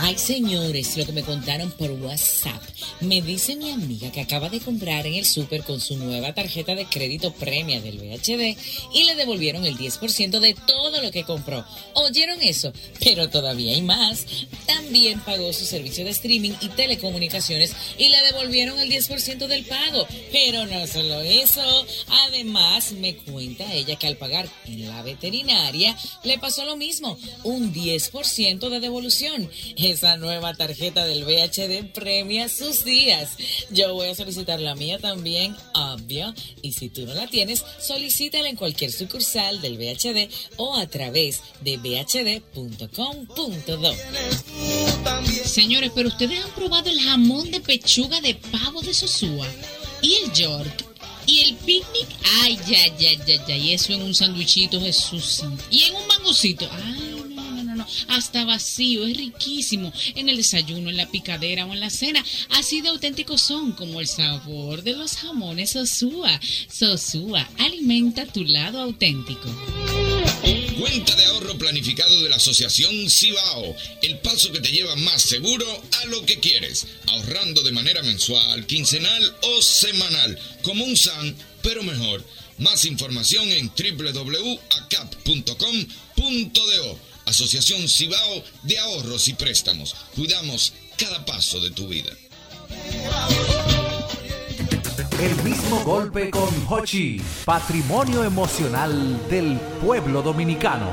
Ay, señores, lo que me contaron por WhatsApp. Me dice mi amiga que acaba de comprar en el súper con su nueva tarjeta de crédito premia del VHD y le devolvieron el 10% de todo lo que compró. ¿Oyeron eso? Pero todavía hay más. También pagó su servicio de streaming y telecomunicaciones y le devolvieron el 10% del pago. Pero no solo eso, además me cuenta ella que al pagar en la veterinaria le pasó lo mismo, un 10% de devolución. Esa nueva tarjeta del VHD premia sus días. Yo voy a solicitar la mía también, obvio. Y si tú no la tienes, solicítala en cualquier sucursal del VHD o a través de bhd.com.do.
Señores, pero ustedes han probado el jamón de pechuga de pavo de Sosúa y el York y el picnic. Ay, ya, ya, ya, ya. Y eso en un sanduichito, Jesús santo. Y en un mangocito. Ay, no, no, no, no. Hasta vacío, es riquísimo. En el desayuno, en la picadera o en la cena. Así de auténticos son como el sabor de los jamones Sosúa. Sosúa, alimenta tu lado auténtico.
Cuenta de ahorro planificado de la Asociación Cibao, el paso que te lleva más seguro a lo que quieres, ahorrando de manera mensual, quincenal o semanal, como un SAN, pero mejor. Más información en www.acap.com.do. Asociación Cibao de Ahorros y Préstamos. Cuidamos cada paso de tu vida.
El mismo golpe con Hochi, patrimonio emocional del pueblo dominicano.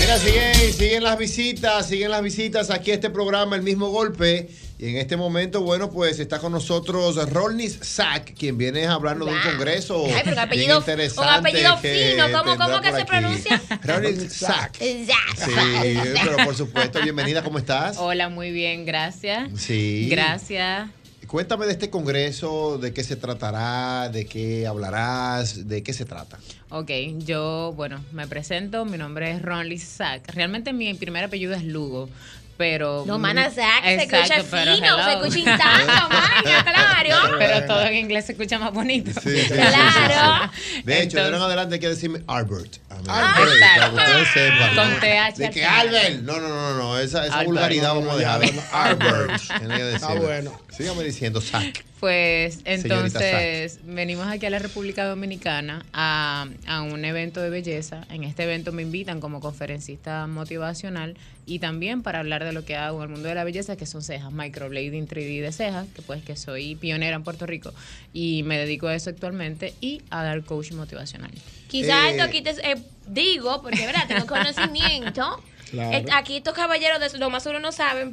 Mira, siguen, siguen las visitas, siguen las visitas aquí a este programa, el mismo golpe. Y en este momento, bueno, pues está con nosotros Rolnis Sack, quien viene a hablarnos de un congreso
Ay, pero un
bien
apellido-
interesante.
un apellido fino, ¿cómo-
tendrá
cómo que
por
se
aquí.
pronuncia?
Rolnis
<laughs>
Sack. Sí, pero por supuesto, bienvenida, ¿cómo estás?
Hola, muy bien, gracias.
Sí.
Gracias.
Cuéntame de este congreso, de qué se tratará, de qué hablarás, de qué se trata.
Ok, yo, bueno, me presento, mi nombre es Ron Sack. Realmente mi primer apellido es Lugo, pero... mm,
No, mana, Zack, se
Exacto,
escucha
pero
fino, se
hello.
escucha instantáneo, mana, claro.
<laughs> Pero todo en inglés se escucha más bonito.
Claro.
De hecho, de ahora en adelante hay que decirme Albert. A mí,
Albert.
Para que ustedes sepan.
Ah, Con TH
De que
al final.
Albert. No, no, no, no. Esa, esa
Albert.
vulgaridad vamos a dejarla.
<laughs>
Albert. Tiene que
Está
decirlo.
bueno.
Sígame diciendo Zack.
Pues
Señorita
entonces venimos aquí a la República Dominicana a, a un evento de belleza. En este evento me invitan como conferencista motivacional y también para hablar de lo que hago en el mundo de la belleza, que son cejas, microblading 3D de cejas, que pues que soy pionera en Puerto Rico y me dedico a eso actualmente y a dar coaching motivacional.
Quizás
Eh.
esto aquí te eh, digo, porque verdad, <laughs> tengo conocimiento.
Claro.
Eh, Aquí estos caballeros de lo más seguro no saben,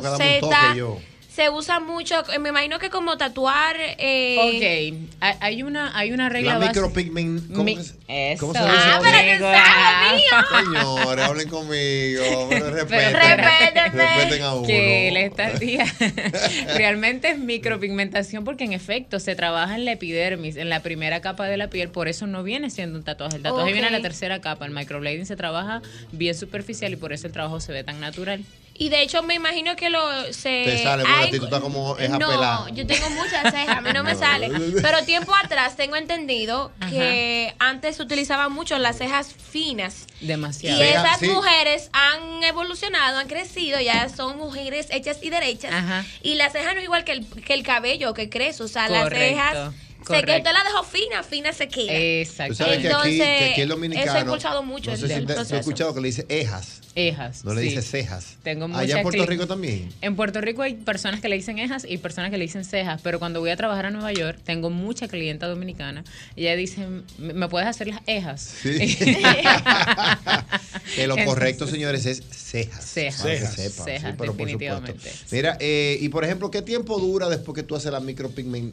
Tengo que darme
se,
un toque
está-
yo.
se usa mucho, eh, me imagino que como tatuar... Eh,
Ok, hay- hay una, hay una regla
La
básica-
micropigment. ¿Cómo,
Mi-
que se-
Eso.
cómo se dice?
Ah, pero que sabe, mío.
Señores, hablen conmigo. Pero respeten.
Respéteme.
Respeten a uno.
Que la estadía <laughs> realmente es micropigmentación porque en efecto se trabaja en la epidermis, en la primera capa de la piel, por eso no viene siendo un tatuaje. El tatuaje
Ok.
viene en la tercera capa, el microblading se trabaja bien superficial y por eso el trabajo se ve tan natural.
Y de hecho me imagino que lo se
Te sale,
hay-
porque a ti tú estás como es
No,
apelado.
yo tengo muchas cejas, a mí no me sale. Pero tiempo atrás tengo entendido que antes se utilizaban mucho las cejas finas. Y
Demasiado.
esas mujeres han evolucionado, han crecido, ya son mujeres hechas y derechas.
Ajá.
Y las cejas no es igual que el, que el cabello que crece, o sea, las
Correcto,
cejas... Se que
correcto. Eh,
usted la dejó fina, fina se queda.
Tú
Exacto.
sabes que aquí, que
Entonces,
aquí el
eso he
dominicano.
escuchado mucho
No sé
del
si te- yo
proceso.
he escuchado que le dice ejas.
Ejas.
No le
sí.
dice cejas.
Tengo
Allá
mucha
en Puerto
cli-
Rico también.
En Puerto Rico hay personas que le dicen cejas y personas que le dicen cejas, pero cuando voy a trabajar a Nueva York, tengo mucha clienta dominicana y ella dice, "¿Me- ¿me puedes hacer las ejas? <laughs>
<laughs> Que lo
Entonces-
correcto, señores, es cejas.
Cejas,
Para que
cejas,
sepan, sí,
cejas,
pero por supuesto.
definitivamente.
Mira, eh, y por ejemplo, ¿qué tiempo dura después que tú haces la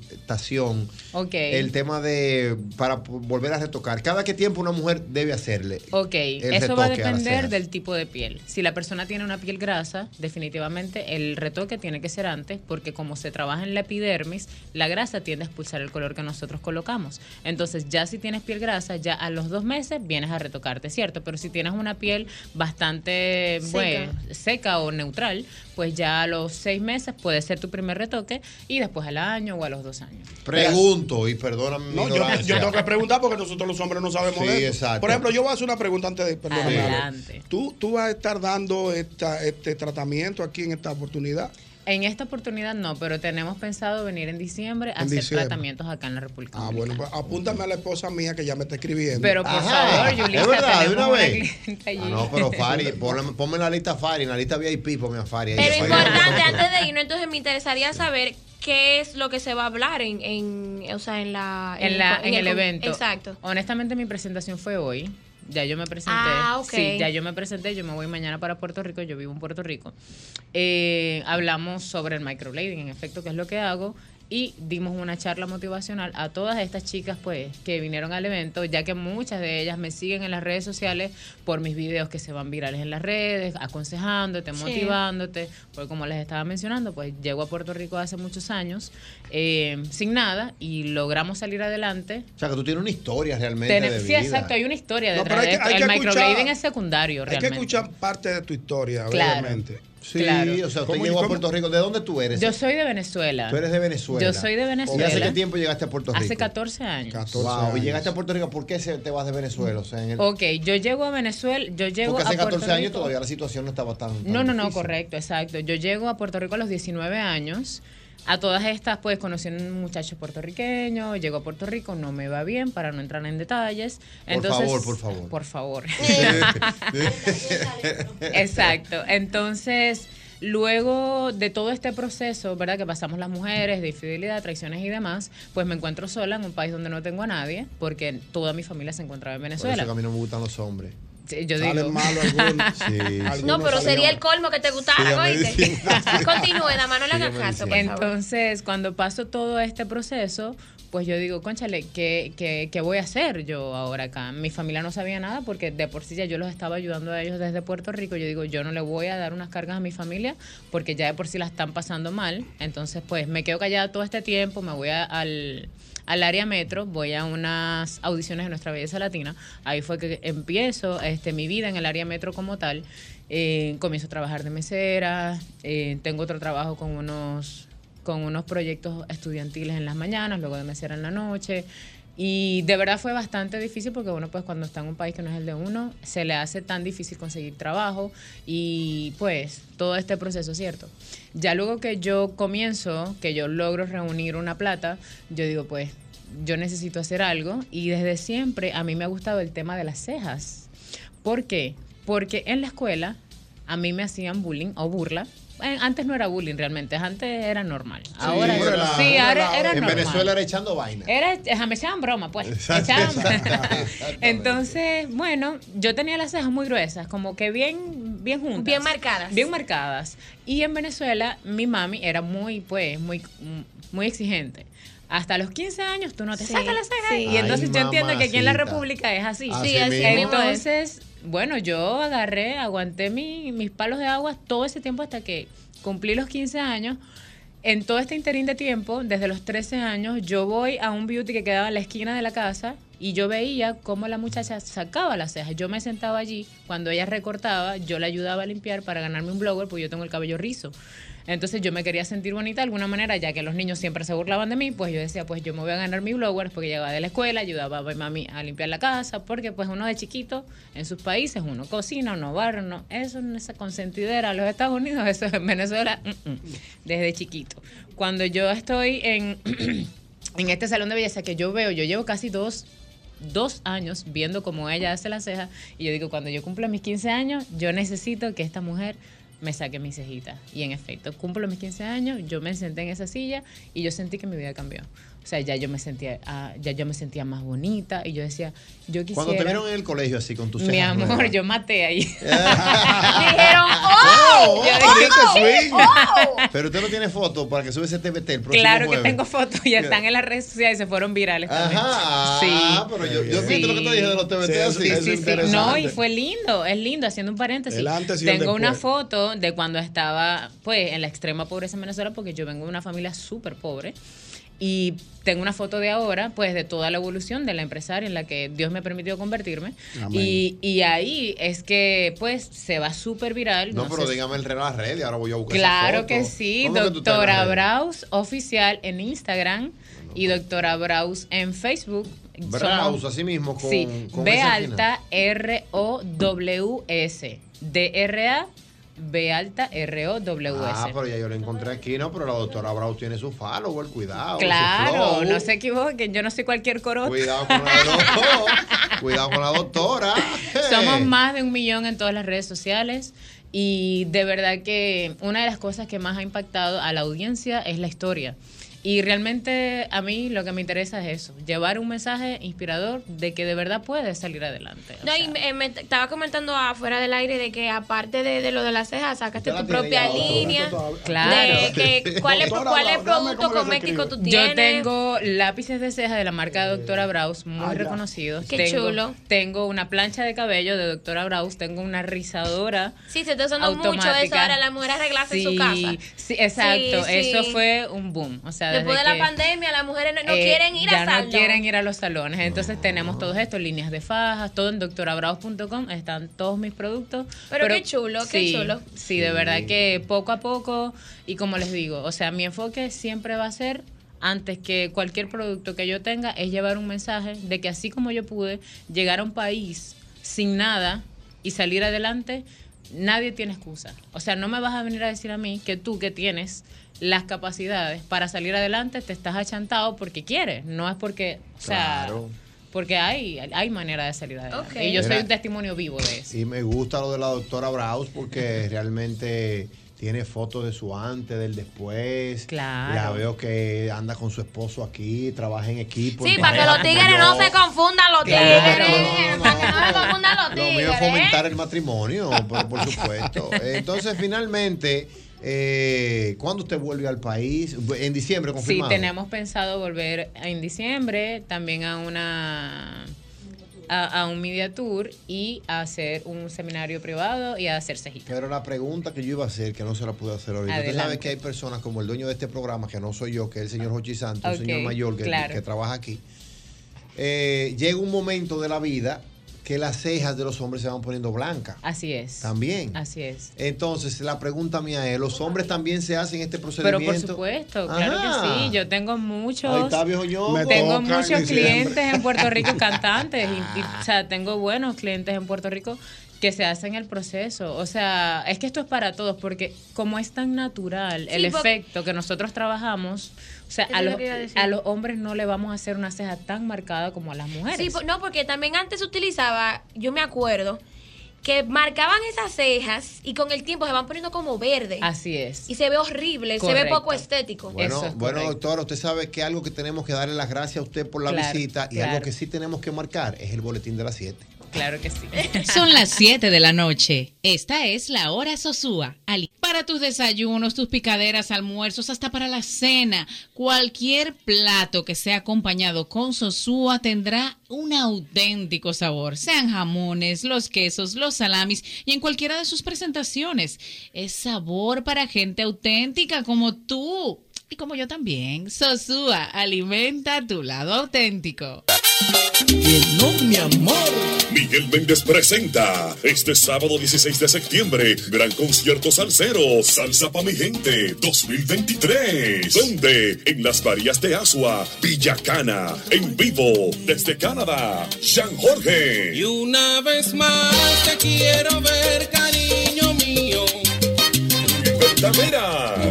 micropigmentación?
Ok.
El tema de. para p- volver a retocar. ¿Cada qué tiempo una mujer debe hacerle?
Ok,
el
eso va a
retoque a las
depender
cejas.
del tipo de piel. Si la persona tiene una piel grasa, definitivamente el retoque tiene que ser antes, porque como se trabaja en la epidermis, la grasa tiende a expulsar el color que nosotros colocamos. Entonces, ya si tienes piel grasa, ya a los dos meses vienes a retocarte, ¿cierto? Pero si tienes una piel bastante
Seca.
bueno, seca o neutral, pues ya a los seis meses puede ser tu primer retoque y después al año o a los dos años.
Pregunto, y perdóname. mi
No, yo-
Yo,
ignorancia.
yo tengo que preguntar porque nosotros los hombres no sabemos
Sí,
de esto.
exacto.
Por ejemplo, yo voy a hacer una pregunta antes de. perdóname, Ale.
Adelante.
¿Tú, tú vas a estar dando esta, este tratamiento aquí en esta oportunidad.
En esta oportunidad no, pero tenemos pensado venir en diciembre a
En
hacer
diciembre.
tratamientos acá en la República
Ah, bueno, pues apúntame a la esposa mía que ya me está escribiendo.
Pero, por favor, Yulisa,
es verdad, de una
tenemos una
vez.
clienta allí.
Ah, no, <laughs> pero Fari, ponme, ponme en la lista Fari, en la lista VIP, ponme a Fari. ahí,
Pero
Fari.
importante, antes de irnos, entonces me interesaría saber qué es lo que se va a hablar en, en o sea, en la
en, la, en, el,
con-
evento.
Exacto.
Honestamente, mi presentación fue hoy. Ya yo me presenté.
Ah, ok.
Sí, ya yo me presenté. Yo me voy mañana para Puerto Rico. Yo vivo en Puerto Rico. Eh, hablamos sobre el microblading, en efecto, que es lo que hago. Y dimos una charla motivacional a todas estas chicas, pues, que vinieron al evento, ya que muchas de ellas me siguen en las redes sociales por mis videos que se van virales en las redes, aconsejándote,
Sí.
motivándote, porque como les estaba mencionando, pues llego a Puerto Rico hace muchos años eh, sin nada y logramos salir adelante.
O sea, que tú tienes una historia realmente
Tener-
de
sí,
vida.
exacto, hay una historia
No,
detrás
pero hay
de
que-
esto.
hay
El
que escuchar-
microblading es secundario,
Hay que
realmente.
escuchar parte de tu historia,
Claro.
obviamente.
Sí, o sea, usted llegó a Puerto Rico. ¿De dónde tú eres?
Yo soy de Venezuela.
Tú eres de Venezuela.
Yo soy de
¿Y hace
Venezuela.
qué tiempo llegaste a Puerto Rico?
Hace 14 años.
wow, y llegaste a Puerto Rico, ¿por qué se- te vas de Venezuela? O sea, en el-
Ok, yo llego a Venezuela, yo llego
porque
a
hace
Puerto
14 años
Rico-
todavía la situación no estaba tan. tan
No, no, no,
difícil.
correcto, exacto. Yo llego a Puerto Rico a los 19 años. A todas estas, pues, conocí a un muchacho puertorriqueño, llego a Puerto Rico, no me va bien, para no entrar en detalles.
Por
Entonces,
favor, por favor.
Por favor. <laughs> Exacto. Entonces, luego de todo este proceso, ¿verdad? Que pasamos las mujeres, de infidelidad, traiciones y demás, pues me encuentro sola en un país donde no tengo a nadie, porque toda mi familia se encontraba en
Por eso que a
Venezuela.
mí no me gustan los hombres.
Sí, yo digo. <laughs>
Sí, sí.
No, pero sería el colmo que te gustara,
Sígame
¿oíste? Continúe, dama, no le hagas
Sígame
caso, por favor.
Entonces, cuando paso todo este proceso, pues yo digo, conchale, ¿qué, qué, qué voy a hacer yo ahora acá? Mi familia no sabía nada porque de por sí ya yo los estaba ayudando a ellos desde Puerto Rico. Yo digo, yo no le voy a dar unas cargas a mi familia porque ya de por sí la están pasando mal. Entonces, pues me quedo callada todo este tiempo, me voy a- al, al área metro, voy a unas audiciones de Nuestra Belleza Latina. Ahí fue que empiezo este, mi vida en el área metro como tal. Eh, comienzo a trabajar de mesera, eh, tengo otro trabajo con unos con unos proyectos estudiantiles en las mañanas, luego de mesera en la noche. Y de verdad fue bastante difícil porque uno pues cuando está en un país que no es el de uno, se le hace tan difícil conseguir trabajo y pues todo este proceso, ¿cierto? Ya luego que yo comienzo, que yo logro reunir una plata, yo digo pues yo necesito hacer algo y desde siempre a mí me ha gustado el tema de las cejas. ¿Por qué? Porque en la escuela a mí me hacían bullying o burla. Eh, Antes no era bullying realmente, antes era normal. Ahora
Sí,
es-
era-
sí, ahora
era-
era
En
normal.
Venezuela era echando vaina.
Era, ajá, me echaban broma, pues.
Exacto,
Echaban-
<laughs>
Entonces, bueno, yo tenía las cejas muy gruesas, como que bien, bien juntas.
Bien marcadas.
Bien marcadas. Y en Venezuela, mi mami era muy, pues, muy, muy exigente. Hasta los 15 años tú no te
Sí,
sacas las cejas.
sí.
Y entonces
Ay,
yo entiendo que aquí en la
mamacita.
República es así.
Así Sí, así mismo. mismo es.
Entonces, bueno, yo agarré, aguanté mi- mis palos de agua todo ese tiempo hasta que cumplí los 15 años. En todo este interín de tiempo, desde los 13 años, yo voy a un beauty que quedaba en la esquina de la casa y yo veía cómo la muchacha sacaba las cejas. Yo me sentaba allí, cuando ella recortaba, yo la ayudaba a limpiar para ganarme un blower, porque yo tengo el cabello rizo. Entonces yo me quería sentir bonita de alguna manera, ya que los niños siempre se burlaban de mí, pues yo decía, pues yo me voy a ganar mi blower, porque llegaba de la escuela, ayudaba a mi mami a limpiar la casa, porque pues uno de chiquito en sus países, uno cocina, uno barra, uno- eso no es consentidera. Los Estados Unidos, eso en Venezuela, mm, mm, desde chiquito. Cuando yo estoy en, en este salón de belleza que yo veo, yo llevo casi dos dos años viendo cómo ella hace las cejas y yo digo, cuando yo cumpla mis 15 años, yo necesito que esta mujer me saque mis cejitas. Y en efecto, cumplo mis 15 años, yo me senté en esa silla y yo sentí que mi vida cambió. O sea, ya yo me sentía, ah, ya yo me sentía más bonita y yo decía, yo quisiera...
Cuando te vieron en el colegio así con tus cejas.
Mi amor,
nuevas.
yo maté ahí.
<laughs> Dijeron,
¡oh! <laughs> Yo
oh,
dije,
este
¡oh!
swing. Pero usted no tiene foto para que subes ese TBT el próximo
Claro que
jueves.
tengo fotos y están en las redes sociales y se fueron virales también.
Ajá. Ah,
Sí.
pero yo, yo siento lo que te dije de los TBT
Sí,
así.
sí, sí, sí.
interesante.
No, y fue lindo, es lindo, haciendo un paréntesis.
El antes y el
Tengo una
después.
foto de cuando estaba, pues, en la extrema pobreza en Venezuela, porque yo vengo de una familia súper pobre. Y tengo una foto de ahora, pues, de toda la evolución de la empresaria en la que Dios me ha permitido convertirme.
Amén.
Y, y ahí es que, pues, se va súper viral.
No, pero
sé si-
dígame el reloj a las redes, ahora voy a buscar esa
Claro
foto.
que sí,
¿Cómo que tú estás en
doctora
las redes?
Braus oficial en Instagram y doctora Braus en Facebook.
Braus,
Somos-
así mismo, con,
sí,
con
B
ese al final.
alta R O W S D R A B alta R O W S.
Ah, pero ya yo lo encontré aquí, ¿no? Pero la doctora Braus tiene su follower, cuidado. su
claro,
flow.
no se equivoquen, yo no soy cualquier coro.
Cuidado con la doctora. cuidado con la doctora.
Somos más de un millón en todas las redes sociales y de verdad que una de las cosas que más ha impactado a la audiencia es la historia. Y realmente a mí lo que me interesa es eso, llevar un mensaje inspirador de que de verdad puedes salir adelante.
<laughs> No, y me, me t- estaba comentando afuera del aire de que aparte de, de lo de las cejas, sacaste tu propia línea.
Claro.
De que, ¿Cuál es,
Doctora
cuál es
Braus,
producto cosmético tú tienes?
Yo tengo lápices de ceja de la marca Doctora Braus, muy reconocidos.
Qué
tengo,
chulo.
Tengo una plancha de cabello de Doctora Braus, tengo una rizadora.
Sí, se está usando mucho eso
automática.
ahora, la mujer arreglarse en su
Sí,
casa.
Sí, exacto.
Sí,
Eso
sí.
fue un boom. O sea,
Después de
desde
la
que,
pandemia, las mujeres no, no
eh,
quieren ir
ya
a
no
saldo.
quieren ir a los salones. Entonces tenemos todos estos, líneas de fajas, todo en doctorabraus.com, están todos mis productos.
Pero qué chulo, qué
sí,
chulo.
Sí, de verdad que poco a poco, y como les digo, o sea, mi enfoque siempre va a ser antes que cualquier producto que yo tenga, es llevar un mensaje de que así como yo pude llegar a un país sin nada y salir adelante, nadie tiene excusa. O sea, no me vas a venir a decir a mí que tú que tienes las capacidades para salir adelante te estás achantado porque quieres, no es porque, o sea,
Claro.
porque hay, hay manera de salir adelante.
Ok.
Y yo soy
Mira.
un testimonio vivo de eso.
Y me gusta lo de la doctora Braus porque realmente tiene fotos de su antes, del después.
Claro.
Ya veo que anda con su esposo aquí, trabaja en equipo.
Sí,
en
para que los
pareja
tigres
como
no
yo.
se confundan los
Claro,
tigres.
no,
Para que no se confundan los
Lo mío es
tigres. ¿eh?
fomentar el matrimonio, por, por supuesto. Entonces, finalmente, Eh, ¿Cuándo usted vuelve al país? En diciembre,
Sí,
confirmado.
tenemos pensado volver en diciembre también a una a, a un media tour y a hacer un seminario privado y a hacer cejita.
Pero la pregunta que yo iba a hacer, que no se la pude hacer ahorita, usted sabe
Adelante.
que hay personas como el dueño de este programa, que no soy yo, que es el señor Jochi Santos,
Ok,
un señor mayor que,
claro.
que trabaja aquí, eh, llega un momento de la vida que las cejas de los hombres se van poniendo blancas.
Así es.
También.
Así es.
Entonces, la pregunta mía es, ¿los hombres también se hacen este
Pero
procedimiento?
por supuesto, claro
Ajá.
que sí. Yo tengo muchos.
Ahí está, viejo Ñongo. Me
tengo
toca en
muchos
diciembre.
clientes en Puerto
<laughs>
Rico cantantes. y- y, o sea, tengo buenos clientes en Puerto Rico que se hacen el proceso. O sea, es que esto es para todos, porque como es tan natural
Sí,
el
porque-
efecto que nosotros trabajamos, o sea,
Eso
a
es lo
los,
que iba a decir.
a los hombres no le vamos a hacer una ceja tan marcada como a las mujeres.
Sí, po- no, porque también antes se utilizaba, yo me acuerdo, que marcaban esas cejas y con el tiempo se van poniendo como verde.
Así es.
Y se ve horrible, se ve
Correcto.
poco estético.
Bueno, bueno doctora, usted sabe que algo que tenemos que darle las gracias a usted por la
Claro,
visita y
claro.
algo que sí tenemos que marcar es el boletín de las 7.
Claro que sí.
Son las 7 de la noche. Esta es la hora Sosúa. Ali- Para tus desayunos, tus picaderas, almuerzos, hasta para la cena, cualquier plato que sea acompañado con Sosúa tendrá un auténtico sabor. Sean jamones, los quesos, los salamis y en cualquiera de sus presentaciones. Es sabor para gente auténtica como tú y como yo también. Sosúa, alimenta tu lado auténtico.
No, mi amor. Miguel Méndez presenta este sábado 16 de septiembre gran concierto salsero Salsa pa mi gente 2023 donde en las varillas de Asua Villacana en vivo desde Canadá San Jorge y una vez más te quiero ver cariño mío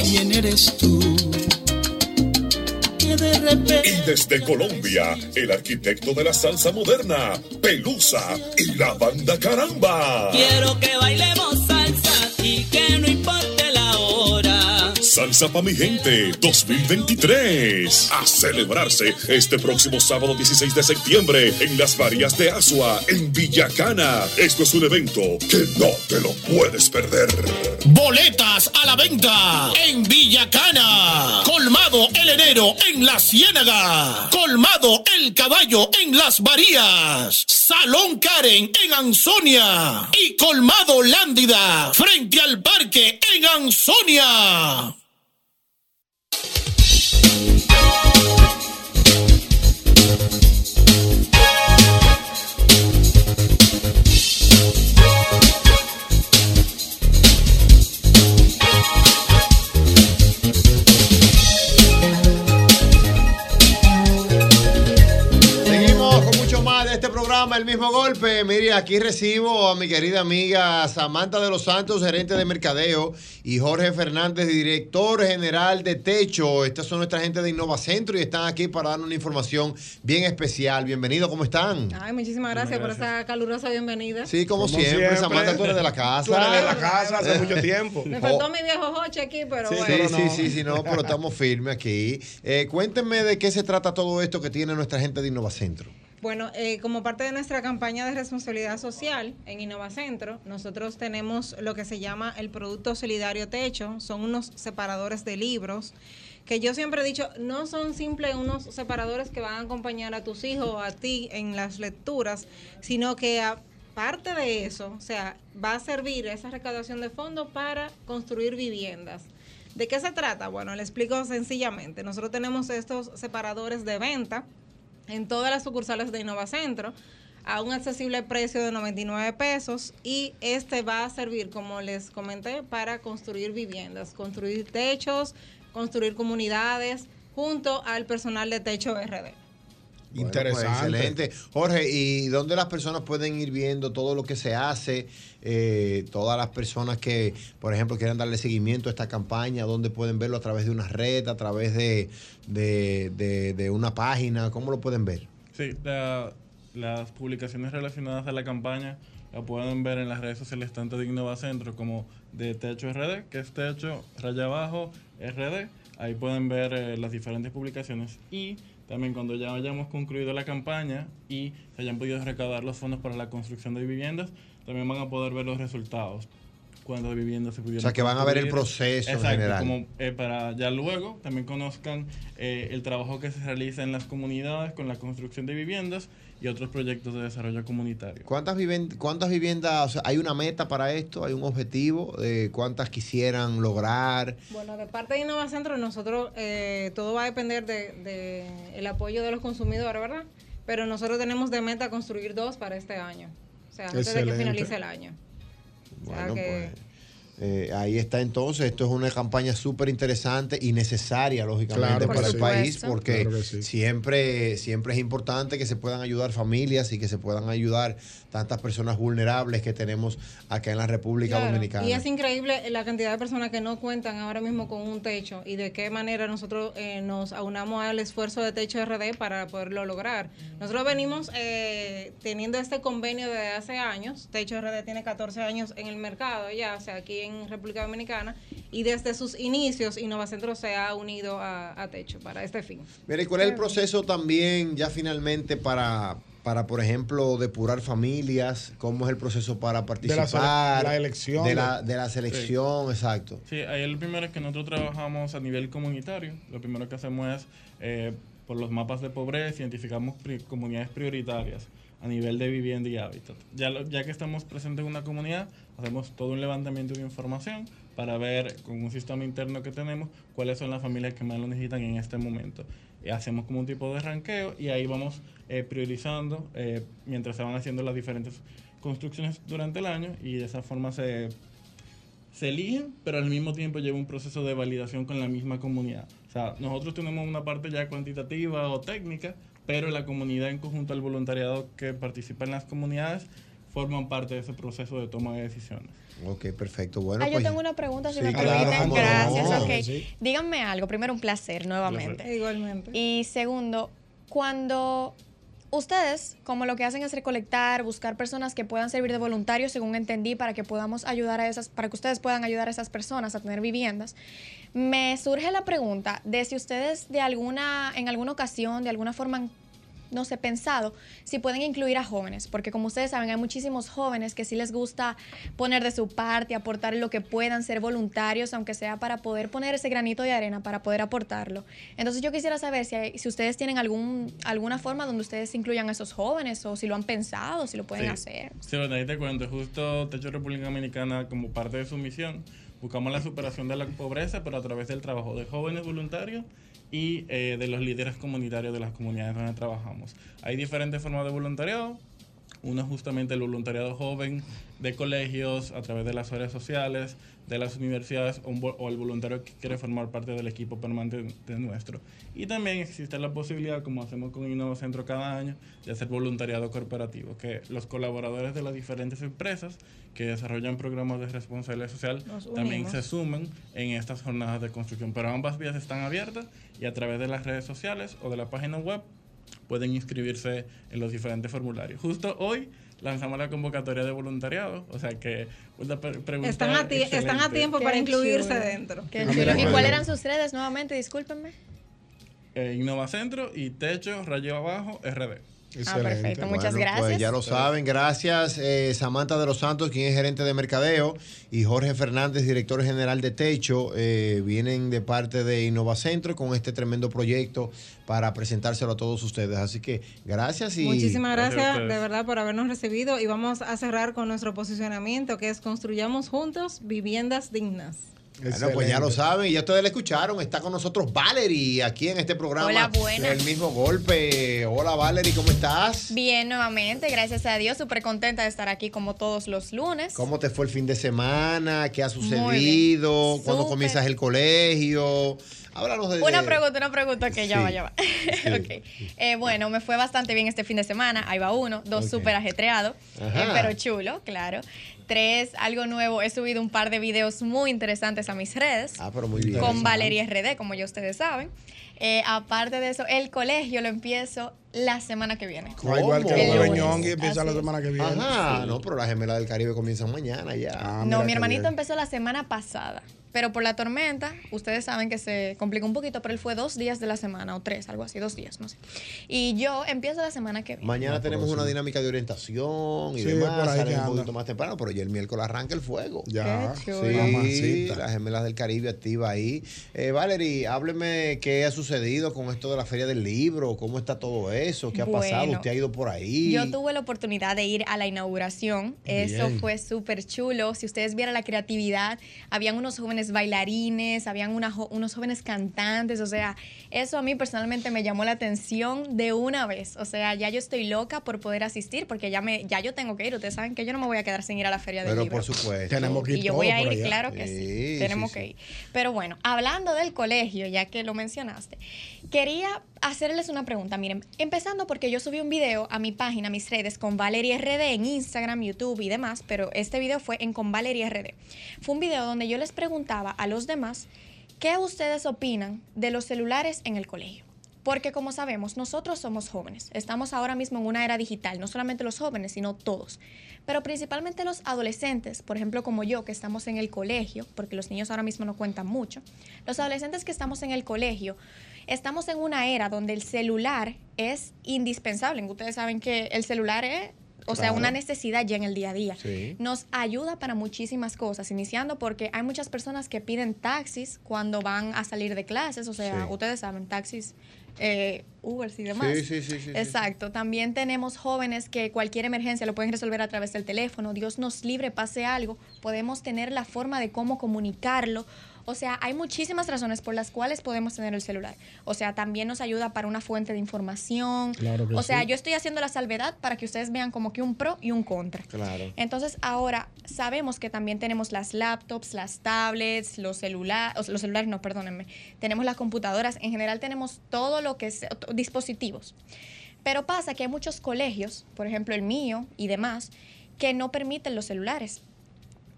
¿Quién eres tú? Y desde Colombia, el arquitecto de la salsa moderna, Pelusa y la banda Caramba.
Quiero que bailemos salsa y que no importe la hora.
Salsa pa' mi gente 2023. A celebrarse este próximo sábado 16 de septiembre en las Varías de Asua, en Villacana. Esto es un evento que no te lo puedes perder.
Boletas a la venta en Villacana. Colmado el enero en La Ciénaga. Colmado el caballo en Las Varías. Salón Karen en Ansonia. Y Colmado Lándida frente al parque en Ansonia.
Seguimos con mucho más de este programa, el mismo golpe. Mire, aquí recibo a mi querida amiga Samantha de los Santos, gerente de mercadeo, y Jorge Fernández, director general de Techo. Estas son nuestra gente de Innovacentro y están aquí para darnos una información bien especial. Bienvenido, ¿cómo están?
Ay, muchísimas gracias, por esa calurosa bienvenida.
Sí, como, siempre, Samantha, tú eres de la casa.
Tú eres de la casa hace mucho
<laughs>
tiempo.
Me faltó mi viejo Joche aquí, pero
Oh. Sí,
bueno.
sí, sí, sí, no, pero estamos firmes aquí. Eh, cuéntenme de qué se trata todo esto que tiene nuestra gente de Innovacentro.
Bueno, eh, como parte de nuestra campaña de responsabilidad social en Innovacentro, nosotros tenemos lo que se llama el producto solidario techo. Son unos separadores de libros que yo siempre he dicho, no son simples unos separadores que van a acompañar a tus hijos o a ti en las lecturas, sino que aparte de eso, o sea, va a servir esa recaudación de fondos para construir viviendas. ¿De qué se trata? Bueno, le explico sencillamente. Nosotros tenemos estos separadores de venta en todas las sucursales de Innovacentro a un accesible precio de 99 pesos y este va a servir, como les comenté, para construir viviendas, construir techos, construir comunidades junto al personal de Techo RD.
Bueno, pues,
Interesante.
excelente. Jorge, ¿y dónde las personas pueden ir viendo todo lo que se hace? Eh, todas las personas que, por ejemplo, quieran darle seguimiento a esta campaña, ¿dónde pueden verlo? ¿A través de una red? ¿A través de, de- de- de una página? ¿Cómo lo pueden ver?
Sí, la- las publicaciones relacionadas a la campaña la pueden ver en las redes sociales tanto de Innovacentro como de Techo RD, que es Techo Raya Abajo RD. Ahí pueden ver eh, las diferentes publicaciones y también cuando ya hayamos concluido la campaña y se hayan podido recaudar los fondos para la construcción de viviendas, también van a poder ver los resultados. cuántas viviendas se pudieron
O sea, que van a ver el
construir.
proceso en
Exacto,
general.
como, eh, para ya luego también conozcan eh, el trabajo que se realiza en las comunidades con la construcción de viviendas y otros proyectos de desarrollo comunitario.
¿Cuántas, viven- cuántas viviendas? o sea, ¿Hay una meta para esto? ¿Hay un objetivo? de ¿Cuántas quisieran lograr?
Bueno, de parte de Innovacentro, nosotros eh, todo va a depender del de, el apoyo de los consumidores, ¿verdad? Pero nosotros tenemos de meta construir dos para este año. O sea, antes de
Excelente.
que finalice el año. O sea,
Bueno, pues,
que-
Eh, ahí está entonces, esto es una campaña súper interesante y necesaria, lógicamente,
Claro que
para el
sí.
país,
Por supuesto.
porque
Claro que sí.
siempre, siempre es importante que se puedan ayudar familias y que se puedan ayudar tantas personas vulnerables que tenemos acá en la República
Claro,
Dominicana.
Y es increíble la cantidad de personas que no cuentan ahora mismo con un techo y de qué manera nosotros eh, nos aunamos al esfuerzo de Techo RD para poderlo lograr. Nosotros venimos eh, teniendo este convenio desde hace años. Techo RD tiene 14 años en el mercado ya, o sea, aquí en República Dominicana. Y desde sus inicios, Innovacentro se ha unido a, a Techo para este fin.
Mira, ¿y cuál es el proceso también ya finalmente para, para por ejemplo, depurar familias? ¿Cómo es el proceso para
la sele-
participar?
la elección.
De la, de la selección, exacto.
Sí, ahí lo primero es que nosotros trabajamos a nivel comunitario. Lo primero que hacemos es, eh, por los mapas de pobreza, identificamos pri- comunidades prioritarias a nivel de vivienda y hábitat. Ya, lo- ya que estamos presentes en una comunidad, hacemos todo un levantamiento de información para ver con un sistema interno que tenemos cuáles son las familias que más lo necesitan en este momento. Eh, hacemos como un tipo de ranqueo y ahí vamos eh, priorizando eh, mientras se van haciendo las diferentes construcciones durante el año y de esa forma se se eligen, pero al mismo tiempo lleva un proceso de validación con la misma comunidad. O sea, nosotros tenemos una parte ya cuantitativa o técnica, pero la comunidad en conjunto al voluntariado que participa en las comunidades forman parte de ese proceso de toma de decisiones.
Ok, perfecto. Bueno,
ah, yo
pues,
tengo una pregunta, si
Sí,
me
claro,
permiten.
cómo no.
Gracias, ok.
Sí.
Díganme algo. Primero, un placer nuevamente.
Igualmente.
Y segundo, cuando ustedes, como lo que hacen es recolectar, buscar personas que puedan servir de voluntarios, según entendí, para que podamos ayudar a esas, para que ustedes puedan ayudar a esas personas a tener viviendas, me surge la pregunta de si ustedes de alguna, en alguna ocasión, de alguna forma han no sé, pensado si pueden incluir a jóvenes, porque como ustedes saben, hay muchísimos jóvenes que sí les gusta poner de su parte, aportar lo que puedan, ser voluntarios, aunque sea para poder poner ese granito de arena, para poder aportarlo. Entonces yo quisiera saber si, hay- si ustedes tienen algún, alguna forma donde ustedes incluyan a esos jóvenes o si lo han pensado, si lo pueden
Sí.
hacer.
Sí, bueno, ahí te cuento, justo Techo República Dominicana, como parte de su misión, buscamos la superación de la pobreza, pero a través del trabajo de jóvenes voluntarios y eh, de los líderes comunitarios de las comunidades donde trabajamos. Hay diferentes formas de voluntariado. Uno es justamente el voluntariado joven de colegios, a través de las áreas sociales, de las universidades o, un vo- o el voluntario que quiere formar parte del equipo permanente de nuestro. Y también existe la posibilidad, como hacemos con Innova Centro cada año, de hacer voluntariado corporativo, que los colaboradores de las diferentes empresas que desarrollan programas de responsabilidad social
Nos
también
unimos.
se suman en estas jornadas de construcción. Pero ambas vías están abiertas y a través de las redes sociales o de la página web pueden inscribirse en los diferentes formularios. Justo hoy lanzamos la convocatoria de voluntariado, o sea que una pre- pregunta
Están a, ti- están a
excelente.
tiempo para
Qué
incluirse
chulo.
dentro.
Qué
Ah,
chulo.
mira,
¿Y
bueno.
cuáles eran sus redes nuevamente? Discúlpenme.
Eh, Innovacentro y Techo Rayo Abajo RD.
Ah,
Excelente. Ah, perfecto. Muchas
Bueno, Pues
gracias.
ya lo saben, gracias eh, Samantha de los Santos, quien es gerente de mercadeo, y Jorge Fernández, director general de Techo, eh, vienen de parte de Innovacentro con este tremendo proyecto para presentárselo a todos ustedes. Así que gracias y...
Muchísimas gracias de verdad por habernos recibido y vamos a cerrar con nuestro posicionamiento que es construyamos juntos viviendas dignas.
Bueno, pues ya lo saben, ya ustedes la escucharon. Está con nosotros Valerie aquí en este programa.
Hola, buenas.
El mismo golpe. Hola, Valerie, ¿cómo estás?
Bien, nuevamente, gracias a Dios, súper contenta de estar aquí como todos los lunes.
¿Cómo te fue el fin de semana? ¿Qué ha
bien.
sucedido? ¿Cuándo
Súper.
comienzas el colegio? Háblanos de.
Una
de-
pregunta, una pregunta que ya
Sí.
va, ya va. <laughs> Ok. Eh, bueno, me fue bastante bien este fin de semana. Ahí va uno, dos
Ok.
súper ajetreado,
Ajá.
eh, pero chulo, claro. Tres, algo nuevo. He subido un par de videos muy interesantes a mis redes.
Ah, pero muy bien.
Con Valeria RD, como ya ustedes saben. Eh, aparte de eso, el colegio lo empiezo la semana que viene.
Ah, igual que
¿Cómo?
el jueves Ñongui empieza la semana que viene.
Ajá,
Sí. Ah,
no, pero las gemelas del Caribe comienzan mañana ya.
no, mi hermanito empezó la semana pasada. Pero por la tormenta, ustedes saben que se complicó un poquito, pero él fue dos días de la semana o tres, algo así, dos días, no sé. Y yo empiezo la semana que viene.
Mañana tenemos una dinámica de orientación y
Sí, por
demás.
ahí que
Sale un
anda.
poquito más temprano, pero ya el miércoles arranca el fuego.
Ya. Qué chulo.
Sí,
Mamacita.
las gemelas del Caribe activa ahí. Eh, Valerie, hábleme qué ha sucedido con esto de la Feria del Libro, cómo está todo eso, qué ha pasado,
Bueno,
usted ha ido por ahí.
Yo tuve la oportunidad de ir a la inauguración. Eso
Bien.
fue súper chulo. Si ustedes vieran la creatividad, habían unos jóvenes bailarines, habían una jo- unos jóvenes cantantes. O sea, eso a mí personalmente me llamó la atención de una vez. O sea, ya yo estoy loca por poder asistir porque ya, me, ya yo tengo que ir. Ustedes saben que yo no me voy a quedar sin ir a la feria del
Pero
libro.
por supuesto.
Tenemos que ir
Y yo
todos
voy a
por
ir,
allá.
claro que sí.
Sí,
Tenemos
sí,
que
sí.
ir. Pero bueno, hablando del colegio, ya que lo mencionaste, quería hacerles una pregunta. Miren, empezando porque yo subí un video a mi página, a mis redes, con Valeria RD en Instagram, YouTube y demás, pero este video fue en con Valeria RD. Fue un video donde yo les preguntaba a los demás qué ustedes opinan de los celulares en el colegio. Porque como sabemos, nosotros somos jóvenes. Estamos ahora mismo en una era digital, no solamente los jóvenes, sino todos. Pero principalmente los adolescentes, por ejemplo como yo, que estamos en el colegio, porque los niños ahora mismo no cuentan mucho, los adolescentes que estamos en el colegio, estamos en una era donde el celular es indispensable. Ustedes saben que el celular es, o sea,
Claro.
una necesidad ya en el día a día
Sí.
nos ayuda para muchísimas cosas, iniciando porque hay muchas personas que piden taxis cuando van a salir de clases, o sea,
Sí.
ustedes saben, taxis, eh, Ubers y demás.
Sí, sí, sí, sí, sí.
Exacto, también tenemos jóvenes que cualquier emergencia lo pueden resolver a través del teléfono, Dios nos libre, pase algo, podemos tener la forma de cómo comunicarlo. O sea, hay muchísimas razones por las cuales podemos tener el celular. O sea, también nos ayuda para una fuente de información.
Claro que
o sea,
sí.
yo estoy haciendo la salvedad para que ustedes vean como que un pro y un contra.
Claro.
Entonces ahora sabemos que también tenemos las laptops, las tablets, los celulares, los celulares no, perdónenme, tenemos las computadoras, en general tenemos todo lo que es to- dispositivos. Pero pasa que hay muchos colegios, por ejemplo el mío y demás, que no permiten los celulares.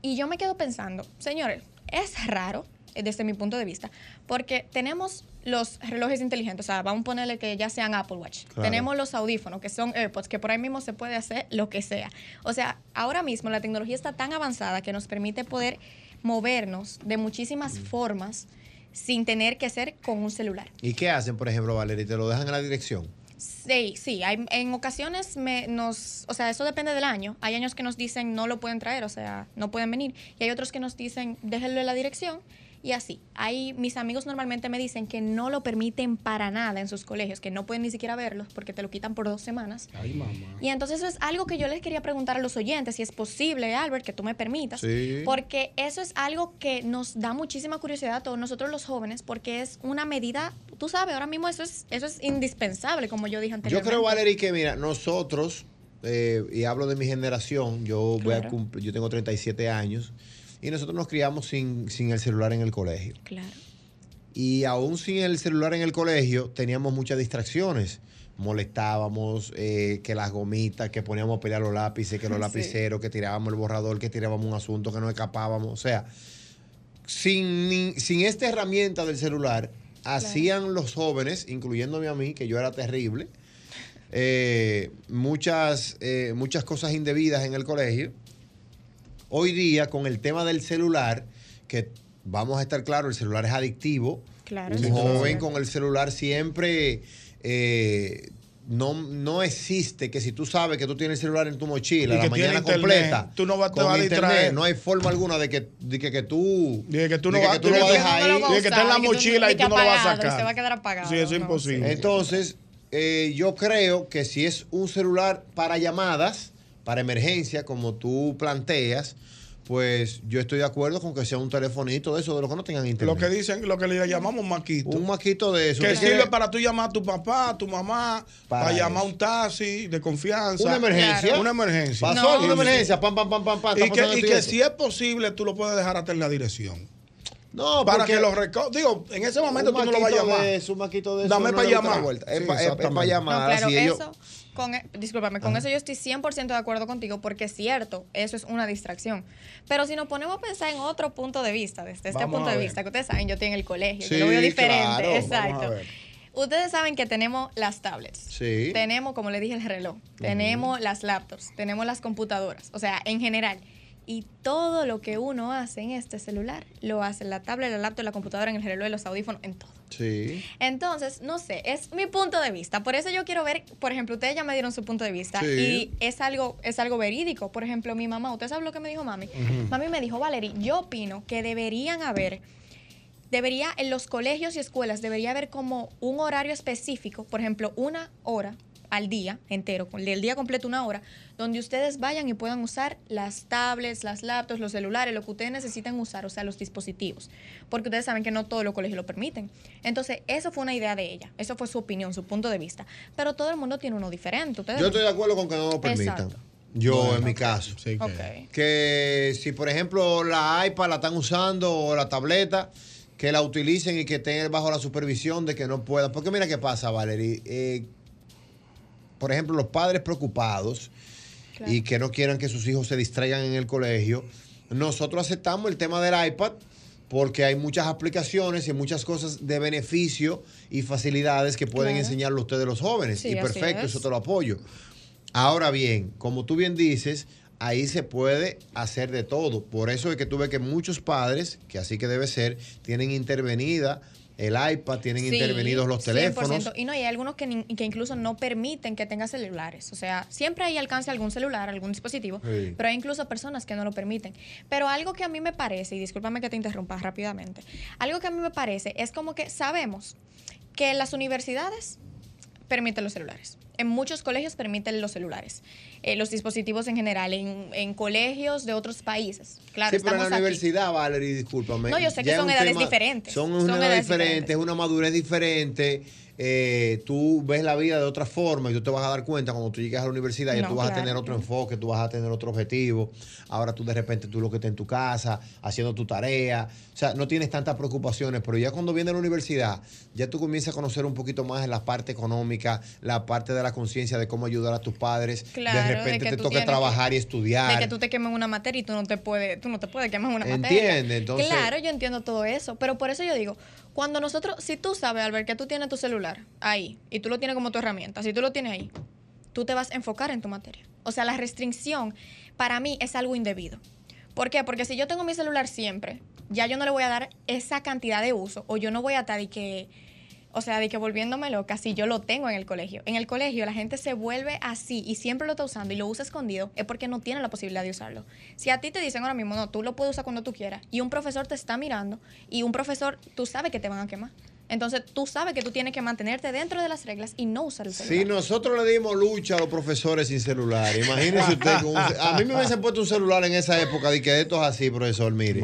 Y yo me quedo pensando, señores, es raro eh, desde mi punto de vista, porque tenemos los relojes inteligentes, o sea, vamos a ponerle que ya sean Apple Watch,
Claro.
tenemos los audífonos, que son AirPods, que por ahí mismo se puede hacer lo que sea. O sea, ahora mismo la tecnología está tan avanzada que nos permite poder movernos de muchísimas formas sin tener que hacer con un celular.
¿Y qué hacen, por ejemplo, Valerie? ¿Te lo dejan en la dirección?
Sí, sí, hay- en ocasiones me, nos, o sea, eso depende del año. Hay años que nos dicen no lo pueden traer, o sea, no pueden venir. Y hay otros que nos dicen déjenlo en la dirección y así. Ahí mis amigos normalmente me dicen que no lo permiten para nada en sus colegios, que no pueden ni siquiera verlos porque te lo quitan por dos semanas.
Ay, mamá.
Y entonces eso es algo que yo les quería preguntar a los oyentes, si es posible, Albert, que tú me permitas,
Sí.
porque eso es algo que nos da muchísima curiosidad a todos nosotros los jóvenes, porque es una medida, tú sabes, ahora mismo eso es, eso es indispensable, como yo dije
Yo
anteriormente.
creo, Valerie, que mira, nosotros, eh, y hablo de mi generación, yo voy a
Claro.
cumplir, yo tengo 37 años, y nosotros nos criamos sin, sin el celular en el colegio.
Claro.
Y aún sin el celular en el colegio, teníamos muchas distracciones. Molestábamos, eh, que las gomitas, que poníamos a pelear los lápices, que los
Sí.
lapiceros, que tirábamos el borrador, que tirábamos un asunto, que nos escapábamos. O sea, sin, ni- sin esta herramienta del celular, hacían los jóvenes, incluyéndome a mí, que yo era terrible, eh, muchas, eh, muchas cosas indebidas en el colegio. Hoy día, con el tema del celular, que vamos a estar claros, el celular es adictivo.
Claro,
Un
sí,
joven
claro.
con el celular siempre eh, no, no existe que si tú sabes que tú tienes el celular en tu mochila
Y
la
que tiene
mañana
internet,
completa,
tú no vas- te
con
vas a
internet,
distraer.
no hay forma alguna de que, de que, que tú, de que
tú no
de que
vas-
tú lo
de
vas
que
a dejar
tú no lo
ahí.
vas a De que está en la usar, de que tú- mochila y de que tú no lo vas a apagado, sacar.
Se va a quedar apagado.
Sí, eso es imposible.
Entonces, eh, yo creo que si es un celular para llamadas, para emergencia, como tú planteas, pues yo estoy de acuerdo con que sea un telefonito de eso, de los que no tengan internet.
Lo que dicen, lo que le llamamos maquito.
Un maquito de eso.
Que
¿Usted
sirve
quiere-
para tú llamar a tu papá, a tu mamá,
Para
para, llamar a
eso.
un taxi de confianza.
Una emergencia.
Claro. Una emergencia.
Pasó alguna emergencia, pam, pam, pam, pam, pam.
Y
está pasando
que, y
esto
que
esto.
si es posible, tú lo puedes dejar hasta en la dirección.
No,
para
porque-
que los reco... Digo, en ese momento
Un
tú no lo vas a
maquito
llamar.
de eso, un maquito de eso,
Dame
no
para
le gusta la
llamar.
vuelta. Es
Sí,
pa- es- es pa'
exactamente.
Ah,
llamar,
No, claro,
así ellos-
eso, con, eh, discúlpame, con eso yo estoy 100% de acuerdo contigo, porque es cierto, eso es una distracción. Pero si nos ponemos a pensar en otro punto de vista, desde este
Vamos
punto
a
de
ver.
vista, que ustedes saben, yo estoy en el colegio,
Sí,
yo lo veo diferente,
claro, vamos a
exacto.
ver.
Ustedes saben que tenemos las tablets,
Sí.
tenemos, como le dije, el reloj, tenemos las laptops, tenemos las computadoras, o sea, en general. Y todo lo que uno hace en este celular, lo hace en la tablet, la laptop, la computadora, en el reloj, en los audífonos, en todo.
Sí.
Entonces, no sé, es mi punto de vista. Por eso yo quiero ver, por ejemplo, ustedes ya me dieron su punto de vista
Sí.
y es algo, es algo verídico. Por ejemplo, mi mamá, ¿usted sabe lo que me dijo mami?
Ujú.
Mami me dijo, Valerie, yo opino que deberían haber, debería en los colegios y escuelas, debería haber como un horario específico, por ejemplo, una hora al día entero, con- el día completo una hora, donde ustedes vayan y puedan usar las tablets, las laptops, los celulares, lo que ustedes necesiten usar, o sea, los dispositivos, porque ustedes saben que no todos los colegios lo permiten. Entonces, eso fue una idea de ella, eso fue su opinión, su punto de vista, pero todo el mundo tiene uno diferente. Ustedes
Yo estoy de acuerdo con que no lo permitan.
Exacto.
Yo, en mi caso.
que- Ok.
Que si, por ejemplo, la iPad la están usando o la tableta, que la utilicen y que estén bajo la supervisión de que no puedan. Porque mira qué pasa, Valerie. eh, por ejemplo, los padres preocupados y que no quieran que sus hijos se distraigan en el colegio, nosotros aceptamos el tema del iPad porque hay muchas aplicaciones y muchas cosas de beneficio y facilidades que pueden
Claro.
enseñarle ustedes los jóvenes.
Sí,
y
así
perfecto,
es.
eso te lo apoyo. Ahora bien, como tú bien dices, ahí se puede hacer de todo. Por eso es que tuve que muchos padres, que así que debe ser, tienen intervenida el iPad, tienen
Sí,
intervenidos los
100%.
teléfonos.
Y no, y hay algunos que, ni- que incluso no permiten que tenga celulares. O sea, siempre hay alcance a algún celular, a algún dispositivo,
Sí.
pero hay incluso personas que no lo permiten. Pero algo que a mí me parece, y discúlpame que te interrumpa rápidamente, algo que a mí me parece es como que sabemos que las universidades permiten los celulares. En muchos colegios permiten los celulares, eh, los dispositivos en general, en, en colegios de otros países. Claro,
sí, pero en la
estamos aquí.
universidad, Valerie, discúlpame.
No, yo sé que
ya es
son
un
edades diferentes.
Son
Son
una edad
edades
diferente,
diferentes.
es una madurez diferente. eh, tú ves la vida de otra forma y tú te vas a dar cuenta cuando tú llegas a la universidad ya
No,
tú vas
claro.
a tener otro enfoque, tú vas a tener otro objetivo. Ahora tú de repente tú lo que estás en tu casa, haciendo tu tarea. O sea, no tienes tantas preocupaciones, pero ya cuando vienes a la universidad, ya tú comienzas a conocer un poquito más la parte económica, la parte de la conciencia de cómo ayudar a tus padres.
Claro,
de
de
repente
que
te
tú
toca
tienes
trabajar y
de
estudiar.
que tú te quemes en una materia y tú no te puedes, tú no te puedes quemar en una materia.
Entiende, entonces-
Claro, yo entiendo todo eso, pero por eso yo digo, cuando nosotros, si tú sabes, Albert, que tú tienes tu celular ahí y tú lo tienes como tu herramienta, si tú lo tienes ahí, tú te vas a enfocar en tu materia. O sea, la restricción para mí es algo indebido. ¿Por qué? Porque si yo tengo mi celular siempre, ya yo no le voy a dar esa cantidad de uso o yo no voy a estar de que o sea, de que volviéndome loca, si yo lo tengo en el colegio. En el colegio la gente se vuelve así y siempre lo está usando y lo usa escondido, es porque no tiene la posibilidad de usarlo. Si a ti te dicen ahora mismo, no, tú lo puedes usar cuando tú quieras, y un profesor te está mirando, y un profesor, tú sabes que te van a quemar. Entonces tú sabes que tú tienes que mantenerte dentro de las reglas y no usar el celular.
Si nosotros le dimos lucha a los profesores sin celular, imagínese usted. con un- a mí me hubiesen puesto un celular en esa época, de que esto es así, profesor, mire.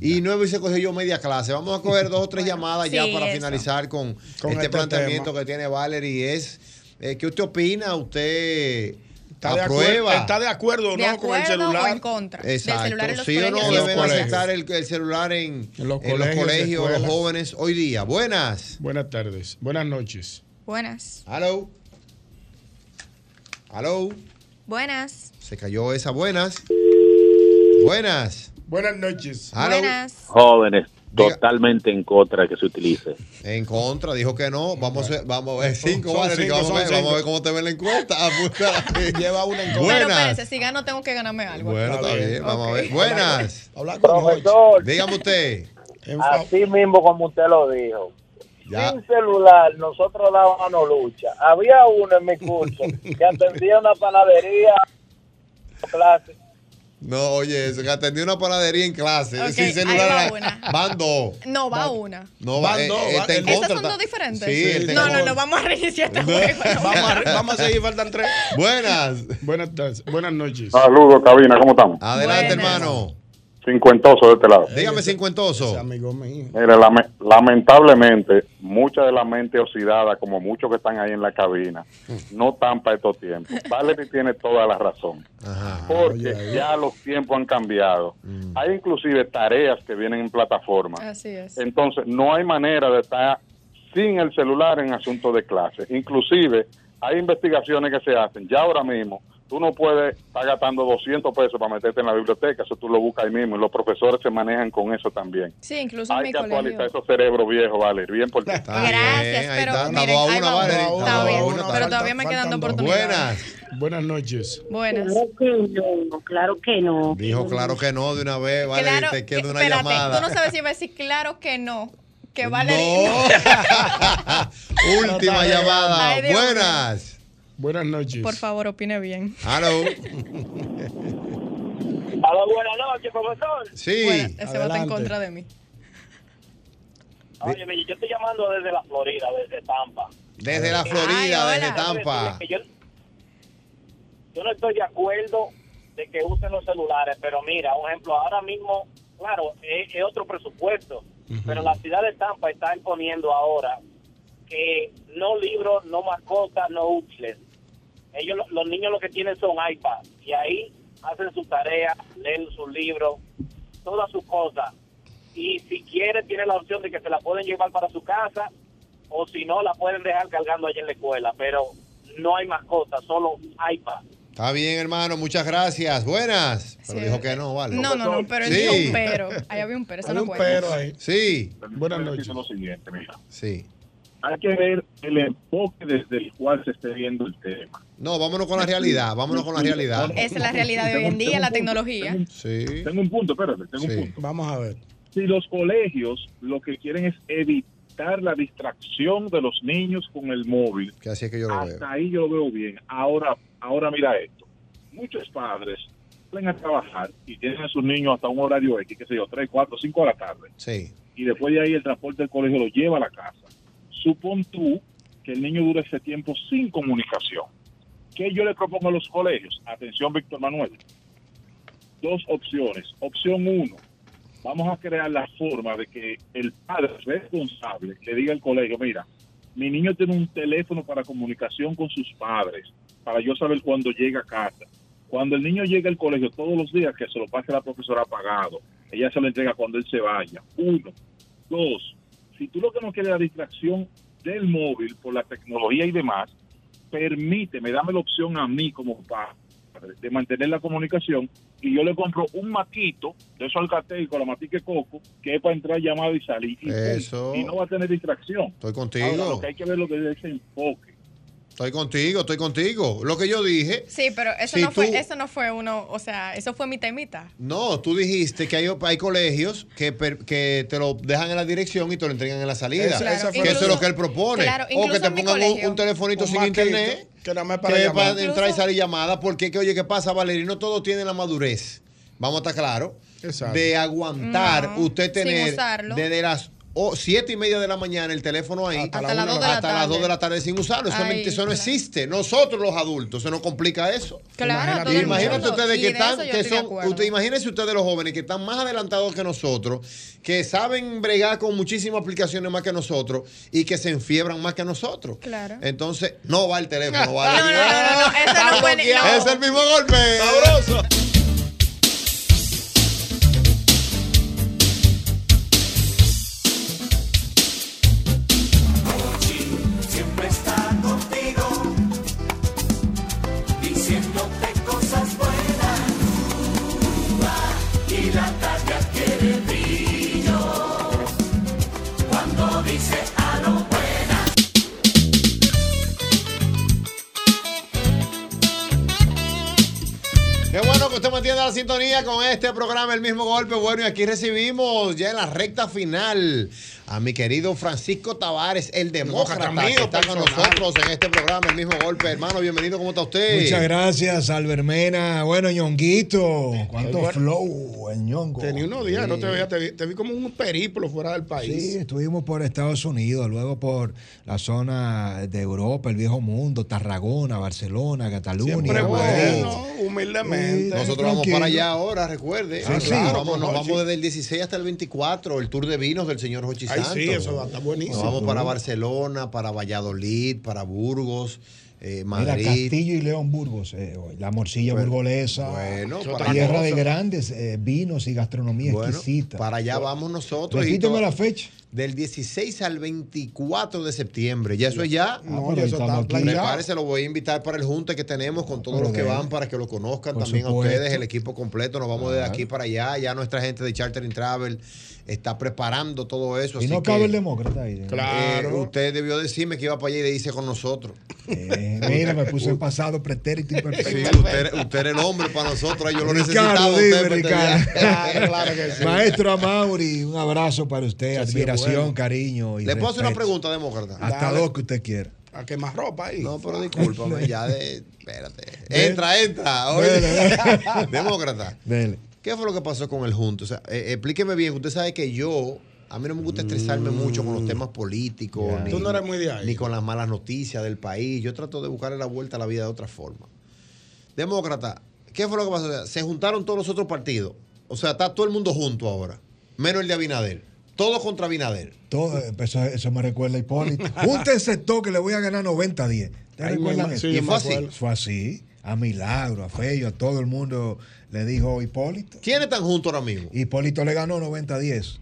Y no hubiese cogido yo media clase. Vamos a coger dos o tres llamadas ya
sí,
para
eso.
finalizar con,
Con
este,
este
planteamiento que tiene Valerie. Es, eh, ¿Qué usted opina? ¿Usted
de acuerdo-
aprueba?
está de acuerdo
De
o no con el
acuerdo
celular?
o en contra. del
Exacto.
celular en los
sí o no
colegios.
deben aceptar el, el celular en, en los colegios, los
escuelas.
jóvenes hoy día. Buenas.
Buenas tardes. Buenas noches.
Buenas.
Hello. Hello.
Buenas.
Se cayó esa. Buenas. Buenas. Ah,
Buenas noches.
Buenas.
Jóvenes, totalmente en contra que se utilice.
En contra, dijo que no. Vamos a, vamos a ver cinco,
Son
Valerie, que
cinco,
vamos,
son
a ver, vamos
cinco.
a ver cómo te ven la encuesta. <laughs> Lleva una
Pero
Buenas.
espérense, si gano tengo que ganarme algo.
Bueno, está bien, vamos a ver.
Ok.
Buenas.
Profesor,
Dígame usted.
así mismo como usted lo dijo.
Ya.
Sin celular, nosotros dábamos lucha. Había uno en mi curso que atendía una panadería clase.
No, oye, eso, que atendí una panadería en clase.
Ok,
sin
ahí va
celular.
una.
Van dos.
No, va una.
No, va, eh, eh, está en
¿Esas
contra,
son
está-
dos diferentes?
<laughs> Sí, él está en
no, no,
contra.
no, vamos a reiniciar este
No.
juego.
vamos, a, vamos a seguir, faltan tres.
Buenas.
Buenas tardes. Buenas noches.
Saludos, cabina, ¿cómo estamos?
Adelante, hermano.
Cincuentoso de este lado.
Dígame, cincuentoso.
Mira, lame- lamentablemente, mucha de la mente oxidada, como muchos que están ahí en la cabina, no están para estos tiempos. Valerie tiene toda la razón. Porque ya los tiempos han cambiado.
Mm.
Hay inclusive tareas que vienen en plataforma.
Así es.
Em,
Entonces, no hay manera de estar sin el celular en asuntos de clase. Inclusive, hay investigaciones que se hacen. Ya ahora mismo, tú no puedes estar gastando 200 pesos para meterte en la biblioteca. Eso tú lo buscas ahí mismo. Y los profesores se manejan con eso también.
Sí, incluso en
Hay
mi
que
colegio.
actualizar esos cerebros viejos, Valer. Bien por ti.
Gracias, pero miren, ahí vamos. Está bien, pero todavía me quedan dos oportunidades.
Buenas noches.
Buenas.
Claro que no, claro que no.
Dijo claro que no de una vez, vale,
Claro
te
que-
queda una
espérate,
llamada.
tú no sabes si va a decir claro que no, que vale.
<laughs> Última
Ay, Dios
llamada.
mío.
Buenas.
Buenas noches.
Por favor, opine bien.
Hello.
buenas noches, profesor.
Sí.
Ese va en contra de mí.
<laughs> Oye, yo estoy llamando desde la Florida, desde Tampa.
Desde la Florida, desde Tampa.
Yo, yo no estoy de acuerdo de que usen los celulares, pero mira, un ejemplo, ahora mismo, claro, es, es otro presupuesto, pero la ciudad de Tampa está imponiendo ahora que no libros, no mascotas, no útiles. Ellos, lo- los niños lo que tienen son iPad y ahí hacen su tarea, leen sus libros, todas sus cosas. Y si quieren, tienen la opción de que se la pueden llevar para su casa o si no, la pueden dejar cargando allí en la escuela, pero no hay mascota, solo iPad.
Está bien, hermano, muchas gracias. Buenas. Pero dijo que no, vale.
No, no, no, pero él
Sí.
dijo un pero. Ahí había un pero, eso no cuenta.
Sí.
<laughs> Buenas
noches. Lo siguiente, mira.
Sí.
Hay que ver el enfoque desde el cual se esté viendo el tema.
No, vámonos con la realidad, vámonos con la realidad.
Esa es la realidad de hoy en día, la tecnología.
Sí.
Tengo un punto, espérate, tengo un punto.
Vamos a ver.
Si los colegios lo que quieren es evitar la distracción de los niños con el móvil,
Que así es que yo lo veo.
hasta ahí yo lo veo bien. Ahora, ahora mira esto. Muchos padres salen a trabajar y tienen a sus niños hasta un horario X, qué sé yo, 3, 4, 5 de la tarde.
Sí.
y después de ahí el transporte del colegio lo lleva a la casa. Supón tú que el niño dura ese tiempo sin comunicación. ¿Qué yo le propongo a los colegios? Atención, Víctor Manuel. Dos opciones. Opción uno, vamos a crear la forma de que el padre responsable le diga al colegio, mira, mi niño tiene un teléfono para comunicación con sus padres, para yo saber cuándo llega a casa. Cuando el niño llega al colegio todos los días, que se lo pase la profesora pagado, ella se lo entrega cuando él se vaya. Uno. Dos, si tú lo que no quieres es la distracción del móvil por la tecnología y demás, permíteme, dame la opción a mí como padre de mantener la comunicación y yo le compro un matito de esos alcatel con la matica de coco que es para entrar llamado y salir y, punto.
Eso.
y no va a tener distracción.
Estoy
Ahora, lo
contigo.
que hay que ver lo que es ese enfoque.
Estoy contigo, estoy contigo. Lo que yo dije,
Sí, pero eso,
Si
no fue,
tú-
eso no fue uno, o sea, eso fue mi temita.
no, tú dijiste que hay, hay colegios que, per- que te lo dejan en la dirección y te lo entregan en la salida.
Esa- Claro, esa fue-
que eso es lo
incluso-
que él propone.
claro,
o que
incluso
te
en mi
pongan un,
colegio.
un telefonito
Un
sin
maquito,
internet.
que nada más
que
para
es
llamar.
para entrar y salir llamadas. Porque, que, oye, ¿qué pasa, Valeria? No todos tienen la madurez. Vamos a estar claros. De aguantar,
No,
usted
sin
tener
usarlo.
desde las 7 y media de la mañana el teléfono ahí hasta,
la Hasta las una de la
hasta las 2 de la tarde sin usarlo. Eso, no-
Ay,
eso no existe. Nosotros los adultos se nos complica eso.
Claro, todo el
Imagínate
mundo.
ustedes
Y
que
de
están,
eso yo
que
estoy de
son,
acuerdo.
usted- imagínense ustedes los jóvenes que están más adelantados que nosotros, que saben bregar con muchísimas aplicaciones más que nosotros y que se enfiebran más que nosotros.
Claro.
Entonces, no va
<laughs>
el teléfono, va
No, no, no, no, eso no fue ni- no.
Es el mismo golpe. Sabroso.
Siempre está contigo, diciéndote cosas buenas. Rumba, y la tarde adquiere brillo cuando dice a lo buena.
Qué bueno que usted mantiene la sintonía con este programa, el mismo golpe. Bueno, y aquí recibimos ya en la recta final a mi querido Francisco Tavares, el demócrata,
Demócrata mío
que está con
personal.
nosotros en este programa, el mismo golpe. Hermano, bienvenido, ¿cómo está usted?
Muchas gracias, Albert Mena. Bueno, ñonguito. Cuánto
Bueno.
flow el ñongo.
Tenía unos días,
Sí.
no te veía, te vi, te vi como un periplo fuera del país.
Sí, estuvimos por Estados Unidos, luego por la zona de Europa, el viejo mundo, Tarragona, Barcelona, Cataluña.
Siempre
Madrid.
bueno, humildemente.
Nosotros vamos para allá ahora, recuerde.
Ah, sí.
Claro, vamos, nos
Jochi.
vamos desde el 16 hasta el 24, el tour de vinos del señor Jochi
Ay,
Santos.
sí, eso va a estar buenísimo.
Nos vamos para
Sí.
Barcelona, para Valladolid, para Burgos,
Mira,
eh, Madrid.
Castillo y León Burgos, eh, la morcilla burgolesa,
bueno, para-
tierra de
cosa.
grandes eh, vinos y gastronomía
Bueno,
exquisita.
para allá vamos nosotros. y
Repíteme
todo-
la fecha.
del 16 al 24 de septiembre. Ya eso es
Ah,
ya.
No, ya eso está planeado.
Prepárense, lo voy a invitar para el junte que tenemos con todos
Pero
los que
de-
van para que lo conozcan
Por
también
supuesto.
a ustedes, el equipo completo. Nos vamos de
Claro.
aquí para allá. Ya nuestra gente de Chartering Travel está preparando todo eso.
Y
así
no
que,
cabe el demócrata ahí.
eh, usted debió decirme que iba para allá y le hice con nosotros.
Eh, Mira, me puse en pasado pretérito y perfecto.
<laughs> Sí, usted, usted era el hombre para nosotros. Yo lo necesitaba. a
Ricardo,
usted
dime,
para este
Ricardo. <laughs> Ah,
viaje.
Maestro Amauri, un abrazo para usted,
Así es,
admiración,
bueno.
cariño. Y
Le puedo hacer una
respeto.
pregunta, demócrata.
Hasta dos que usted quiera.
A quemar ropa ahí. Ah.
No, pero discúlpame, ya de.
<laughs>
Espérate. Entra, entra. Oye. <laughs> Demócrata.
Dele.
¿Qué fue lo que pasó con el junto? O sea, eh, explíqueme bien. Usted sabe que yo. A mí no me gusta estresarme mucho con los temas políticos.
Mm. Ya.
Ni,
Tú no eres muy de ahí.
Ni con las malas noticias del país. Yo trato de buscarle la vuelta a la vida de otra forma. Demócrata, ¿qué fue lo que pasó? O sea, se juntaron todos los otros partidos. O sea, está todo el mundo junto ahora. Menos el de Abinader. Todos contra Abinader.
Todo, eh, eso, eso me recuerda a
<laughs>
Hipólito. Júntense todo que le voy a ganar 90 a 10. ¿Te
Ay,
recuerdan
mi ma-
eso?
sí, ¿Y me fue así? acuerdo.
Fue así. A Milagro, a Fello, a todo el mundo le dijo Hipólito.
¿Quiénes están juntos ahora mismo?
Hipólito le ganó 90 a 10.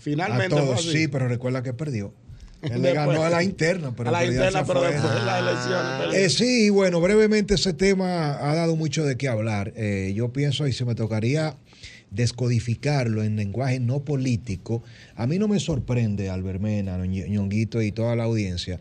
Finalmente
A
fue
todos,
así.
sí, pero recuerda que perdió. Él le
Después.
ganó a la interna, pero
A la
en realidad se
interna, pero
fue.
después de las elecciones. perdió.
Eh, sí, bueno, brevemente ese tema ha dado mucho de qué hablar. Eh, yo pienso, y se me tocaría descodificarlo en lenguaje no político, a mí no me sorprende, Albermena, Ñe- Ñonguito y toda la audiencia,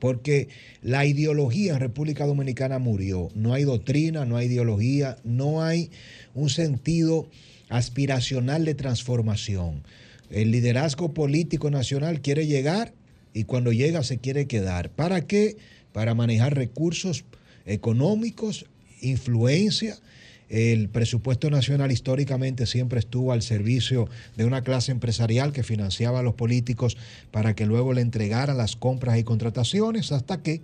porque la ideología en República Dominicana murió. No hay doctrina, no hay ideología, no hay un sentido aspiracional de transformación. El liderazgo político nacional quiere llegar y cuando llega se quiere quedar. ¿Para qué? Para manejar recursos económicos, influencia. El presupuesto nacional históricamente siempre estuvo al servicio de una clase empresarial que financiaba a los políticos para que luego le entregaran las compras y contrataciones hasta que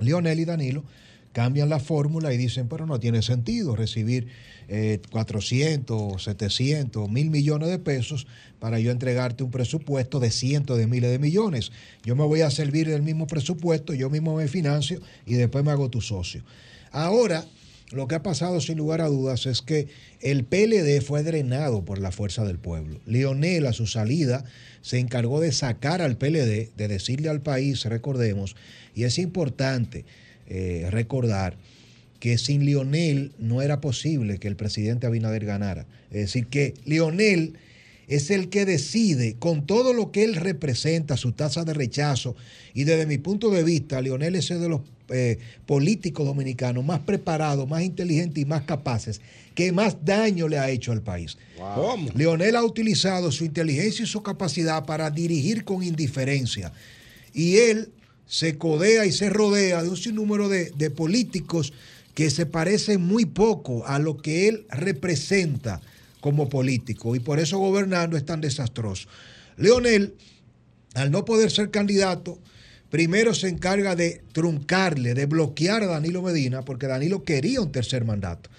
Leonel y Danilo cambian la fórmula y dicen, pero no tiene sentido recibir eh, 400, 700, mil millones de pesos para yo entregarte un presupuesto de cientos de miles de millones. Yo me voy a servir del mismo presupuesto, yo mismo me financio y después me hago tu socio. Ahora, lo que ha pasado sin lugar a dudas es que el PLD fue drenado por la fuerza del pueblo. Leonel a su salida se encargó de sacar al PLD, de decirle al país, recordemos, y es importante eh, recordar que sin Lionel no era posible que el presidente Abinader ganara. Es decir, que Lionel es el que decide con todo lo que él representa, su tasa de rechazo. Y desde mi punto de vista, Lionel es uno de los eh, políticos dominicanos más preparados, más inteligentes y más capaces, que más daño le ha hecho al país.
¿Cómo?
Leonel ha utilizado su inteligencia y su capacidad para dirigir con indiferencia. Y él se codea y se rodea de un sinnúmero de, de políticos que se parecen muy poco a lo que él representa como político. Y por eso gobernando es tan desastroso. Leonel, al no poder ser candidato, primero se encarga de truncarle, de bloquear a Danilo Medina, porque Danilo quería un tercer mandato.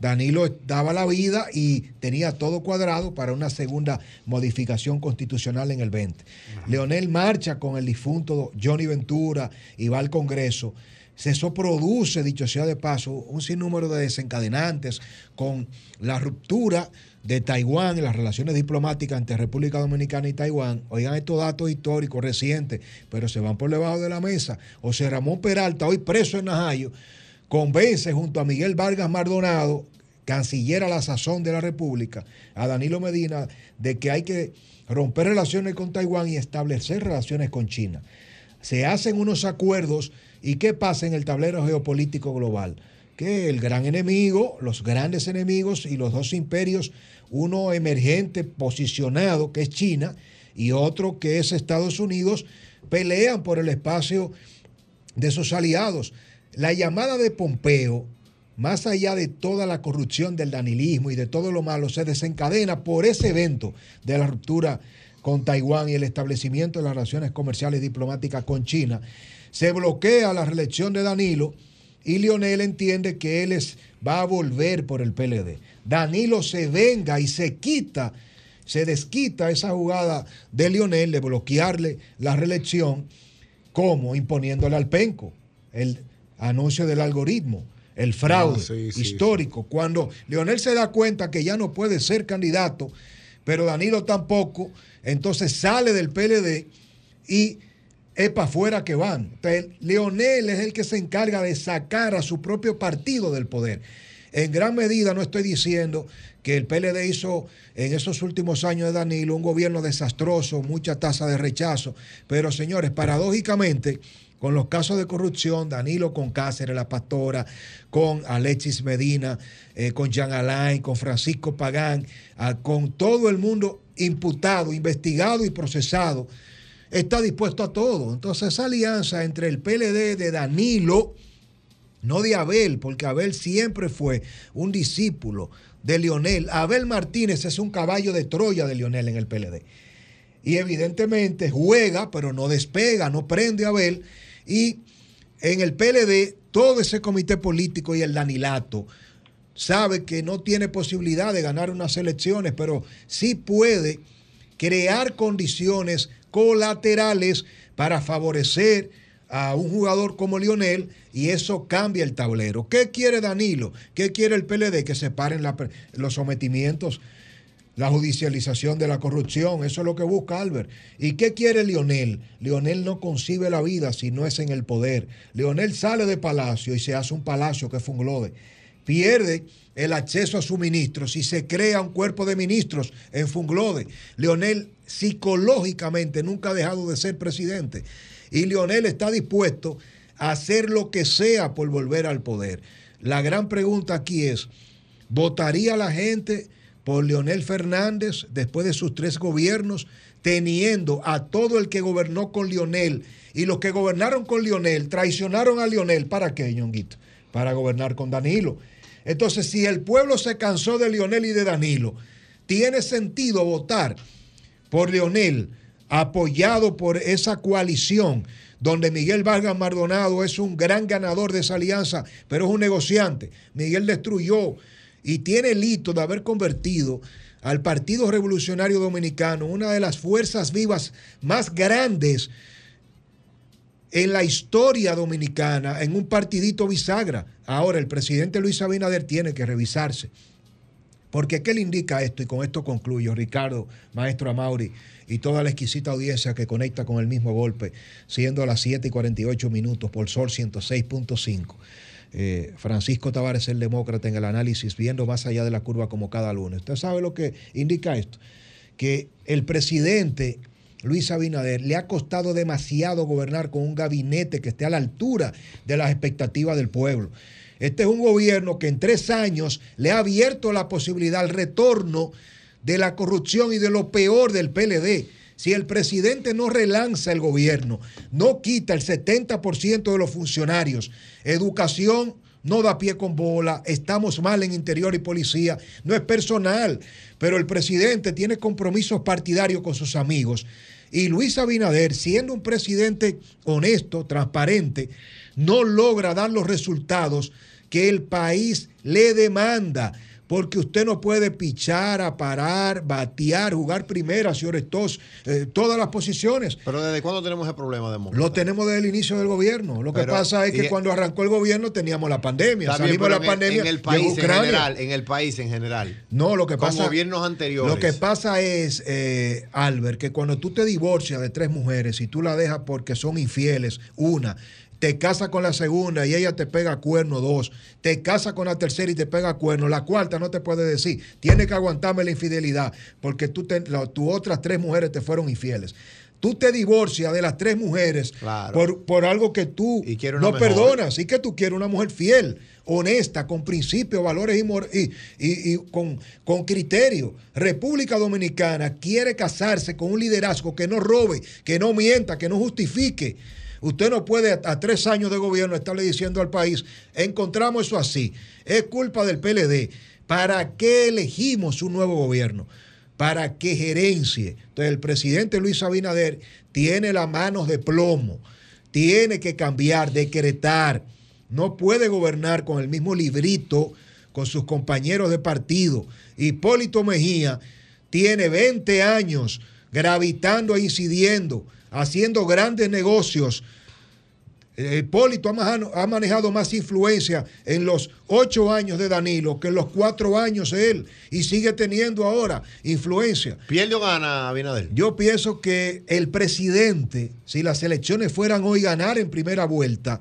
Danilo daba la vida y tenía todo cuadrado para una segunda modificación constitucional en el 20. Leonel marcha con el difunto Johnny Ventura y va al Congreso. Se eso produce, dicho sea de paso, un sinnúmero de desencadenantes con la ruptura de Taiwán en las relaciones diplomáticas entre República Dominicana y Taiwán. Oigan estos datos históricos recientes, pero se van por debajo de la mesa. O sea, Ramón Peralta, hoy preso en Najayo, convence junto a Miguel Vargas Mardonado, canciller a la sazón de la República, a Danilo Medina, de que hay que romper relaciones con Taiwán y establecer relaciones con China. Se hacen unos acuerdos y ¿qué pasa en el tablero geopolítico global? Que el gran enemigo, los grandes enemigos y los dos imperios, uno emergente posicionado que es China y otro que es Estados Unidos, pelean por el espacio de sus aliados. La llamada de Pompeo, más allá de toda la corrupción del danilismo y de todo lo malo, se desencadena por ese evento de la ruptura con Taiwán y el establecimiento de las relaciones comerciales y diplomáticas con China. Se bloquea la reelección de Danilo y Lionel entiende que él es- va a volver por el PLD. Danilo se venga y se quita, se desquita esa jugada de Lionel de bloquearle la reelección ¿Cómo? Imponiéndole al penco el anuncio del algoritmo, el fraude
Ah, sí, sí,
histórico. Cuando Leonel se da cuenta que ya no puede ser candidato, pero Danilo tampoco. Entonces sale del PLD y es para afuera que van. Entonces, Leonel es el que se encarga de sacar a su propio partido del poder. En gran medida no estoy diciendo que el PLD hizo en esos últimos años de Danilo un gobierno desastroso, mucha tasa de rechazo, pero señores, paradójicamente, con los casos de corrupción, Danilo con Cáceres, la pastora, con Alexis Medina, eh, con Jean Alain, con Francisco Pagán, ah, con todo el mundo imputado, investigado y procesado, está dispuesto a todo. Entonces esa alianza entre el PLD de Danilo, no de Abel, porque Abel siempre fue un discípulo de Lionel. Abel Martínez es un caballo de Troya de Lionel en el PLD. Y evidentemente juega, pero no despega, no prende a Abel. Y en el PLD, todo ese comité político y el Danilato sabe que no tiene posibilidad de ganar unas elecciones, pero sí puede crear condiciones colaterales para favorecer a un jugador como Lionel y eso cambia el tablero. ¿Qué quiere Danilo? ¿Qué quiere el PLD? Que separen la pre- los sometimientos, la judicialización de la corrupción. Eso es lo que busca Albert. ¿Y qué quiere Lionel? Lionel no concibe la vida si no es en el poder. Lionel sale de palacio y se hace un palacio que es un globe. Pierde el acceso a suministros y se crea un cuerpo de ministros en Funglode. Leonel psicológicamente nunca ha dejado de ser presidente y Leonel está dispuesto a hacer lo que sea por volver al poder. La gran pregunta aquí es, ¿votaría la gente por Leonel Fernández después de sus tres gobiernos, teniendo a todo el que gobernó con Leonel y los que gobernaron con Leonel, traicionaron a Leonel? ¿Para qué, ñonguito? Para gobernar con Danilo. Entonces, si el pueblo se cansó de Leonel y de Danilo, ¿tiene sentido votar por Leonel, apoyado por esa coalición donde Miguel Vargas Mardonado es un gran ganador de esa alianza, pero es un negociante. Miguel destruyó y tiene el hito de haber convertido al Partido Revolucionario Dominicano, una de las fuerzas vivas más grandes en la historia dominicana, en un partidito bisagra. Ahora, el presidente Luis Abinader tiene que revisarse. Porque ¿qué le indica esto? Y con esto concluyo, Ricardo, maestro Amauri, y toda la exquisita audiencia que conecta con el mismo golpe, siendo a las 7 y 48 minutos por Sol 106.5. Eh, Francisco Tavares, el demócrata, en el análisis, viendo más allá de la curva como cada lunes. Usted sabe lo que indica esto, que el presidente Luis Abinader le ha costado demasiado gobernar con un gabinete que esté a la altura de las expectativas del pueblo. Este es un gobierno que en tres años le ha abierto la posibilidad al retorno de la corrupción y de lo peor del PLD. Si el presidente no relanza el gobierno, no quita el 70% de los funcionarios, educación no da pie con bola, estamos mal en interior y policía, no es personal, pero el presidente tiene compromisos partidarios con sus amigos. Y Luis Abinader, siendo un presidente honesto, transparente, no logra dar los resultados que el país le demanda. Porque usted no puede pichar, aparar, batear, jugar primera, señores, tos, eh, todas las posiciones.
Pero ¿desde cuándo tenemos ese problema de
Lo tenemos desde el inicio del gobierno. Lo que
Pero,
pasa es que
y-
cuando arrancó el gobierno teníamos la pandemia.
Está bien,
Salimos de
pero
la
en el-
pandemia
en el
llegó
país en
Ucrania.
general, en el país en general.
No, lo que
Con
pasa.
gobiernos anteriores.
Lo que pasa es, eh, Albert, que cuando tú te divorcias de tres mujeres y tú la dejas porque son infieles, una, te casa con la segunda y ella te pega cuerno, dos, te casa con la tercera y te pega cuerno, la cuarta no te puede decir, tienes que aguantarme la infidelidad porque tú te- la- tus otras tres mujeres te fueron infieles. Tú te divorcias de las tres mujeres por, por algo que tú
una
no
mejor.
perdonas y que tú quieres una mujer fiel, honesta, con principios, valores y, mor- y- y- y con, con criterio. República Dominicana quiere casarse con un liderazgo que no robe, que no mienta, que no justifique. Usted no puede a, a tres años de gobierno estarle diciendo al país, encontramos eso así, es culpa del PLD. ¿Para qué elegimos un nuevo gobierno? para que gerencie. Entonces el presidente Luis Abinader tiene las manos de plomo, tiene que cambiar, decretar, no puede gobernar con el mismo librito, con sus compañeros de partido. Hipólito Mejía tiene 20 años gravitando e incidiendo, haciendo grandes negocios, Eh, Hipólito ha, maja- ha manejado más influencia en los ocho años de Danilo que en los cuatro años él y sigue teniendo ahora influencia.
¿Pierde o gana Abinader?
Yo pienso que el presidente, si las elecciones fueran hoy ganar en primera vuelta,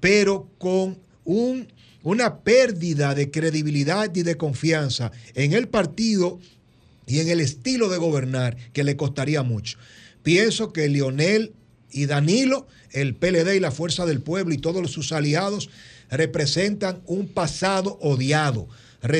pero con un- una pérdida de credibilidad y de confianza en el partido y en el estilo de gobernar que le costaría mucho. Pienso que Lionel y Danilo, el PLD y la Fuerza del Pueblo y todos sus aliados representan un pasado odiado,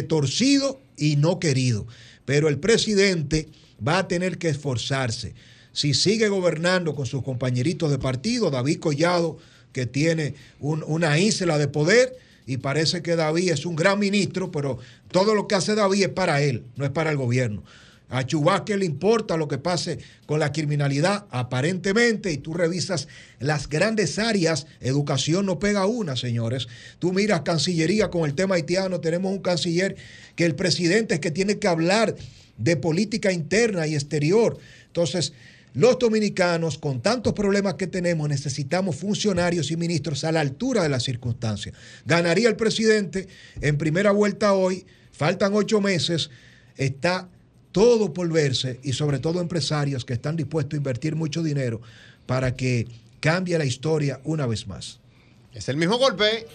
retorcido y no querido. Pero el presidente va a tener que esforzarse. Si sigue gobernando con sus compañeritos de partido, David Collado, que tiene un- una isla de poder, y parece que David es un gran ministro, pero todo lo que hace David es para él, no es para el gobierno. A Chubasque le importa lo que pase con la criminalidad, aparentemente, y tú revisas las grandes áreas, educación no pega una, señores. Tú miras Cancillería con el tema haitiano, tenemos un canciller que el presidente es que tiene que hablar de política interna y exterior. Entonces, los dominicanos, con tantos problemas que tenemos, necesitamos funcionarios y ministros a la altura de las circunstancias. Ganaría el presidente en primera vuelta hoy, faltan ocho meses, está todo por verse y sobre todo empresarios que están dispuestos a invertir mucho dinero para que cambie la historia una vez más.
Es el mismo golpe.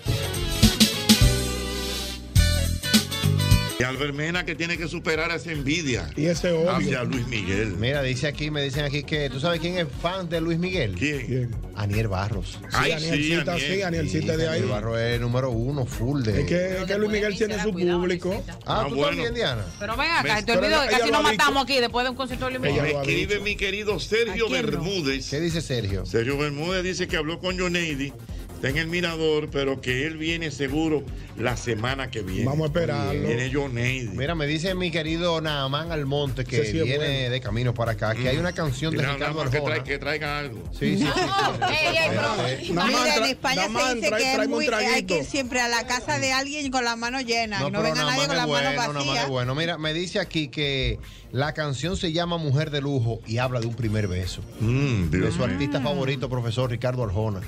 Y Albert Mena que tiene que superar esa envidia.
Y ese odio.
Hacia Luis Miguel.
Mira, dice aquí, me dicen aquí que tú sabes quién es fan de Luis Miguel.
¿Quién?
Aniel Barros.
Ay, sí, Anielcita, Aniel. sí, Anielcita de ahí.
Aniel Barros es número uno, full de.
Es que, es que Luis Miguel tiene su público.
Ah, tú también, Diana.
Pero ven acá,
¿Ves?
te olvido
Pero
que
ella
casi
lo ha
nos
dicho.
matamos aquí después de un concierto de limón.
Me escribe mi querido Sergio Bermúdez.
¿Qué dice Sergio?
Sergio Bermúdez dice que habló con Joneidi, está en el mirador, pero que él viene seguro la semana que viene.
Vamos a esperarlo.
Viene Joneidi.
Mira, me dice mi querido Naamán Almonte que
Ese sí es
viene
bueno.
de camino para acá, que hay una canción de
Mira,
Ricardo
nada más que, trae-
Arjona.
que traiga algo.
Sí, Este, sí, sí.
Mira, en España se dice que, es muy, que hay que ir siempre a la casa de alguien con la mano llena. No,
pero
venga nadie con
es
la mano
bueno, Naamán es
vacía.
bueno. Mira, me dice aquí que la canción se llama Mujer de Lujo y habla de un primer beso.
Mm,
de su artista
Mm.
favorito, profesor Ricardo Arjona.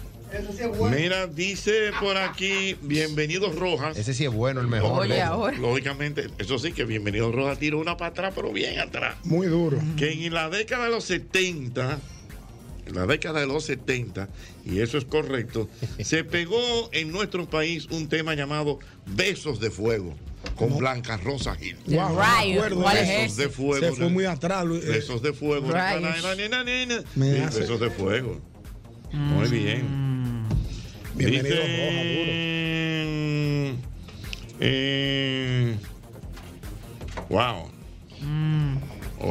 Mira, dice por aquí, bienvenidos Rojas.
Ese sí es bueno, el mejor.
Oye,
Oye,
ahora. Lógicamente, eso sí que bienvenidos Rojas tira una para atrás, pero bien atrás.
Muy duro.
Que en la década de los 70, en la década de los 70, y eso es
<laughs>
correcto, se pegó en nuestro país un tema llamado Besos de Fuego con Blanca Rosa Gil.
Guau, no me
Besos
acuerdo.
de Fuego.
Se fue muy atrás. Luis. Eh,
Besos de Fuego.
Rayos.
Na, na, na, na, na.
Me
Sí,
hace-
Besos de Fuego. Muy bien.
Mm.
Bienvenido,
Eh, Dice, eh, wow.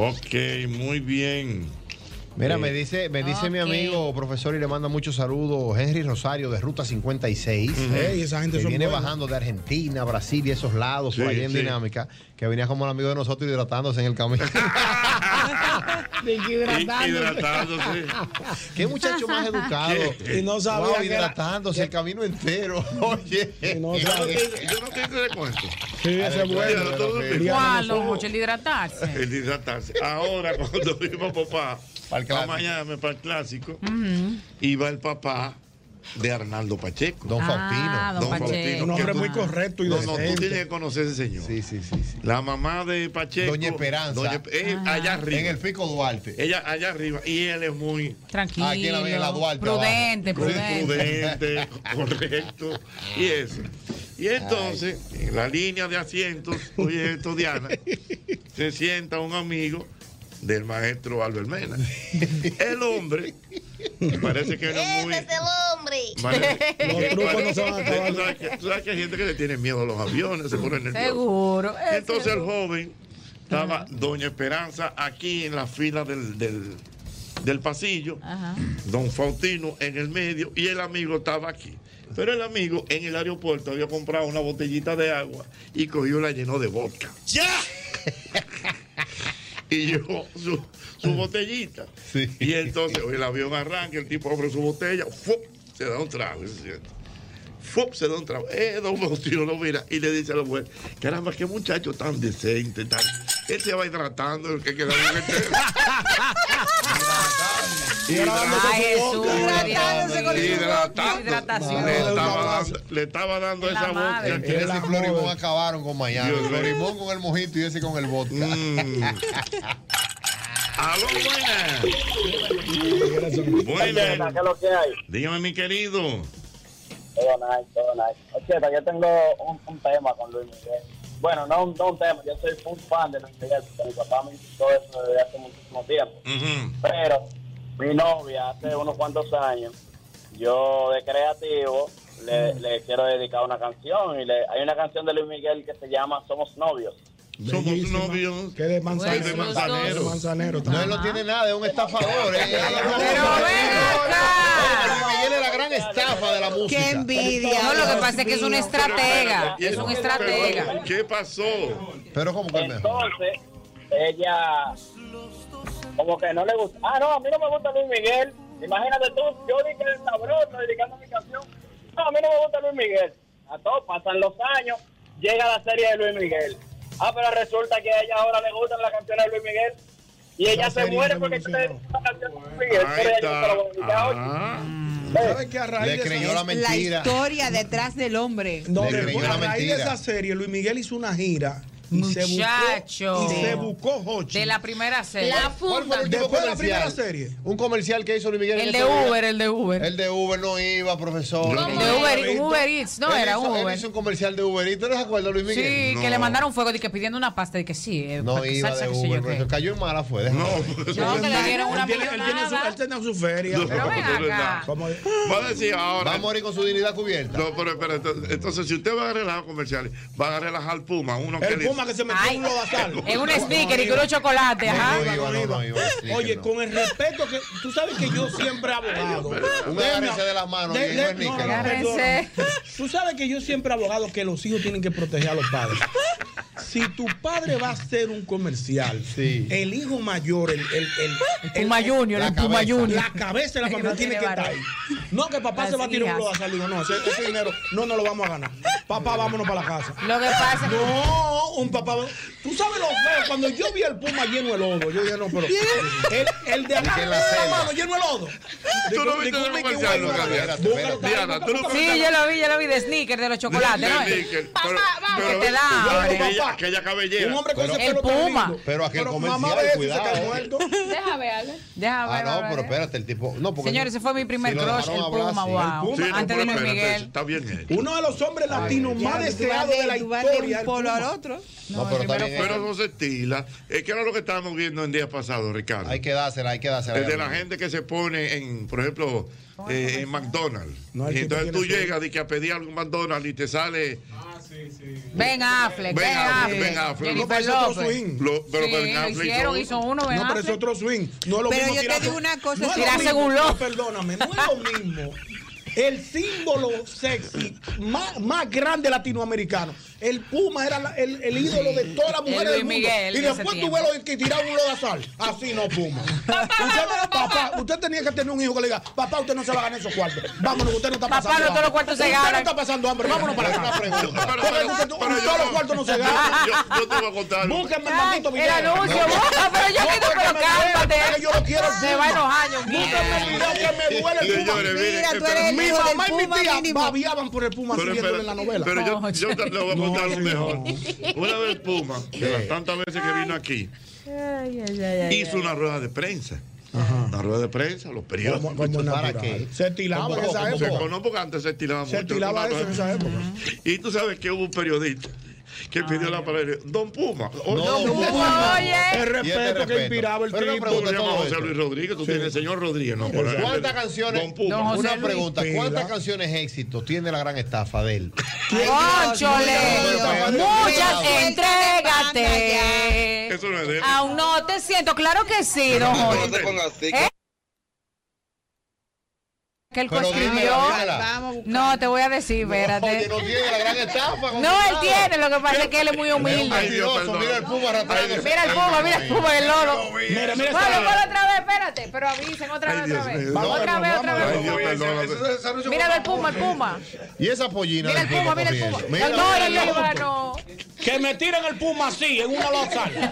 Ok, muy bien.
Mira,
Eh,
me dice, me dice mi amigo profesor y le manda muchos saludos, Henry Rosario de Ruta 56.
Ujú. Ey, esa gente
Eh, que
son
viene
buenas.
bajando de Argentina, Brasil y esos lados por
Sí,
ahí en
sí.
dinámica, que venía como el amigo de nosotros hidratándose en
<laughs>
el camino.
Hidratándose.
<laughs>
eh,
Qué muchacho
<laughs>
más educado.
Y no sabía
Wow,
que era-
hidratándose el camino entero. <laughs> Oye.
Yo no te- yo no te entré con esto.
Sí, ese es bueno.
Yo no te-
¿Cuál, don Hochi? El hidratarse.
El hidratarse. Ahora, cuando fuimos papá, para Miami, para el clásico,
Mm.
iba el papá de Arnaldo Pacheco.
Don Ah, Faustino. don Pacheco. Un hombre
que
muy correcto y
no, No, tú
decente.
tienes que conocer a ese señor. Sí,
sí, sí.
La mamá de Pacheco.
Doña Esperanza.
Doña- eh,
Ah.
allá arriba.
En el Pico Duarte.
Ella allá arriba. Y él es muy.
Tranquilo. Aquí la ve, la Duarte abajo. Prudente, prudente.
Prudente, <laughs> correcto. Y eso. Y entonces, en la línea de asientos, oye esto, Diana, se sienta un amigo del maestro Albert Mena. El hombre, que parece que era muy. Parece- Tú sabes que- tú sabes que hay gente que le tiene miedo a los aviones, se pone nervioso.
Seguro.
Y Entonces el joven estaba Doña Esperanza aquí en la fila del, del- del pasillo,
Ajá.
Don Faustino en el medio y el amigo estaba aquí. Pero el amigo en el aeropuerto había comprado una botellita de agua y cogió y la llenó de vodka. ¡Ya! <laughs> y llevó su, su botellita. Y entonces el avión arranca, el tipo abre su botella, ¡fup! se da un trago. ¿sí es cierto? ¡Fup! se da un trago. Eh, don Faustino lo mira y le dice a la mujer, caramba, qué muchacho tan decente, tan... Él se va hidratando, que queda
<laughs>
bien entero".
Ay, Jesús.
Hidratándose
Dios
con deshidratando.
Deshidratación.
Le estaba dando, le estaba dando esa boca.
Entre ese Florimón acabaron con Miami.
Dios mío. Mm.
Florimón con el mojito y ese con el vodka.
Aló, buenas. Buenas.
¿Qué es lo que hay?
Dígame, mi querido.
Todo nice, todo nice. Ocheta, yo tengo un, un tema con Luis Miguel. Bueno, no, un- no un tema, yo soy full fan de Luis Miguel, porque mi papá me hizo eso desde hace muchísimo tiempo. Pero mi novia, hace unos cuantos años, yo de creativo le, le quiero dedicar una canción. y le- Hay una canción de Luis Miguel que se llama Somos Novios.
Este, Somos novios.
Que de manzanero.
Soy de Manzanero.
De manzanero
No, él no tiene <laughs> nada, es un estafador. eh. Luis Miguel es la gran estafa de la música.
Qué envidia. No, lo que pasa es que es un estratega,
es un
estratega.
¿Qué pasó?
Pero como que mejor.
Entonces, ella como que no le gusta. Ah, no, a mí no me gusta Luis Miguel. Imagínate tú, yo dije el sabroso dedicando mi canción. No, a mí no me gusta Luis Miguel. A todos pasan los años, llega la serie de Luis Miguel. Ah, pero resulta que a ella ahora le gustan las canciones de Luis Miguel. Y ella
La
se
serie
muere
de
porque
Luis
le gusta la canción de Luis Miguel.
Ahí
Pero ella
está.
nunca lo va a dedicar, oye.
Ah.
¿Sabes qué? A raíz
Le
de esa-
creyó la mentira.
historia detrás del hombre.
No,
Le
después,
creyó la
a raíz de
mentira.
esa serie, Luis Miguel hizo una gira. Y se
Muchacho.
buscó, y se buscó Hochi.
De la primera serie.
¿Cuál fue el último
Después de la
comercial?
primera serie.
Un comercial que hizo Luis Miguel. en
El
ese
de
día.
Uber, el de Uber.
El de Uber no iba, profesor.
¿Cómo El de Uber- era? Uber Eats, no,
Él
era
hizo- él
Uber.
hizo un comercial de Uber Eats. ¿Tú no se acuerdas, Luis Miguel?
Sí, que
No.
le mandaron fuego y que pidiendo una pasta y que sí. eh,
No
porque
iba
salsa,
de
qué sé yo
Uber,
qué.
profesor. Cayó en mala fue. déjalo ahí.
No, que le dieron una
él, tiene, él,
Ah,
tiene su, él tenía su feria.
No, Pero ven pero acá. no.
Como-
Va a decir ahora.
Va a morir con su dignidad cubierta.
No, pero espera, entonces, entonces, si usted va a relajar comerciales, va a relajar al Puma, uno que
El Puma que se metió en un lodazal.
<laughs> En un sticker y con un chocolate, ajá.
No iba, no iba. Oye, con el respeto que tú sabes que yo siempre he abogado.
Un
Déjame-
agárrense de las manos,
de- de-
y no es níquel. Agárrense.
perdón. Tú sabes que yo siempre he abogado que los hijos tienen que proteger a los padres. Si tu padre va a hacer un comercial, el hijo mayor, el, el, el,
Puma Junior,
la
el Puma
cabeza,
Junior.
La cabeza de la
<laughs> Que no
familia tiene
tiene
que estar
vara.
ahí. No, que papá
Las
se va a tirar un
hijas.
blog a salir. No, ese, ese dinero no nos lo vamos a ganar. Papá, vámonos para la casa.
Lo que pasa-
No, un papá. Tú sabes lo feo. Cuando yo vi al Puma lleno de lodo, yo dije, no, pero. El, el de acá,
que
de
la
la
cena.
mano, lleno de lodo.
Tú no
Digo,
viste
digo,
el
Mickey
comercial,
White,
Lucas,
Diana.
espérate,
Búscalo,
espérate. Diana, tú no
Sí, yo lo vi, yo lo vi de sneaker, de los chocolates, ¿no?
De níquel, pero-
que
pero-
te da,
pero
hombre.
aquella- Aquella cabellera.
Un hombre con ese
El
pelo tan
Puma.
lindo.
Pero aquel
Pero mamá
comercial,
ve ese, se
cuidado.
cae
eh.
muerto.
Déjame, Ale.
Deja
Ah,
ver.
no, pero espérate, el tipo. No, porque
Señores, ese fue mi primer
Sí, lo
crush, el
dejaron hablar,
Puma,
sí.
wow.
El Puma.
Antes
pero
de Luis
espérate,
Miguel.
Está bien hecho.
Uno de los hombres latinos más
Ya, tú
deseados
vas
de la
de- tú vas de un
historia. el
polo
Puma.
al otro.
No, pero está bien.
Pero eh. no se estila. Es que era lo que estábamos viendo en días pasados, Ricardo.
Hay que dársela, hay que dársela.
Desde la gente que se pone en, por ejemplo, eh, en McDonald's.
No, el
y
que
entonces
tiene
tú
su-
llegas de que a pedir algo en McDonald's y te sale.
Ben Affleck, Ben Affleck.
Ben Affleck.
Jennifer Lopez.
Lo- pero pues, ah, Ben
Sí, lo
Affleck.
hicieron,
no.
hizo uno, Ben
No, pero es
Affleck.
otro swing. No es lo
Pero
mismo
yo te
tirar
digo
con-
una cosa,
no es lo
tirar
mismo,
según lo-
Perdóname, no es lo mismo. El símbolo sexy más, más grande latinoamericano. El Puma era la- el, el ídolo de todas las
El
mujeres del
Luis
mundo.
Miguel
y
de ese
después tú
tiempo.
ves los que tiraban un lodazal. Así no, Puma. usted, papá, usted tenía que tener un hijo que le diga, papá, usted no se va a ganar esos cuartos. Vámonos, que usted no está
Papá,
pasando
no
hambre.
todos los cuartos se
Usted
ganan.
no está pasando hambre. Vámonos para acá.
Pero- pero-
Porque usted- todos
pero yo
los
no-
cuartos no se ganan.
Yo, yo te voy a contar. algo.
Búsquenme el maldito
El
video.
anuncio,
No.
busca, pero yo
No,
quito,
porque
pero
me duele,
cálmate.
porque yo lo quiero
Se
Puma.
va a enojar, yo
Búsquenme el video que me duele el Puma.
Señores, miren,
Mira, tú eres
pero-
el
Mi
hijo del
mamá y mi
Puma
tía
mínimo.
babiaban por el Puma
Pero,
siguiéndole
espera,
en la novela.
pero yo,
Oye.
yo te lo voy a contar lo mejor. Una
<laughs>
vez
<laughs>
Puma, de las tantas veces que vino aquí, hizo una rueda de prensa. Una rueda de prensa, los periódicos.
Como- como
¿Para
natural.
qué?
Se estilaba en esa
Se
época.
conoce porque antes se estilaba
Se
mucho.
estilaba
Una
eso en
rueda-
esa época. Ah.
Y tú sabes que hubo un periodista que pidió la palabra. y dijo, Don Puma. Oye,
Don Puma.
Oye.
El
Y este
respeto que
respeto.
inspiraba el
Pero una
tipo.
¿Cómo
pregunta,
se llama
todo
José
esto.
Luis Rodríguez? Tú tienes señor Rodríguez, ¿no? por ejemplo.
¿Cuántas canciones?
Don Puma.
Don José
una
Luis.
pregunta, ¿cuántas canciones éxito tiene la gran estafa de él?
¡Óchole! Muchas entrégate.
Eso no es de él.
Aún no te siento. Claro que sí, don Jorge. ¿Eh? Que él
Pero
coescribió.
dímela, dímela.
No, te voy a decir,
Oye,
espérate.
no tiene la gran estafa.
No, él tiene, lo que pasa es que él es muy
Ay,
humilde.
Dios, perdón.
Mira el Puma arrastrando.
Mira el puma, mira el puma, el loro.
Mira, mira
Bueno,
esa-
ponlo otra vez, espérate. Pero avisen otra
Ay,
vez, otra
Dios
vez.
mío.
Otra vez, otra
Ay, Dios,
vez.
perdón.
Míralo el puma, el puma.
Y esa pollina
Mira el
del
puma, mira el
corriendo.
puma.
Mira,
No,
mira,
el
mira.
peruano.
Que me tiren el
<laughs>
Puma así, en una lozal. Mira,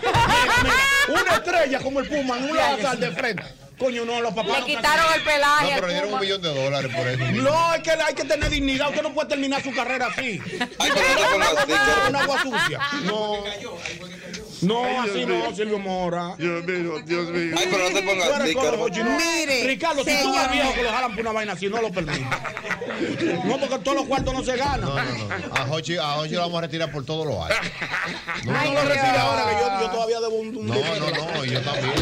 mira, Una estrella como el Puma en una lozal de frente. Coño, no, los papás.
Le quitaron el pelaje
No,
al
pero le dieron un
Puma.
millón de dólares por eso.
No, es que hay que tener dignidad. Usted no puede terminar su carrera así. Hay que
con
una agua sucia. No. No,
Ay, Dios
así
mío.
no, Silvio Mora.
Dios mío, Dios mío.
Ay, pero no te pongas así, Carlos.
Mire,
Ricardo, si tú
señor.
vas viejo que lo jalan por una vaina así, no lo permito. No, porque todos los cuartos no se ganan.
No, no, no. A Hochi, a Hochi lo vamos a retirar por todos los años.
No, no lo retire ahora, que yo, yo todavía debo un, un
No, no, no, yo también.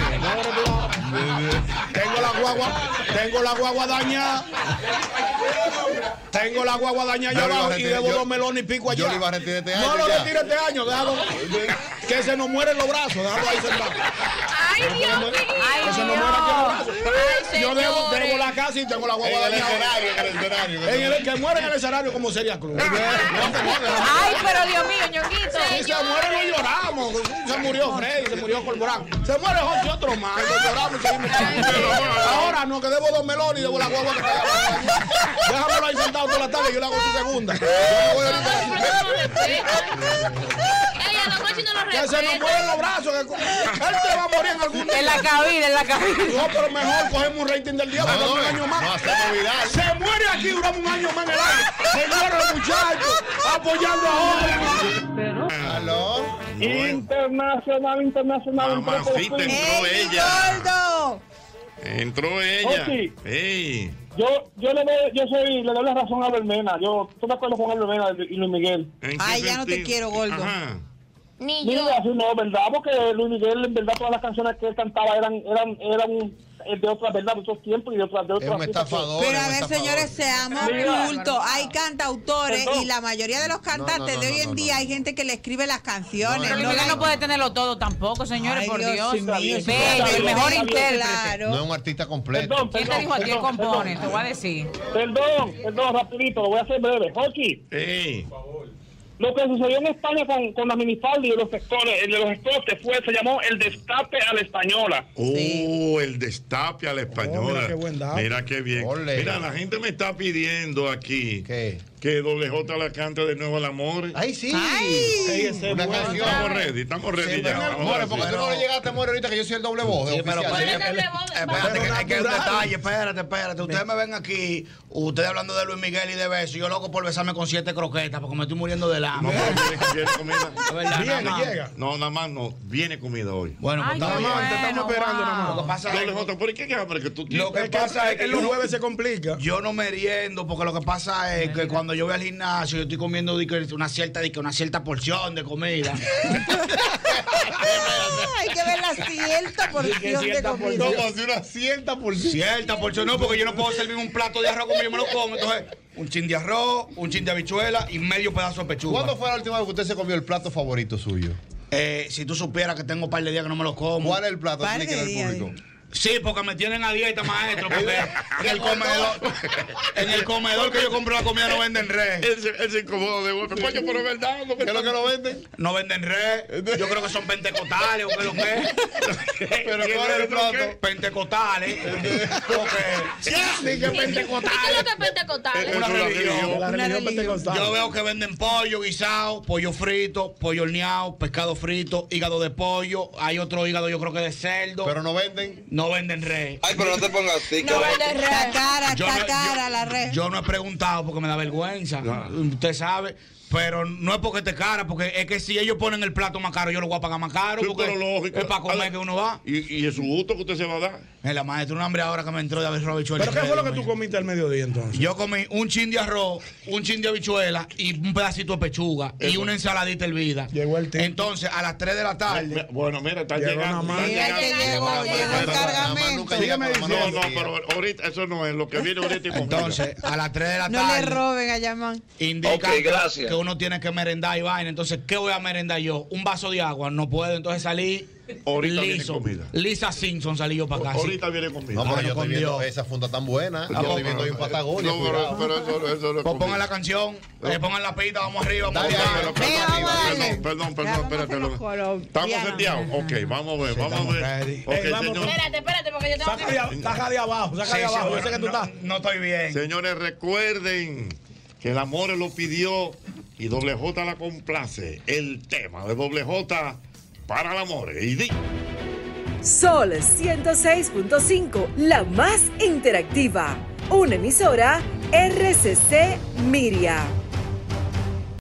Tengo la guagua, tengo la guagua dañada. Tengo la guagua dañada
Yo
yo
lo iba a
abajo y
retirar,
debo
yo-
dos melones y pico allá.
yo lo iba a retirar este
No
año
lo
ya.
retire este año, déjalo. Que se nos mueren los brazos, déjalo ahí sentado.
Ay, Dios mío. Ay,
Que se nos
Dios.
muera aquí los brazos.
Ay,
Yo debo,
señores.
debo la casa y tengo la guagua
En el
dañada.
escenario, en el escenario.
En el que muere en el escenario como sería Cruz.
Ay, pero Dios mío, ñonguito.
Si se muere, no lloramos. Se murió Freddy, se murió Colborán. Se muere Jorge otro más. No lloramos y seguimos chillando. Ahora no, que debo dos melones y debo la guagua que está Déjamelo ahí sentado toda la tarde, yo le hago su segunda. Yo me voy ahorita. Que se nos mueven los brazos. Que él te va a morir en algún día.
En la cabina, en la cabina.
No, pero mejor cogemos un rating del día, duramos un año más.
no hacemos viral.
Se muere aquí, duramos un año más en el aire. Señores, muchachos, apoyando a Jorge.
Aló.
Internacional, internacional. entró por
eh. Mamacita,
fin.
entró ella. Entró ella.
Ochi.
Ey.
Yo, yo le doy, yo soy, le doy la razón a Belmena. Yo, estoy de acuerdo con Belmena y Luis Miguel.
¿En qué
Ay, ya no te
sentido?
quiero, gordo.
Ajá.
Ni
Mira, así no, ¿verdad? Porque Luis Miguel, en verdad, todas las canciones que él cantaba eran, eran, eran eh, de otras, ¿verdad? De otros tiempos y de otras, de otras.
estafador,
Pero
A ver, señores, seamos
Mira.
cultos. Hay cantautores y la mayoría de los cantantes
no,
de
no,
hoy en día hay gente que le escribe las canciones.
Pero Luis Miguel no puede tenerlo todo tampoco, señores,
Ay,
por Dios.
Dios mío, sí,
Bello,
está
el
bien,
mejor
está bien,
intérprete.
claro.
No es un artista completo.
Perdón,
¿Quién te dijo a ti él
perdón,
compone? Te
perdón.
voy a decir.
Perdón, perdón, rapidito, lo voy a hacer breve. Jochi,
Ey.
lo que sucedió en España con, con la minifalda y los sectores, el de los escotes, fue, se llamó el destape a la española.
Oh, el destape a la española. mira, qué bien.
Ole.
Mira, la gente me está pidiendo aquí
¿Qué?
que Doble J la canta de nuevo al amor.
Ay, sí.
Ey, ese es
Una
bueno.
canción.
Estamos ready, estamos ready
Sí,
ya.
pero-
Ahora
More,
sí.
porque tú no le llegaste a More ahorita que yo soy el doble voz. de
Sí, pero
oficial.
espérate, espérate, que hay que hay un detalle, espérate, espérate. Ustedes me ven aquí, ustedes hablando de Luis Miguel y de beso, yo loco por besarme con siete croquetas, porque me estoy muriendo de hambre.
Viene,
nada más.
llega. No, nada más no. Viene comida hoy.
Bueno, pues, Ay, está qué bien. bueno,
te estamos esperando, nada más.
Lo que pasa es-
Doble J, ¿por qué qué hambre que tú tienes?
Lo que pasa es que yo no-
se complica.
Yo no meriendo, porque lo que pasa es que cuando yo voy al gimnasio, yo estoy comiendo di que, una cierta, di que, una cierta porción de <laughs> comida.
Hay que ver la cierta
Di que
porción de
cierta
comida.
porción.
Como si una cierta porción.
Cierta porción, no, porque yo no puedo servirme un plato de arroz como yo me lo como. Entonces, un chin de arroz, un chin de habichuela y medio pedazo de pechuga.
¿Cuándo fue la última vez que usted se comió el plato favorito suyo?
Eh, si tú supieras que tengo un par de días que no me los como.
¿Cuál es el plato
Par
que tiene
de
que
días,
ver el público?
Sí, porque me tienen a dieta,
<laughs>
maestro. Porque en el comedor, en el comedor que yo compro la comida no venden res.
Él se, él se incomodó de golpe. Coño, pero es verdad. No me
¿Qué es lo que no venden?
No venden res. Yo creo que son pentecostales o qué es lo que
<laughs>
es.
Pero
¿Y
¿cuál es el plato?
<laughs>
Pentecostales. Porque.
¿Y qué es lo que es pentecostal?
Una religión.
La religión pentecostal.
Yo veo que venden pollo guisado, pollo frito, pollo horneado, pescado frito, hígado de pollo. Hay otro hígado, yo creo que de cerdo.
Pero no venden.
No venden res.
Ay, pero no te pongas así,
No
cabrón.
vende res. Está cara,
Yo
está
no- yo-
cara la red.
Yo no he preguntado porque me da vergüenza. Usted sabe. Pero no es porque te cara, porque es que si ellos ponen el plato más caro, yo lo voy a pagar más caro.
Sí,
porque
pero lógico.
Es para comer que uno va.
Y, y es un gusto que usted se va a dar.
Es la maestra, un hambre ahora que me entró de haber robado
¿Pero qué fue lo que tú comiste al mediodía entonces?
Yo comí un chin de arroz, un chin de habichuela y un pedacito de pechuga y una ensaladita hervida. Llegó el Entonces, a las 3 de la tarde.
Bueno, mira, está
Llegó
llegando.
nada más.
está
Mira que
llegando. Está
llegó, llegó el
llegando.
cargamento. Sígueme
No,
diciendo.
no, pero ahorita eso no es lo que viene ahorita. y con-
Entonces, a las 3 de la
No le
tarde.
roben a Yamán.
indica
Ok,
que-
gracias.
que uno tiene que merendar y vaina. Entonces, ¿qué voy a merendar yo? Un vaso de agua, no puedo. Entonces salí
Ahorita viene
liso.
comida.
Lisa Simpson salí yo para acá.
Ahorita viene conmigo.
No, pero
Ahora
yo estoy
Ah, con
viendo
Dios.
esa funda tan buena. Yo estoy viendo ahí un Patagonia.
No, pero, pero
cuidado.
eso, eso no es
Pues
comida.
pongan la canción, le pongan la pita, vamos arriba, vamos
Dale,
arriba.
dale, perdón, perdón, perdón, perdón, espérate. lo- ¿Estamos seteados? Ok, vamos a ver, vamos a ver. Ok, señor.
Espérate, espérate, porque yo tengo
Saca de,
que.
ab- saca de abajo, saca
Sí,
de
sí,
abajo.
bueno,
yo sé que tú
no-
estás.
No estoy bien.
Señores, recuerden que el amor lo pidió y Doble J la complace. El tema de Doble J para el amor. Y di-
Sol 106.5, la más interactiva. Una emisora RCC Miria.